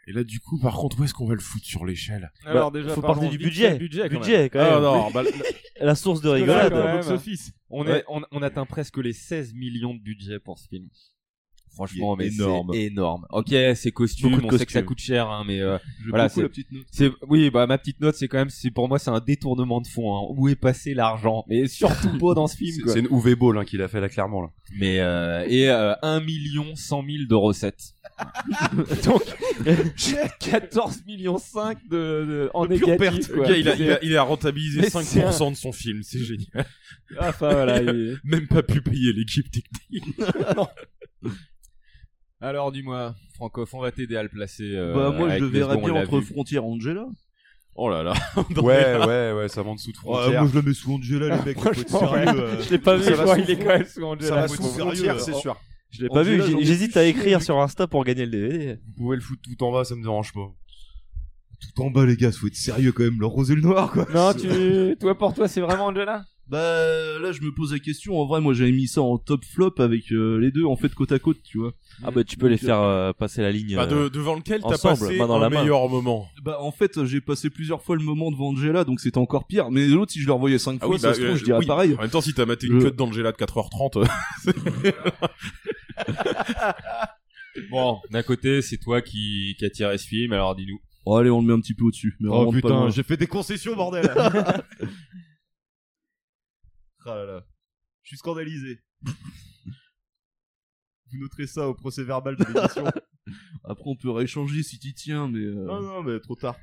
Et là, du coup, par contre, où est-ce qu'on va le foutre sur l'échelle Ah Alors, Bah, déjà, faut parler parlons du vite budget. fait, budget, quand Budget, même. quand Ah, même. non, bah, La source de Parce que là, rigolade. quand Au même, box-office. On, Ouais. est, on, on atteint presque les 16 millions de budget pour ce film. Franchement, Il est mais énorme. c'est énorme. Ok, c'est costume, on Beaucoup de sait que ça costumes. coûte cher, hein, mais euh, J'ai voilà. beaucoup c'est- la petite note. c'est- oui, bah ma petite note, c'est quand même, c'est pour moi, c'est un détournement de fond. hein. Où est passé l'argent Mais surtout pas dans ce film. C'est- quoi. C'est une UV Ball hein, qu'il a fait là, clairement. Là. Mais euh, et euh, 1 million 100 000 de recettes. Donc 14 millions 5 de, de- en Pure négatif. perte. Le quoi. gars, il, a, il, a, C'est- il a rentabilisé Mais 5% c'est un- de son film, c'est génial. Enfin, voilà, il- Même pas pu payer l'équipe technique. Alors dis-moi, Francoff, on va t'aider à le placer. euh, Bah, moi, je avec le verrais Mesgon, on bien l'a entre vu. Frontières et Angela. Oh là là. Ouais, ouais, ouais, ça monte sous Ah, de Ouais, frontières. moi, je le mets sous Angela, les mecs, faut être Franchement, sérieux, ouais. euh. Je l'ai pas vu, Ça je va crois, sous il est fond- quand même sous Angela. Ça va Faut sous être frontière, sérieux, c'est euh, sûr. Je l'ai pas vu, Angela, j'en j'ai- ai j'hésite vu. à écrire sur Insta pour gagner le DVD. Vous pouvez le foutre tout en bas, ça me dérange pas. Tout en bas, les gars, faut être sérieux quand même, le rosé le noir, quoi. Non, tu, toi pour toi, c'est vraiment Angela Bah là, je me pose la question. En vrai, moi, j'avais mis ça en top flop avec euh, les deux en fait côte à côte, tu vois. Ah bah tu peux les faire euh, passer la ligne. Bah, de- euh, devant lequel t'as ensemble, passé main dans un la main. meilleur moment. Bah en fait, j'ai passé plusieurs fois le moment devant Angela, donc c'était encore pire. Mais l'autre, si je le revoyais cinq fois, ça bah, se trouve, euh, je dirais oui. pareil. En même temps, si t'as maté une Je- queue d'Angela de 4h30. Bon, d'un côté, c'est toi qui, qui a tiré ce film, alors dis-nous. Oh, allez, on le met un petit peu au-dessus. mais vraiment Oh pas loin. putain, j'ai fait des concessions, bordel. Oh Ah là là. Je suis scandalisé. Vous noterez ça au procès verbal de l'émission. Après, on peut rééchanger si t'y tiens, mais. euh, non, non, mais trop tard.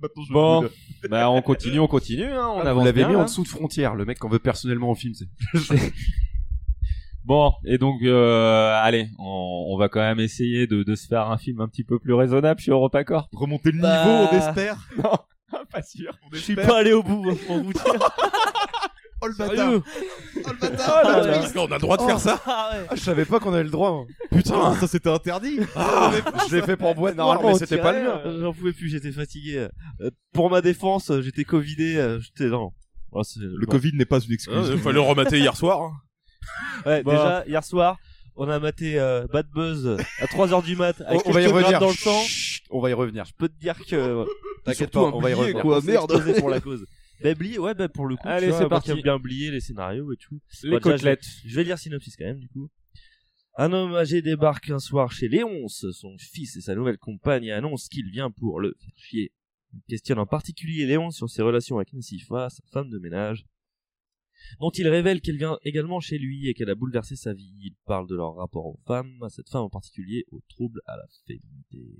Maintenant, je Bon, brûle. bah on continue, on continue, hein, on Ah, avance vous l'avez bien, mis là. en dessous de frontières, le mec qu'on veut personnellement au film. c'est- Bon, et donc, euh, allez, on, on va quand même essayer de, de se faire un film un petit peu plus raisonnable chez EuropaCorp. Remonter le Bah, niveau, on espère. Non, pas sûr. Je suis pas allé au bout, hein, pour vous dire. oh le Sérieux bâtard. Oh le Ah, là, là. bâtard. On a le droit de Oh. faire ça Ah, ouais. Je savais pas qu'on avait le droit. hein. moi. Putain, ça c'était interdit. je l'ai fait pour boîte normalement, Normalement, mais on c'était pas le tirait, mien. euh, J'en pouvais plus, j'étais fatigué. Euh, pour ma défense, euh, j'étais covidé, euh, j'étais non. Oh, c'est- Le bon. Covid n'est pas une excuse. Ah, il fallait le remater hier soir. hein. Ouais, Bah. déjà, hier soir, on a maté euh, Bad Buzz à 3h du mat avec On- on va y quelques revenir. grammes dans le sang. On va y revenir. Je peux te dire que... T'inquiète pas, on va y revenir. Oh, Quoi, merde pour la cause. Bah, blier, ouais, bah, pour le coup, Allez, tu vois, c'est moi qui parti. aime bien blier les scénarios et tout. Les déjà, je- côtelettes. Je, vais lire synopsis quand même, du coup. Un homme âgé débarque un soir chez Léonce, son fils et sa nouvelle compagne, et annonce qu'il vient pour le faire chier. Il questionne en particulier Léonce sur ses relations avec Nassifa, sa femme de ménage, dont il révèle qu'elle vient également chez lui et qu'elle a bouleversé sa vie. Il parle de leur rapport aux femmes, à cette femme en particulier, aux troubles à la féminité.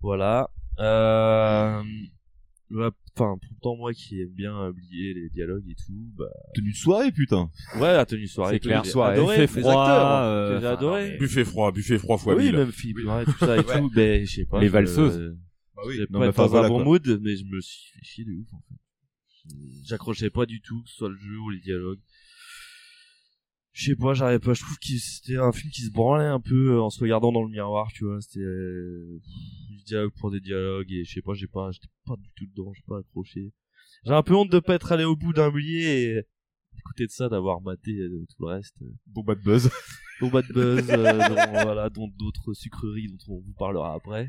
Voilà. Euh... bah, Enfin, pourtant moi qui aime bien oublier les dialogues et tout, bah... Tenue de soirée, putain. Ouais, la tenue de soirée. C'est et tout, clair. j'ai Soirée, adoré, il fait les froid, acteurs, euh, que j'ai enfin, adoré. Buffet froid, buffet froid fois oui, mille. même fille, Oui. ouais, tout ça et Ouais. tout, mais je sais pas. Les je- valseuses. Bah oui. j'étais Non, pas mais enfin, dans un voilà, bon quoi. mood, mais je me suis fait chier de ouf, en fait. J'accrochais pas du tout, que ce soit le jeu ou les dialogues. Je sais pas, j'arrivais pas. Je trouve que c'était un film qui se branlait un peu euh, en se regardant dans le miroir, tu vois. C'était euh, du dialogue pour des dialogues et je sais pas, j'ai pas, j'étais pas du tout dedans, j'ai pas accroché. J'ai un peu honte de pas être allé au bout d'un millier et d'écouter de ça, d'avoir maté euh, tout le reste. Bomba de buzz. Bomba de buzz, euh, dont, voilà, dont d'autres sucreries dont on vous parlera après.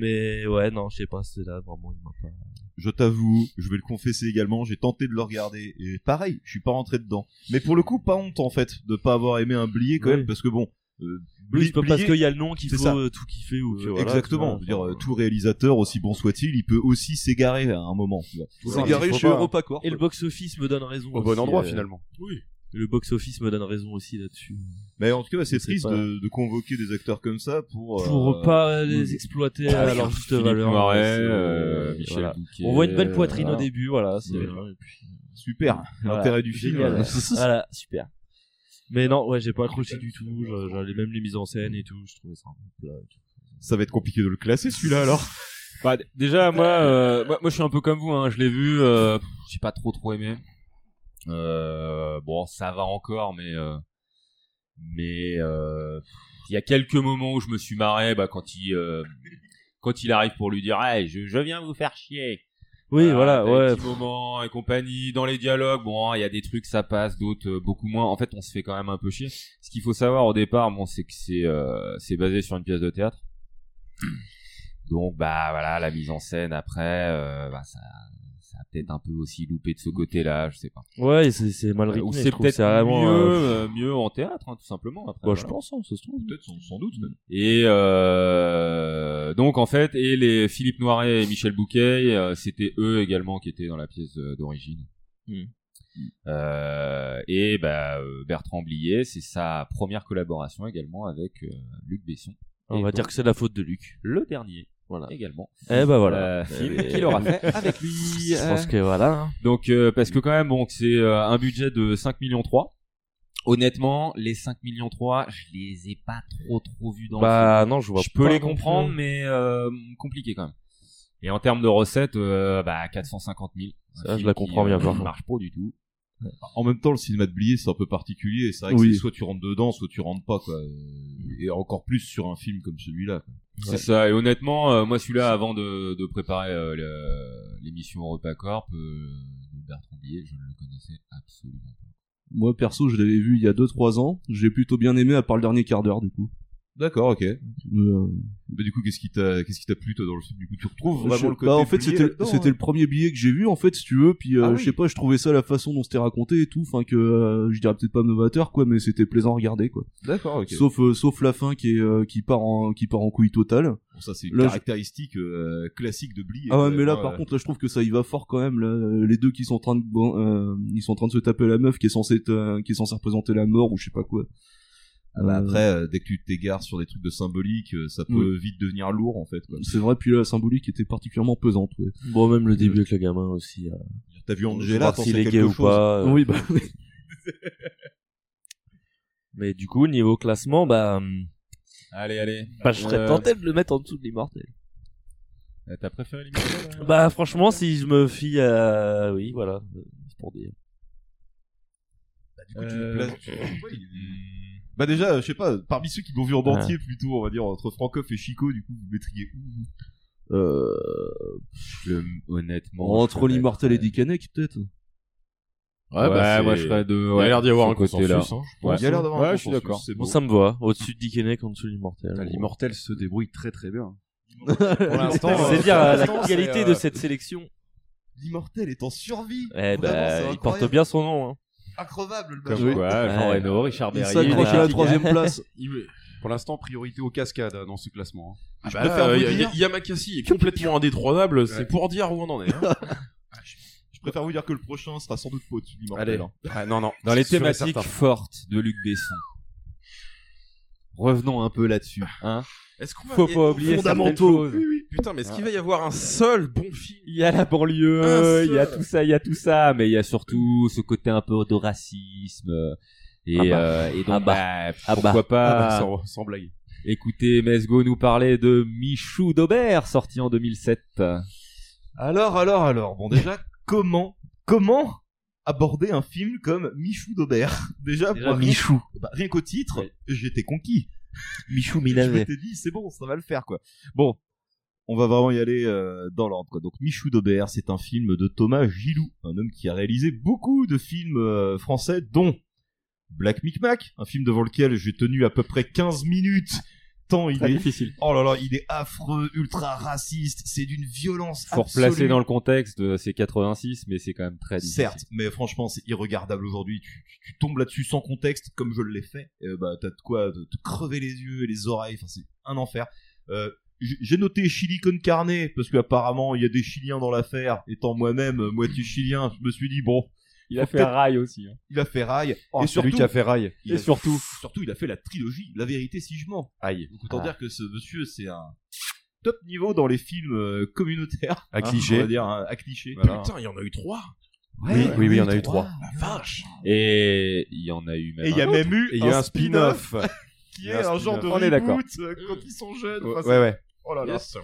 Mais ouais, non, je sais pas, Ah, c'est Ah, là vraiment, il m'a pas. Je t'avoue, je vais le confesser également, j'ai tenté de le regarder et pareil, je suis pas rentré dedans. Mais pour le coup, pas honte en fait de pas avoir aimé un blier quand Oui. même parce que bon, euh, Oui, Bli- c'est pas parce Blier, qu'il y a le nom qu'il c'est faut, ça. euh, tout kiffer ou que Euh, voilà, Exactement, tu je veux dire euh, tout réalisateur aussi bon soit-il, il peut aussi s'égarer à un moment, tu vois. S'égarer Faut chez pas- EuropaCorp. Et le box-office me donne raison. Au bon aussi, endroit, euh, finalement. Oui. Le box-office me donne raison aussi là-dessus. Mais en tout cas, c'est sais triste pas. de, de convoquer des acteurs comme ça pour Pour euh, pas les exploiter à leur juste Philippe valeur. Noiret, C'est- euh, Michel voilà. Bouquet, euh, On voit une belle poitrine voilà. au début, voilà. c'est Ouais. bien, et puis- Super, Voilà. l'intérêt du film. Génial. euh, voilà, super. Mais non, ouais, j'ai pas accroché du tout. je- J'allais même les mises en scène et tout. Je trouvais ça un peu plat. et tout. Ça va être compliqué de le classer celui-là alors. Bah, d- déjà, moi, euh, moi, moi, je suis un peu comme vous. Hein. Je l'ai vu, euh, pff, j'ai pas trop trop aimé. Euh, bon, ça va encore, mais euh, mais euh, il y a quelques moments où je me suis marré, bah, quand il euh, quand il arrive pour lui dire, hey, je, je viens vous faire chier. Oui, voilà, t'as les ouais. petits moments et compagnie dans les dialogues. Bon, hein, il y a des trucs ça passe, d'autres euh, beaucoup moins. En fait, on se fait quand même un peu chier. Ce qu'il faut savoir au départ, bon, c'est que c'est euh, c'est basé sur une pièce de théâtre. Donc bah voilà, la mise en scène après, euh, bah, ça, ça a peut-être un peu aussi loupé de ce côté-là, je sais pas. Ouais, et c'est c'est mal Euh, rythmé. Ou Bah, je c'est trouve, peut-être c'est vraiment, mieux, euh, euh, mieux en théâtre, hein, tout simplement. Après, Bah, voilà. je pense, hein, ça se trouve. Peut-être, sans, sans doute même. Et euh, donc en fait, et les Philippe Noiret et Michel Bouquet, euh, c'était eux également qui étaient dans la pièce euh, d'origine. Hmm. Euh, et bah, euh, Bertrand Blier, c'est sa première collaboration également avec euh, Luc Besson. On Et va donc, dire que c'est de la faute de Luc. le dernier. Voilà. Également. Eh ben voilà. Euh, film Et- qu'il aura fait avec lui. Je pense que voilà, hein. Donc, euh, parce que quand même, bon, c'est euh, un budget de 5 millions 3. Honnêtement, les 5 millions 3, je les ai pas trop trop vus dans Bah, le film. non, je vois Je peux pas les non plus. hein. comprendre, mais euh, compliqué quand même. Et en termes de recettes, euh, bah 450 000. Un Ça, je film la qui, comprends bien, euh, par qui contre. marche pas du tout. Bah, En même temps, le cinéma de Blier, c'est un peu particulier. C'est vrai que Oui. c'est soit tu rentres dedans, soit tu rentres pas, quoi. Et encore plus sur un film comme celui-là. quoi. C'est ça. Et honnêtement, euh, moi celui-là, avant de, de préparer euh, le- l'émission Europa Corp, euh, de Bertrand Blier, je ne le connaissais absolument pas. Moi, perso, je l'avais vu il y a 2-3 ans. J'ai plutôt bien aimé, à part le dernier quart d'heure, du coup. D'accord, ok. Euh, Mais Bah, du coup, qu'est-ce qui t'a, qu'est-ce qui t'a plu, toi, dans le film? Du coup, tu retrouves Je- vraiment le côté. bah, en fait, Blier c'était là-dedans, c'était hein. le premier billet que j'ai vu, en fait, si tu veux. Puis, euh, Ah oui. je sais pas, je trouvais ça la façon dont c'était raconté et tout. Enfin, que euh, je dirais peut-être pas novateur, quoi, mais c'était plaisant à regarder, quoi. D'accord, ok. Sauf, euh, sauf la fin qui, est, euh, qui, part en, qui part en couille totale. Bon, ça, c'est une Là, je- caractéristique euh, classique de Blier. Ah quand ouais, même, mais là, hein. par contre, là, je trouve que ça y va fort quand même. Là. euh, Les deux qui sont en train de, bon, euh, ils sont en train de se taper la meuf qui est censée, être, euh, qui est censée représenter la mort ou je sais pas quoi. Ah bah, Euh, après, euh, dès que tu t'égares sur des trucs de symbolique, euh, ça peut Oui. vite devenir lourd, en fait, quoi. Euh, c'est vrai. Puis là, la symbolique était particulièrement pesante. Ouais. Bon, même le début avec le gamin aussi. euh, T'as vu pour Angela, voir t'en s'il sais est gay quelque ou chose. pas. euh. Oui, bah oui. Mais du coup, niveau classement, bah. hum, Allez, allez. Bah, je serais Euh, tenté de le mettre en dessous de l'immortel. Euh, T'as préféré l'émission là Bah, franchement, si je me fie à. Oui, voilà. euh, C'est pour dire. Bah, Du coup, tu Euh, le places- tu- ouais, il- Bah déjà, euh, je sais pas, parmi ceux qui l'ont vu en Ah. entier plutôt, on va dire entre Francoff et Chico, du coup, vous mettriez où Euh... Honnêtement. Entre l'immortel et Dickanek, peut-être. Ouais, bah, moi je ferais de. Il ouais, un ce côté-là. Ouais. Ouais, je suis d'accord. Bon, ça me va. Au-dessus de Dickeneck, en dessous de l'immortel. Putain, L'immortel se débrouille très très bien. hein. euh, euh, C'est dire, euh, la qualité de cette sélection. L'immortel est en survie. Eh Vraiment, bah, c'est il porte incroyable. bien son nom. Hein. Incroyable le Comme machin. quoi, Jean Ouais. Reno, Richard Il Berry. s'accroche Nicolas à la Cage. troisième place. Il- Pour l'instant, priorité aux cascades euh, dans ce classement. hein. Ah Je bah préfère là, vous y a- y dire- a- Yamakasi est complètement indétrônable, c'est Ouais. Ah, pour dire où on en est. hein. Je préfère vous dire que le prochain sera sans doute Pote, l'immortel. Allez. hein. Ah, non, non. Dans les Sûr et thématiques certain. fortes de Luc Besson. Revenons un peu là-dessus. Hein Est-ce qu'on va- Faut et- pas oublier fondamentaux. certaines Oui, choses. oui. Putain, mais est-ce qu'il va y avoir un seul bon film Il y a la Un banlieue, il y a seul. tout ça, il y a tout ça, mais il y a surtout ce côté un peu de racisme. euh, Et, Ah bah. euh, et donc, Ah bah. bah, Ah bah. pourquoi pas Ah bah, sans- sans blague. Écoutez, Mesgo nous parlait de Michou d'Aubert, sorti en 2007. Alors, alors, alors. Bon, déjà, comment, comment aborder un film comme Michou d'Aubert Déjà, Déjà, moi, rien- Michou. bah, rien qu'au titre, j'étais conquis. Michou Je Milanet. m'étais dit, c'est bon, ça va le faire, quoi. Bon, on va vraiment y aller euh, dans l'ordre, quoi. Donc, Michou d'Aubert, c'est un film de Thomas Gilou, un homme qui a réalisé beaucoup de films euh, français, dont Black Micmac, un film devant lequel j'ai tenu à peu près 15 minutes. Tant il Très est difficile. Oh là là, il est affreux, ultra raciste. C'est d'une violence. Faut replacer absolue. dans le contexte, euh, c'est 86, mais c'est quand même très difficile. Certes, mais franchement, c'est irregardable aujourd'hui. Tu, tu- tu tombes là-dessus sans contexte, comme je l'ai fait. Euh, bah, t'as de quoi te, te crever les yeux et les oreilles. Enfin, c'est un enfer. Euh, j- j'ai noté Chili con carne parce qu'apparemment il y a des Chiliens dans l'affaire. Étant moi-même euh, moitié Chilien, je me suis dit bon. Il a faut fait peut-être- rail aussi. hein. Il a fait rail. Oh, et c'est lui surtout, qui a fait rail. il Et a- surtout- surtout, il a fait la trilogie. La vérité, si je mens. Aïe. Donc, autant Ah. dire que ce monsieur, c'est un top niveau dans les films euh, communautaires. À hein, clichés. On va dire, hein, à clichés. Putain, il y en a eu trois. Oui, Ouais, ouais, oui, oui, il y en a eu trois. La vache. Et il y en a eu même. Et il y a un même autre. eu Et il un spin-off qui Il y est a un genre de spin-off. On reboot est d'accord. euh, quand ils sont jeunes. Ouais, Enfin, ouais, c'est- ouais. Oh là là. Yes.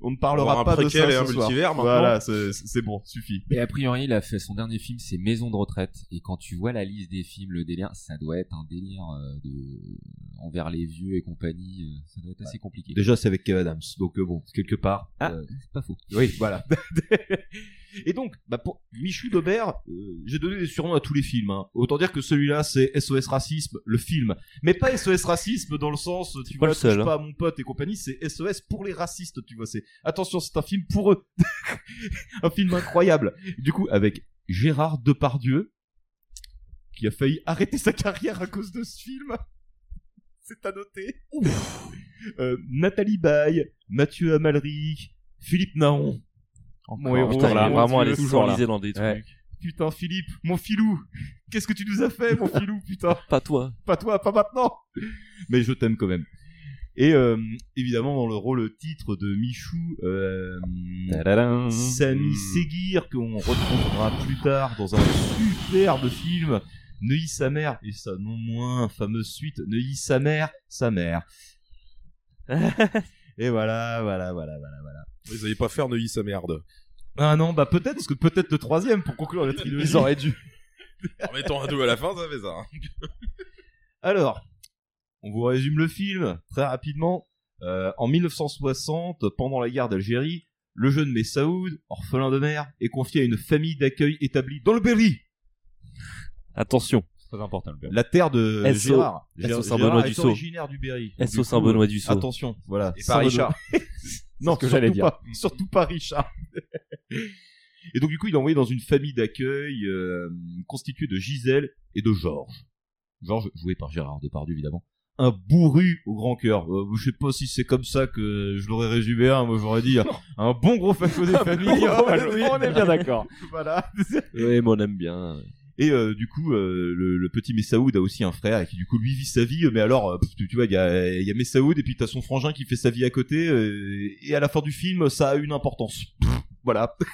On ne On va parlera avoir pas un de ça préquel et un ce soir. multivers maintenant. Voilà, c'est c'est bon, suffit. Et a priori, il a fait son dernier film, c'est Maison de retraite. Et quand tu vois la liste des films, le délire, ça doit être un délire euh, de envers les vieux et compagnie. euh, Ça doit être assez compliqué. Déjà, c'est avec Kev Adams, donc euh, bon, quelque part. Ah, euh, c'est pas faux. Oui, voilà. Et donc, bah, pour Michu Daubert, euh, j'ai donné des surnoms à tous les films. hein. Autant dire que celui-là, c'est SOS Racisme, le film. Mais pas SOS Racisme dans le sens, tu pas vois, le seul, touche hein. pas à mon pote et compagnie, c'est SOS pour les racistes, tu vois. C'est Attention, c'est un film pour eux. un film incroyable. Du coup, avec Gérard Depardieu, qui a failli arrêter sa carrière à cause de ce film. C'est à noter. Euh, Nathalie Baye, Mathieu Amalric, Philippe Naon. mon héros, putain, il est mon vraiment Dieu. allé toujours là. dans des trucs. Putain, Philippe, mon filou, qu'est-ce que tu nous as fait, Eh, mon filou, putain Pas toi. Pas toi, pas maintenant Mais je t'aime quand même. Et euh, évidemment, dans le rôle titre de Michou, euh, Tadadam. Mm. Samy Seguir, qu'on retrouvera plus tard dans un superbe film, Neuilly sa mère, et sa non moins fameuse suite, Neuilly sa mère, sa mère. et voilà, voilà, voilà, voilà, voilà. Ils n'allaient pas faire Neuilly sa merde. Ah non, bah peut-être, parce que peut-être le troisième pour conclure la trilogie. Ils auraient dû. En mettant un deux à la fin, ça fait ça. hein. Alors, on vous résume le film très rapidement. Euh, en 1960, pendant la guerre d'Algérie, le jeune Messaoud, orphelin de mère, est confié à une famille d'accueil établie dans le Berry, Attention. Très important. le père. la terre de SO. Gérard. SO Gérard- Saint-Benoît Gérard du est Sceau. originaire du Berry. SO Du coup, Saint-Benoît du Sceau. Attention, voilà. Et pas Richard. Saint-Benoît. non, C'est ce que j'allais surtout dire. pas- Mm. surtout pas Richard. et donc du coup, il est envoyé dans une famille d'accueil euh, constituée de Gisèle et de Georges. Georges, joué par Gérard Depardieu, évidemment. Un bourru au grand cœur. Euh, je sais pas si c'est comme ça que je l'aurais résumé. hein. Moi, j'aurais dit un bon gros facho des familles. hein. on est bien d'accord. voilà. Oui, mais on aime bien. Et euh, du coup, euh, le, le petit Messaoud a aussi un frère qui du coup lui vit sa vie, euh, mais alors euh, pff, tu, tu vois, il y a, il y a Messaoud et puis t'as son frangin qui fait sa vie à côté, euh, et à la fin du film, ça a une importance. Pff, voilà.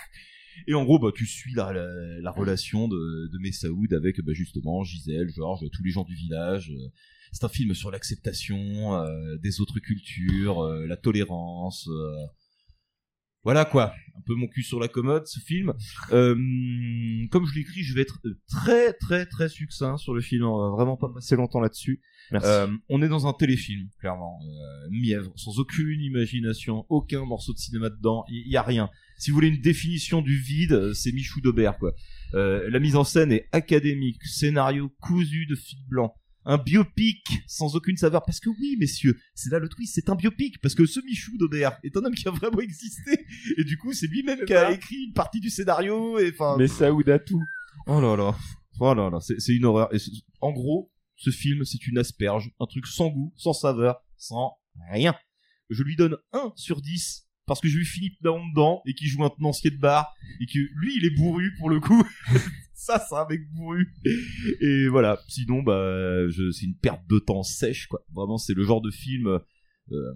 Et en gros, bah, tu suis la, la- la relation de, de Messaoud avec bah, justement Gisèle, Georges, tous les gens du village. euh. C'est un film sur l'acceptation euh, des autres cultures, euh, la tolérance. euh, voilà quoi, un peu mon cul sur la commode ce film. Euh, comme je l'écris, je vais être euh, très très très succinct sur le film, on va vraiment pas passer longtemps là-dessus. Merci. Euh, on est dans un téléfilm, clairement, euh, mièvre, sans aucune imagination, aucun morceau de cinéma dedans, il y, a rien. Si vous voulez une définition du vide, euh, c'est Michou d'Aubert quoi. Euh, la mise en scène est académique, scénario cousu de fil blanc. un biopic sans aucune saveur. Parce que oui, messieurs, c'est là le twist, c'est un biopic. Parce que ce Michou d'ODR est un homme qui a vraiment existé. Et du coup, c'est lui-même qui a écrit une partie du scénario. Et enfin. Mais Saouda tout. Oh là là. Oh là là, c'est c'est une horreur. Et c'est- en gros, ce film, c'est une asperge. Un truc sans goût, sans saveur, sans rien. Je lui donne 1 sur 10 parce que j'ai eu Philippe Daon dedans et qui joue un tenancier de bar et que lui, il est bourru pour le coup. ça, c'est un mec bourru. Et voilà. Sinon, bah, je- c'est une perte de temps sèche, quoi. Vraiment, c'est le genre de film. euh,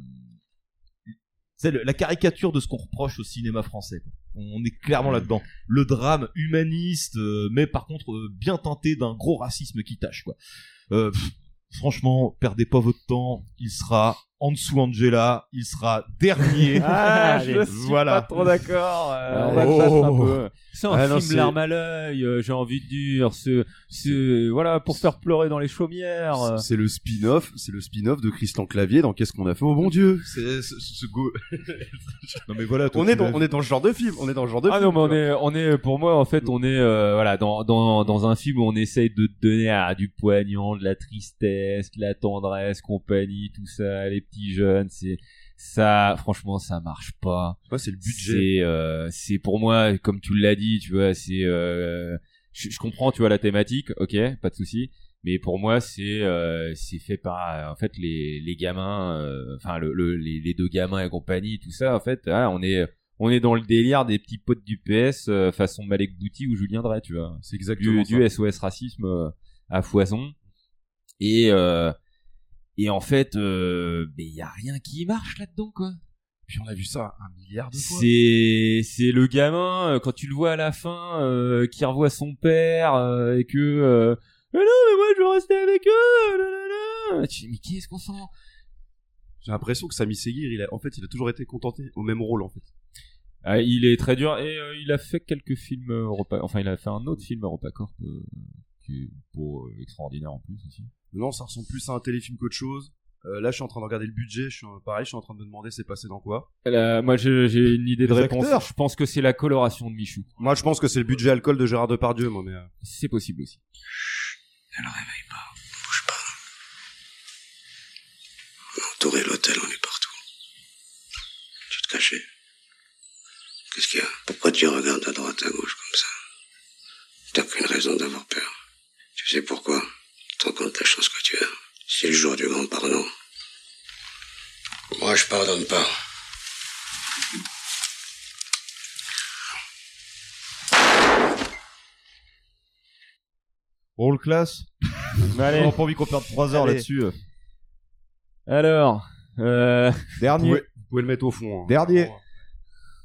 c'est le- la caricature de ce qu'on reproche au cinéma français. quoi. On est clairement là-dedans. Le drame humaniste, euh, mais par contre euh, bien teinté d'un gros racisme qui tâche. Quoi. Euh, pff, franchement, perdez pas votre temps. Il sera en dessous Angela. Il sera dernier. Ah, je suis voilà. pas trop d'accord, euh, on va Oh. le battre un peu. C'est un Ah non, film c'est- larme à l'œil, euh, j'ai envie de dire. Ce, ce, voilà, pour faire pleurer dans les chaumières. euh. C'est le spin-off, c'est le spin-off de Christian Clavier dans Qu'est-ce qu'on a fait au bon Dieu. C'est ce, ce go- non mais voilà, on est dans, on est dans ce genre de film, on est dans ce genre de Ah film. Mm. non, mais on est, on est, pour moi, en fait, on est, euh, voilà, dans, dans, dans un film où on essaye de te donner ah, du poignant, de la tristesse, de la tendresse, compagnie, tout ça, les petits jeunes, c'est, ça, franchement, ça marche pas. c'est le budget. C'est, euh, c'est pour moi, comme tu l'as dit, tu vois, c'est, euh, je, je comprends, tu vois, la thématique, ok, pas de souci. Mais pour moi, c'est euh, c'est fait par en fait les, les gamins, euh, enfin le, le- les, les deux gamins et compagnie, tout ça. En fait, ah, on est on est dans le délire des petits potes du PS euh, façon Malek Bouti ou Julien Drey, tu vois. C'est exactement du, du ça. SOS racisme euh, à foison. Et euh, et en fait, euh, mais il y a rien qui marche là-dedans quoi. Puis on a vu ça un milliard de fois. C'est c'est le gamin euh, quand tu le vois à la fin euh, qui revoit son père euh, et que euh, mais non mais moi je veux rester avec eux. euh, là, là, là. Tu dis mais qu'est-ce qu'on sent J'ai l'impression que Sami Seguir, il a, en fait, il a toujours été contenté au même rôle en fait. Ah, Il est très dur et euh, il a fait quelques films Europa. Enfin il a fait un autre film EuropaCorp euh, qui est beau, euh, extraordinaire en plus aussi. Non, ça ressemble plus à un téléfilm qu'autre chose. Euh, là, je suis en train de regarder le budget. Je suis en- pareil, je suis en train de me demander c'est passé dans quoi. Là, moi je- j'ai une idée de Les réponse. acteurs. Je pense que c'est la coloration de Michou. Moi, je pense que c'est le budget alcool de Gérard Depardieu, moi. Mais euh, C'est possible aussi. Entouré l'hôtel, on est partout. Tu te cachais. Qu'est-ce qu'il y a Pourquoi tu regardes à droite, à gauche comme ça T'as aucune raison d'avoir peur. Tu sais pourquoi Tu te rends compte de la chance que tu as. C'est le jour du grand pardon. Moi, je pardonne pas. On le classe. Allez. On a pas envie qu'on perde 3 heures Allez. là-dessus. euh. Alors euh... Dernier. vous pouvez le mettre au fond. hein. Dernier.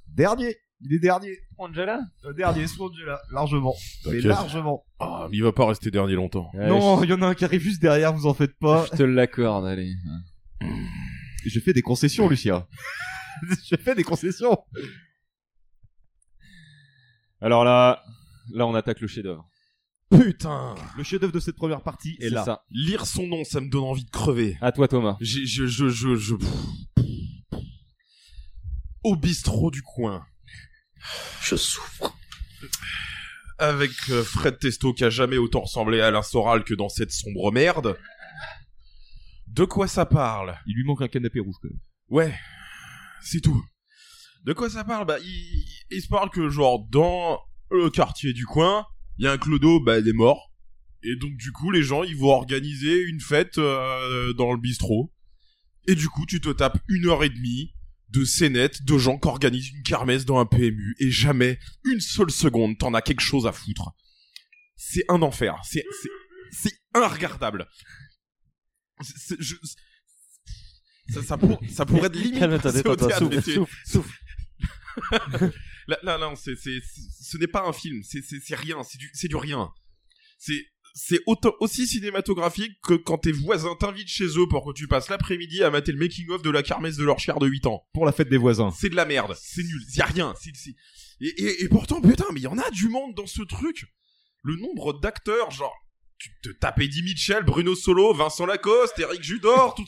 Dernier. Il est dernier. Angela Euh, Dernier, sous Angela. Largement. Mais T'inquiète. largement. Ah, mais il va pas rester dernier longtemps. non, il y en a un qui arrive juste derrière, vous en faites pas. Je te l'accorde, allez. J'ai fait des concessions, Lucien. J'ai fait des concessions. Alors là là on attaque le chef-d'œuvre. Putain Le chef-d'œuvre de cette première partie est là. ça. Lire son nom, ça me donne envie de crever. À toi, Thomas. Je, je, je, je, je- Au bistrot du coin. Je souffre. Avec euh, Fred Testo qui a jamais autant ressemblé à Alain Soral que dans cette sombre merde. De quoi ça parle Il lui manque un canapé rouge quand même. Ouais, c'est tout. De quoi ça parle Bah, il, il- il se parle que genre dans le quartier du coin, il y a un clodo, bah il est mort. Et donc du coup, les gens ils vont organiser une fête euh, dans le bistrot. Et du coup, tu te tapes une heure et demie de scénettes de gens qui organisent une kermesse dans un PMU et jamais une seule seconde t'en as quelque chose à foutre. C'est un enfer. C'est c'est c'est inregardable. C'est- c'est- je- ça, ça, pour- ça pourrait être limite. Calme, attendez, passer au attends, théâtre, souffle, mais c'est- souffle, là, là, non, c'est, c'est, c'est- ce n'est pas un film, c'est, c'est, c'est rien, c'est du, c'est du rien. C'est, c'est autant, aussi cinématographique que quand tes voisins t'invitent chez eux pour que tu passes l'après-midi à mater le making-of de la kermesse de leur chair de 8 ans. Pour la fête des voisins. C'est de la merde, c'est nul, y a rien. c'est- c'est- Et, et- et pourtant, putain, mais il y en a du monde dans ce truc. Le nombre d'acteurs, genre, tu te tapes Eddie Mitchell, Bruno Solo, Vincent Lacoste, Eric Judor, tout...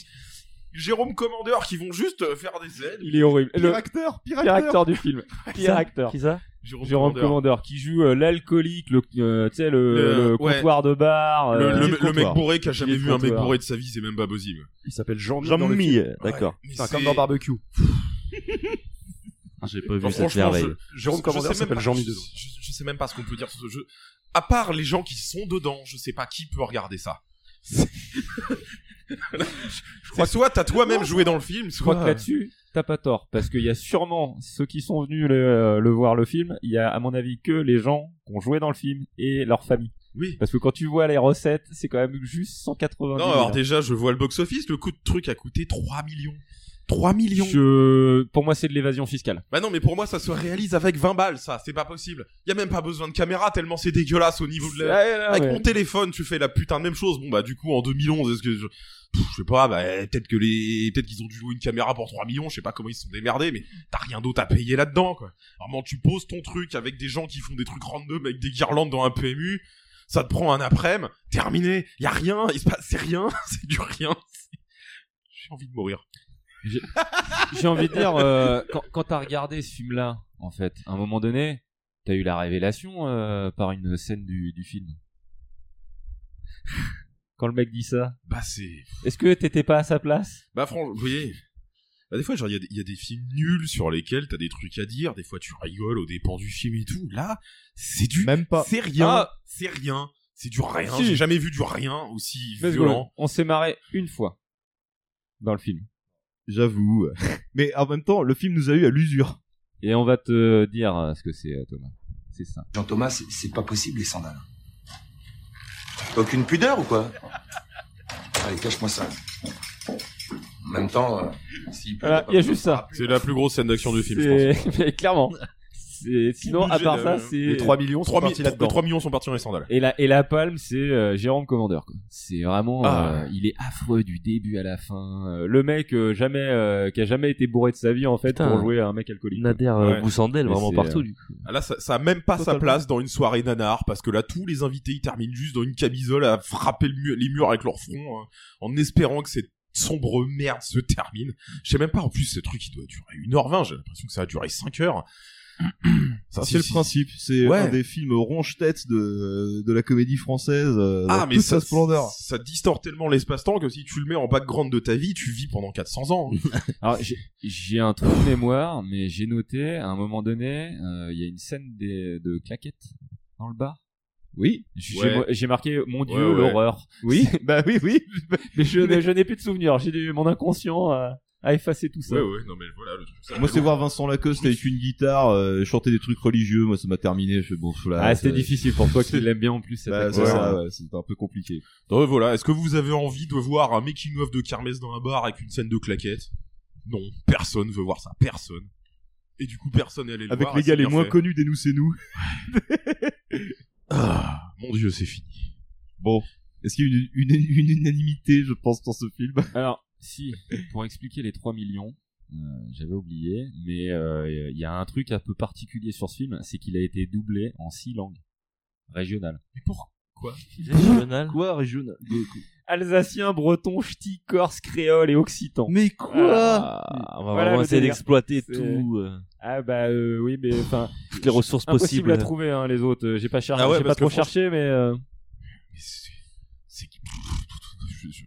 Jérôme Commandeur qui vont juste faire des aides. Il est horrible. Pire Le- acteur, pire pire acteur. du film. Qui Pire ça acteur. Qui ça Jérôme Jérôme Commandeur. Commandeur qui joue euh, l'alcoolique, le, euh, tu sais, le, Le- le ouais. comptoir de bar. Le- euh, le- Gilles le mec Comptoir. bourré qui a Gilles jamais vu un mec Comptoir. bourré de sa vie, c'est même pas possible. Il s'appelle Jean-Mi. Jean dans le Mi, film. euh, d'accord. Ouais, mais Putain, c'est comme dans Barbecue. Ah, J'ai pas Alors, vu cette franchement, merveille. je- Jérôme je Commandeur sais même s'appelle pas- Jean-Mi je- dedans. Je, je sais même pas ce qu'on peut dire sur ce jeu. À part les gens qui sont dedans, je sais pas qui peut regarder ça. C'est- je crois soit t'as toi-même joué dans le film, Je crois soit que là-dessus, t'as pas tort. Parce qu'il y a sûrement ceux qui sont venus le, le voir le film, il y a à mon avis que les gens qui ont joué dans le film et leur famille. Oui. Parce que quand tu vois les recettes, c'est quand même juste 180 Non, 000. alors déjà, je vois le box-office, le coût de truc a coûté 3 millions. 3 millions Je- Pour moi, c'est de l'évasion fiscale. Bah non, mais pour moi, ça se réalise avec 20 balles, ça, c'est pas possible. Y a même pas besoin de caméra, tellement c'est dégueulasse au niveau de la... Ouais, ouais, ouais, Avec Ah ouais. mon téléphone, tu fais la putain de même chose. Bon, bah, du coup, en 2011, est-ce que je. Pff, je sais pas, bah, peut-être que les. Peut-être qu'ils ont dû louer une caméra pour 3 millions, je sais pas comment ils se sont démerdés, mais t'as rien d'autre à payer là-dedans, quoi. Vraiment, tu poses ton truc avec des gens qui font des trucs random avec des guirlandes dans un PMU, ça te prend un après-midi, terminé, y a rien, il se passe, c'est rien, c'est du rien. c'est- J'ai envie de mourir. J'ai- J'ai envie de dire, euh, quand, quand t'as regardé ce film-là, en fait, à un moment donné, t'as eu la révélation euh, par une scène du, du film. Quand le mec dit ça. Bah, c'est. Est-ce que t'étais pas à sa place Bah franchement, vous voyez, bah, des fois, genre, il y, a des- il y a des films nuls sur lesquels t'as des trucs à dire, des fois tu rigoles aux dépens du film et tout. Là, c'est du... Même pas. C'est rien, Ah. c'est rien, c'est du rien. Si. J'ai jamais vu du rien aussi Let's go. violent. On s'est marré une fois dans le film. J'avoue. Mais en même temps, le film nous a eu à l'usure. Et on va te dire euh, ce que c'est, euh, Thomas. C'est ça. Jean-Thomas, c'est- c'est pas possible les sandales. Aucune pudeur ou quoi Allez, cache-moi ça. En même temps, euh, s'il pleut, Voilà, t'as pas il y a besoin juste de ça. C'est la plus grosse scène d'action du film, C'est- je pense. Mais clairement. C'est- Sinon, à part ça, c'est. euh, Trois mi- les 3 millions sont partis dans les sandales. Et la, et la palme, c'est euh, Jérôme Commandeur. quoi. C'est vraiment, Ah. euh, il est affreux du début à la fin. Euh, le mec euh, jamais, euh, qui a jamais été bourré de sa vie en fait Putain. pour jouer à un mec alcoolique. Nader, quoi. euh, Ouais. Boussandel, Mais vraiment c'est, partout, euh, lui. Ah, Là, ça, ça a même pas sa Totalement. place dans une soirée nanar, parce que là, tous les invités, ils terminent juste dans une camisole à frapper le mu- les murs avec leur front, hein, en espérant que cette sombre merde se termine. Je sais même pas, en plus, ce truc, il doit durer 1h20, j'ai l'impression que ça a duré 5 heures. Ça, C'est le principe. C'est Ouais. un des films ronge-tête de, de la comédie française. euh, dans Ah, mais toute ça, sa splendeur. ça distord tellement l'espace-temps que si tu le mets en background de ta vie, tu vis pendant 400 ans. Alors, j'ai- j'ai un trou de mémoire, mais j'ai noté à un moment donné, euh, il y a une scène des- de claquettes dans le bar. Oui. J'ai Ouais. j'ai marqué mon dieu Ouais, ouais. l'horreur. Oui, bah oui, oui. mais je, n'ai- je n'ai plus de souvenirs. J'ai dû- mon inconscient a, a effacé tout ça. Ouais, ouais, non, mais voilà, le truc. ça- Moi, c'est voir Vincent Lacoste avec une guitare euh, chanter des trucs religieux. Moi, ça m'a terminé. Je fais, bon, voilà, Ah, c'était Bah, ça- difficile pour toi qui l'aime bien en plus. cette Bah, c'est actrice. ça, ouais, c'était un peu compliqué. Donc voilà, est-ce que vous avez envie de voir un making-of de Kermesse dans un bar avec une scène de claquettes Non, personne veut voir ça, personne. Et du coup, personne est allé le Avec voir. les et gars c'est les bien moins fait. connus des nous, c'est nous. Ah, mon dieu, c'est fini. Bon. Est-ce qu'il y a une, une, une unanimité, je pense, dans ce film Alors, si, pour expliquer les 3 millions, euh, j'avais oublié, mais euh, il y a un truc un peu particulier sur ce film, c'est qu'il a été doublé en 6 langues régionales. Mais pourquoi Régional Quoi, régional Alsacien, breton, ch'ti, corse, créole et occitan. Mais quoi On va vraiment essayer d'exploiter tout, euh. Ah bah euh, oui, mais enfin. Toutes les ressources impossible possibles. à trouver, hein, les autres. Euh, J'ai pas, cherché, Ah ouais, j'ai pas parce que trop franch- cherché, mais. euh, Je, je, je, je-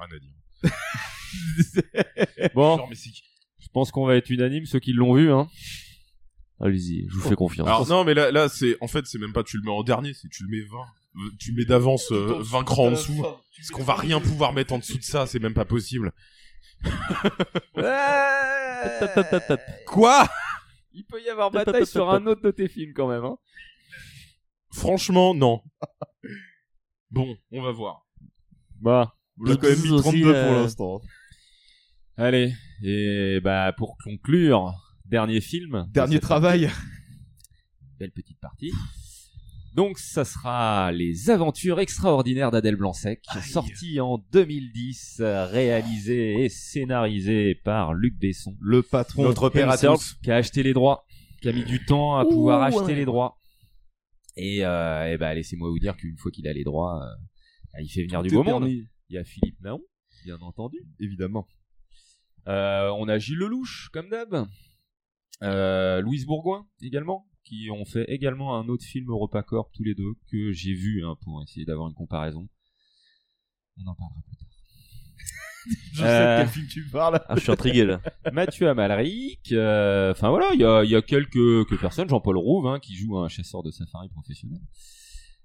rien à dire. Bon, Genre, mais c'est- je pense qu'on va être unanime, ceux qui l'ont vu. Hein. Allez-y, je vous fais confiance. Alors non, mais là, là c'est en fait, c'est même pas tu le mets en dernier, c'est tu le mets 20. Euh, Tu le mets d'avance euh, 20 crans en dessous. Parce qu'on va rien pouvoir mettre en dessous de ça, c'est même pas possible. Quoi Il peut y avoir bataille sur un autre de tes films quand même. Hein. Franchement, non. Bon, on va voir. Bah, On l'a quand même mis euh, 32 pour hein. l'instant. Allez, et bah pour conclure, dernier film. Dernier travail. Belle petite partie. Donc ça sera Les Aventures extraordinaires d'Adèle Blanc-Sec, sorti en 2010, euh, réalisé et scénarisé par Luc Besson. Le patron Notre père à tous. Qui a acheté les droits, qui a mis du temps à Ouh, pouvoir ouais. acheter les droits. Et, euh, eh bah, laissez-moi vous dire qu'une fois qu'il a les droits, euh, bah, il fait venir du est beau monde. permis. Il y a Philippe Naon, bien entendu. Évidemment. on a Gilles Lelouch, comme d'hab. Euh, Louise Euh, Bourgoin également, qui ont fait également un autre film EuropaCorp tous les deux que j'ai vu hein, pour essayer d'avoir une comparaison. On en parlera plus tard. Je sais de Euh. quel film tu parles. Ah, je suis intrigué là. Mathieu Amalric. euh, Enfin voilà, il y a, il y a quelques, quelques personnes. Jean-Paul Rouve hein, qui joue un chasseur de safari professionnel.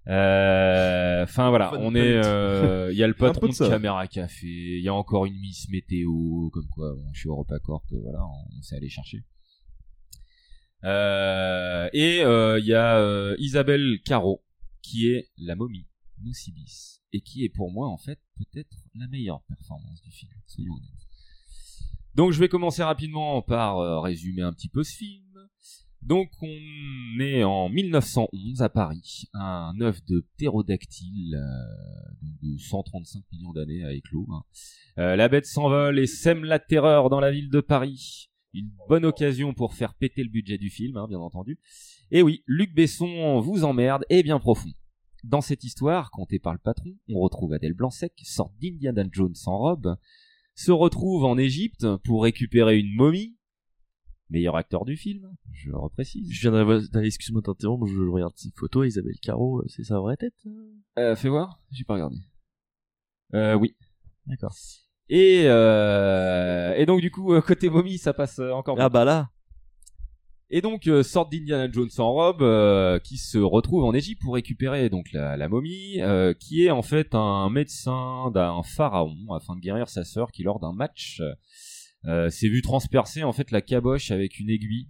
Euh, Enfin voilà, Fun on fact. est. euh, Il y a le Un peu patron de de ça. Caméra Café. Il y a encore une Miss Météo. Comme quoi, bon, je suis EuropaCorp. euh, Voilà, on, on s'est allé chercher. Euh, et euh, il y a euh, Isabelle Caro qui est la momie Nocibis et qui est pour moi en fait peut-être la meilleure performance du film, soyons honnêtes. Donc je vais commencer rapidement par euh, résumer un petit peu ce film. Donc on est en 1911 à Paris, un œuf de ptérodactyle euh, donc de 135 millions d'années à éclos. hein. Euh, la bête s'envole et sème la terreur dans la ville de Paris. Une bonne occasion pour faire péter le budget du film, hein, bien entendu. Et oui, Luc Besson vous emmerde et bien profond. Dans cette histoire, contée par le patron, on retrouve Adèle Blanc-Sec, sorte d'Indiana Jones en robe, se retrouve en Égypte pour récupérer une momie, meilleur acteur du film, je reprécise. Je viens d'avoir- d'aller, excuse-moi de t'interrompre, je regarde cette photo, Isabelle Caro, c'est sa vraie tête Euh, fais voir, j'ai pas regardé. Euh, oui. D'accord. Et, euh, et donc du coup, euh, côté momie, ça passe euh, encore Ah bah là. Et donc, euh, sorte d'Indiana Jones en robe, euh, qui se retrouve en Égypte pour récupérer donc la, la momie, euh, qui est en fait un médecin d'un pharaon afin de guérir sa sœur qui, lors d'un match, euh, s'est vu transpercer en fait la caboche avec une aiguille.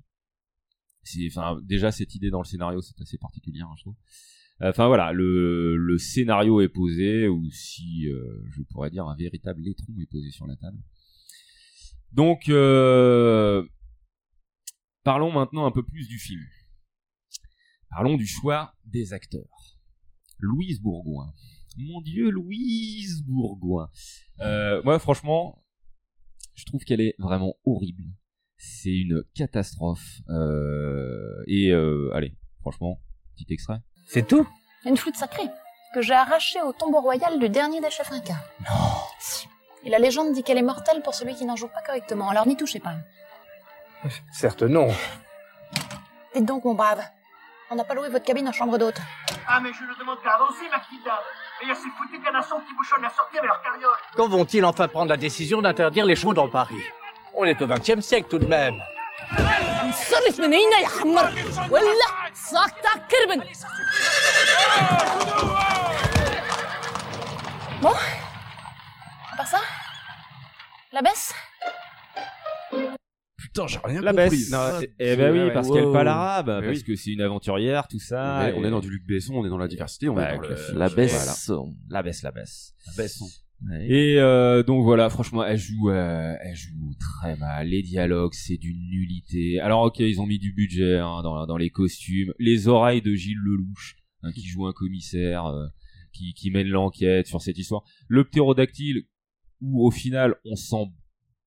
C'est, enfin, déjà cette idée dans le scénario, c'est assez particulière, hein, je trouve. Enfin voilà, le, le scénario est posé, ou si euh, je pourrais dire un véritable étron est posé sur la table. Donc, euh, parlons maintenant un peu plus du film. Parlons du choix des acteurs. Louise Bourgoin. Mon Dieu, Louise Bourgoin. Euh, moi, franchement, je trouve qu'elle est vraiment horrible. C'est une catastrophe. Euh, et euh, allez, franchement, petit extrait. C'est tout Une flûte sacrée que j'ai arrachée au tombeau royal du dernier des chefs incas. Non. Et la légende dit qu'elle est mortelle pour celui qui n'en joue pas correctement. Alors n'y touchez pas. Certes, non. Dites donc, mon brave, on n'a pas loué votre cabine en chambre d'hôte. Ah, mais je ne demande qu'à avancer, Maquita. Et il y a ces foutus canassons qui bouchonnent la sortie avec leur carriole. Quand vont-ils enfin prendre la décision d'interdire les chevaux dans Paris On est au XXe siècle tout de même. انصرف من هنا يا حمار ولا ساقطع كربن Bon, à part ça, la baisse Putain, j'ai rien La compris. baisse. eh ben oui, parce qu'elle parle arabe, Mais parce oui. que c'est une aventurière, tout ça. Mais on est dans du Luc Besson, on est dans la diversité, on est dans le- Bah, la baisse, Bah, euh, Voilà. la baisse, la baisse. hein. Besson. Et euh, donc voilà, franchement, elle joue, euh, elle joue très mal. Les dialogues, c'est d'une nullité. Alors ok, ils ont mis du budget hein, dans, dans les costumes, les oreilles de Gilles Lelouch, hein, qui joue un commissaire, euh, qui, qui mène l'enquête sur cette histoire. Le ptérodactyle, où au final, on s'en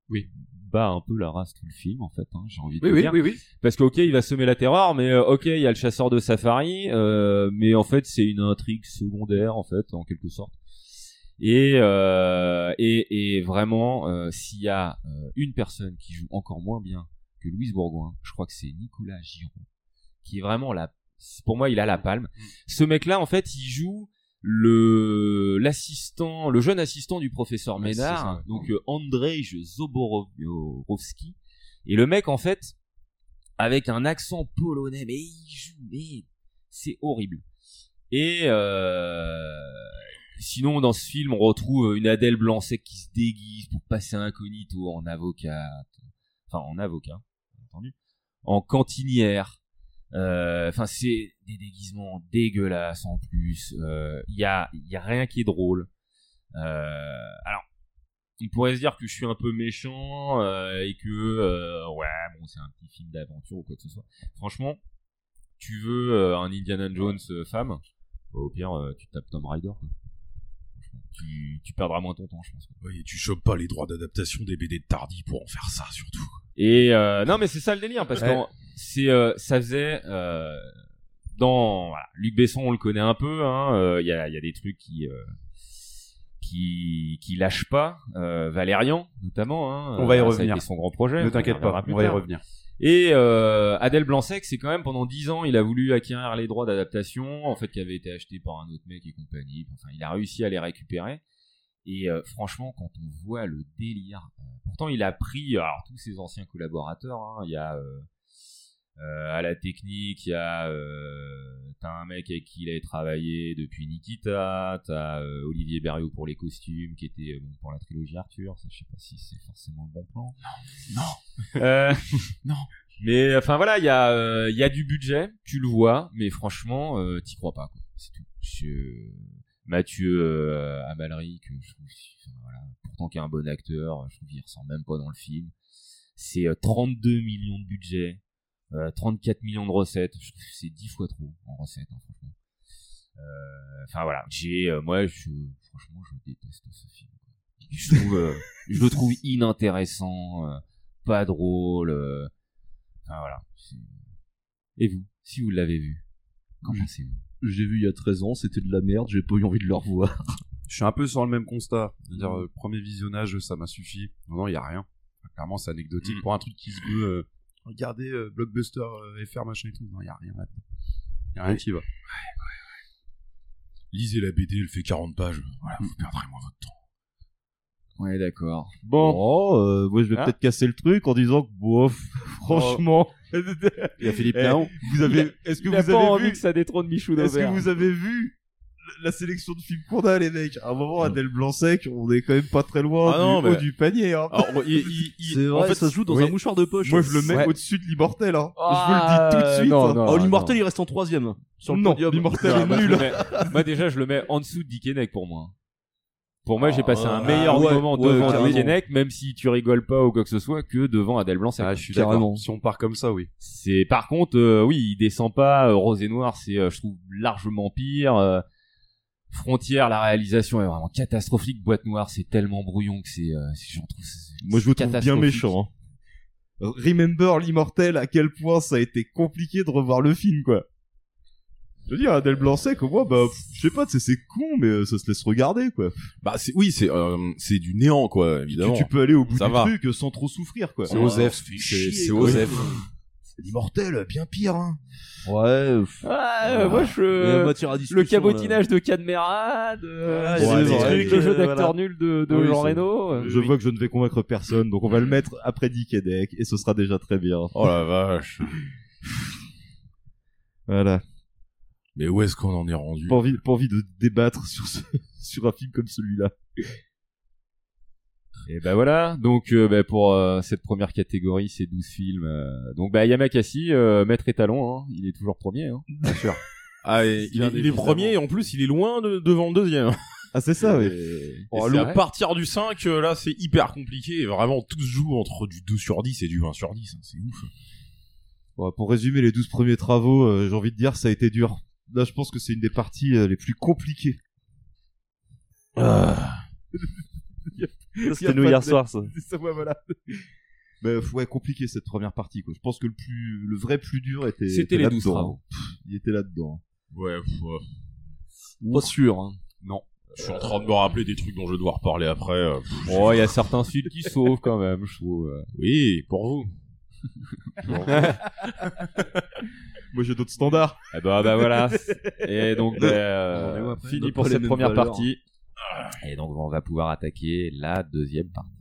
oui. bat un peu la race tout le film en fait. hein, J'ai envie de Oui, le oui, dire. oui, oui. Parce que ok, il va semer la terreur, mais euh, ok, il y a le chasseur de safari, euh, mais en fait c'est une intrigue secondaire en fait, en quelque sorte. Et euh, et, et vraiment, euh, s'il y a euh, une personne qui joue encore moins bien que Louise Bourgoin, je crois que c'est Nicolas Giraud, qui est vraiment la, pour moi il a la palme. Mm. Ce mec-là en fait, il joue le l'assistant, le jeune assistant du professeur Ouais, c'est Ménard, ça, ouais. donc euh, Andrzej Zoborowski. Et le mec en fait, avec un accent polonais, mais il joue, mais c'est horrible. Et euh, sinon, dans ce film, on retrouve une Adèle Blanc-Sec qui se déguise pour passer incognito en avocat, enfin en avocat, bien entendu, en cantinière. Euh, Enfin, c'est des déguisements dégueulasses en plus. Euh, Il y a, il y a rien qui est drôle. Euh, alors, on pourrait se dire que je suis un peu méchant euh, et que euh, ouais bon c'est un petit film d'aventure ou quoi que ce soit franchement tu veux euh, un Indiana Jones euh, femme bah, au pire euh, tu tapes Tom Rider quoi. Franchement, tu, tu perdras moins ton temps je pense Oui, et tu chopes pas les droits d'adaptation des BD de Tardy pour en faire ça, surtout. Et euh, non, mais c'est ça le délire parce Ouais. que c'est euh, ça faisait euh, dans voilà, Luc Besson, on le connaît un peu. hein, euh, Il y, a, il y a des trucs qui euh, qui qui lâchent pas. euh, Valérian notamment. hein, On va y euh, ça a revenir. été son grand projet. Ne t'inquiète reviendra pas, plus on va y tard. revenir. Et euh, Adèle Blanc-Sec, c'est quand même pendant 10 ans, il a voulu acquérir les droits d'adaptation, en fait, qui avaient été achetés par un autre mec et compagnie. Enfin, il a réussi à les récupérer. Et euh, franchement, quand on voit le délire, euh, pourtant, il a pris alors, tous ses anciens collaborateurs. hein. il y a euh, euh, à la technique, il y a euh, t'as un mec avec qui il avait travaillé depuis Nikita, t'as euh, Olivier Berriot pour les costumes, qui était euh, bon, pour la trilogie Arthur. Ça, je sais pas si c'est forcément le bon plan. Non, Euh, Mais enfin voilà, il y a euh, il y a du budget, tu le vois, mais franchement, euh, t'y crois pas quoi. C'est tout. Je- Mathieu euh, Amalric, je trouve, enfin, voilà, pourtant qui est un bon acteur, je trouve qu'il ressent même pas dans le film. C'est euh, 32 millions de budget, euh, 34 millions de recettes. Je trouve que c'est 10 fois trop en recettes, hein, franchement. Euh, Enfin voilà, j'ai euh, moi je franchement je déteste ce film. Je trouve euh, je le trouve inintéressant, euh, pas drôle. euh, Enfin voilà. c'est- Et vous, si vous l'avez vu, qu'en pensez-vous J'ai vu il y a 13 ans, c'était de la merde, j'ai pas eu envie de le revoir. Je suis un peu sur le même constat. C'est-à-dire, euh, premier visionnage, ça m'a suffi. Non, non, il n'y a rien. Clairement, c'est anecdotique. Pour un truc qui se veut, euh, regardez euh, Blockbuster euh, FR, machin et tout. Non, il n'y a rien là-dedans. Il n'y a rien qui va. Lisez la BD, elle fait 40 pages. Voilà, Mm. vous perdrez moins votre temps. Ouais, d'accord. Bon, euh, moi je vais Ah. peut-être casser le truc en disant que bof, franchement. Il y a Philippe Eh, Laon. Vous Il avez, a- est-ce que il vous a avez pas envie vu que ça détrône Michou Est-ce que Daubert. vous avez vu la sélection de films qu'on a, les mecs À un moment, Adèle Blanc-Sec, on est quand même pas très loin Ah du non, haut mais- du panier. Hein. Alors, il- il- il- C'est en vrai, fait, ça se joue dans un mouchoir de poche. Moi, je le mets Ouais. au-dessus de l'immortel. Hein. Ah, je vous le dis tout de suite. non, hein. non, Oh, l'immortel, non. il reste en troisième. Sur le non, podium. Ah, bah, l'immortel Non, est moi, je nul. le mets- moi déjà je le mets en dessous de Dick Henneck pour moi. Pour moi, j'ai Ah, passé un ouais. meilleur Ah, ouais, moment ouais, devant carrément. Dick Henneck, même si tu rigoles pas ou quoi que ce soit, que devant Adèle Blanc. Ah, je suis d'accord. Si on part comme ça, oui. C'est par contre, euh, oui, il descend pas. euh, Rose et Noir, c'est, euh, je trouve, largement pire. euh, Frontière, la réalisation est vraiment catastrophique. Boîte Noire, c'est tellement brouillon que c'est, euh, c'est- j'en trouve. c'est- Moi, je le trouve bien catastrophique. méchant. hein. Remember l'immortel, à quel point ça a été compliqué de revoir le film, quoi. Je veux dire, Adèle Blanc-Sec, au moins, bah, je sais pas, tu sais, c'est con, mais euh, ça se laisse regarder, quoi. Bah c'est oui c'est euh, c'est du néant quoi évidemment. tu peux aller au bout Ça du va. truc euh, sans trop souffrir, quoi. C'est Osef, Ah, c'est- chier, c'est quoi. Osef. L'immortel, bien pire, hein. Ouais. Ah, euh, moi, je, le cabotinage de Cadmerade, euh, Ouais, le ouais, truc, ouais, le jeu voilà. d'acteur nul de, de Oui, Jean c'est- Reno. euh. Je vois que je ne vais convaincre personne, donc on va le mettre après Dick et Deck, et ce sera déjà très bien. Oh la vache. Voilà. Mais où est-ce qu'on en est rendu Pas envie, pas envie de débattre sur, ce- sur un film comme celui-là. Et ben voilà, donc euh, bah, pour euh, cette première catégorie, ces 12 films. euh, donc bah, Yamakasi, euh, maître étalon, hein, il est toujours premier. Hein. Bien sûr. Ah, et il, est- il est premier et en plus il est loin de, devant le deuxième. Ah c'est ça oui. Oh, le le par- partir du 5 euh, là c'est hyper compliqué et vraiment tout se joue entre du 2 sur 10 et du 20 sur 10 hein, c'est ouf. Bon, pour résumer les 12 premiers travaux, euh, j'ai envie de dire ça a été dur. Là, je pense que c'est une des parties euh, les plus compliquées. C'était nous hier soir, ça. ouais, voilà. Mais Bah, f- ouais, compliqué cette première partie quoi. Je pense que le plus, le vrai plus dur était. C'était était les 12 là-dedans. travaux. Pff, Il était là-dedans. hein. Ouais. pff, ouais. Pas sûr. Hein. Non. Je suis en train de me rappeler des trucs dont je dois reparler après. euh, pff, Oh, il y a certains films qui sauvent quand même, je trouve. euh. Oui, pour vous. Moi, j'ai d'autres standards. Ah bah, bah voilà. Et donc, bah, euh, On est où après fini On a pour pas les cette mêmes première valeurs. partie. Et donc, on va pouvoir attaquer la deuxième partie.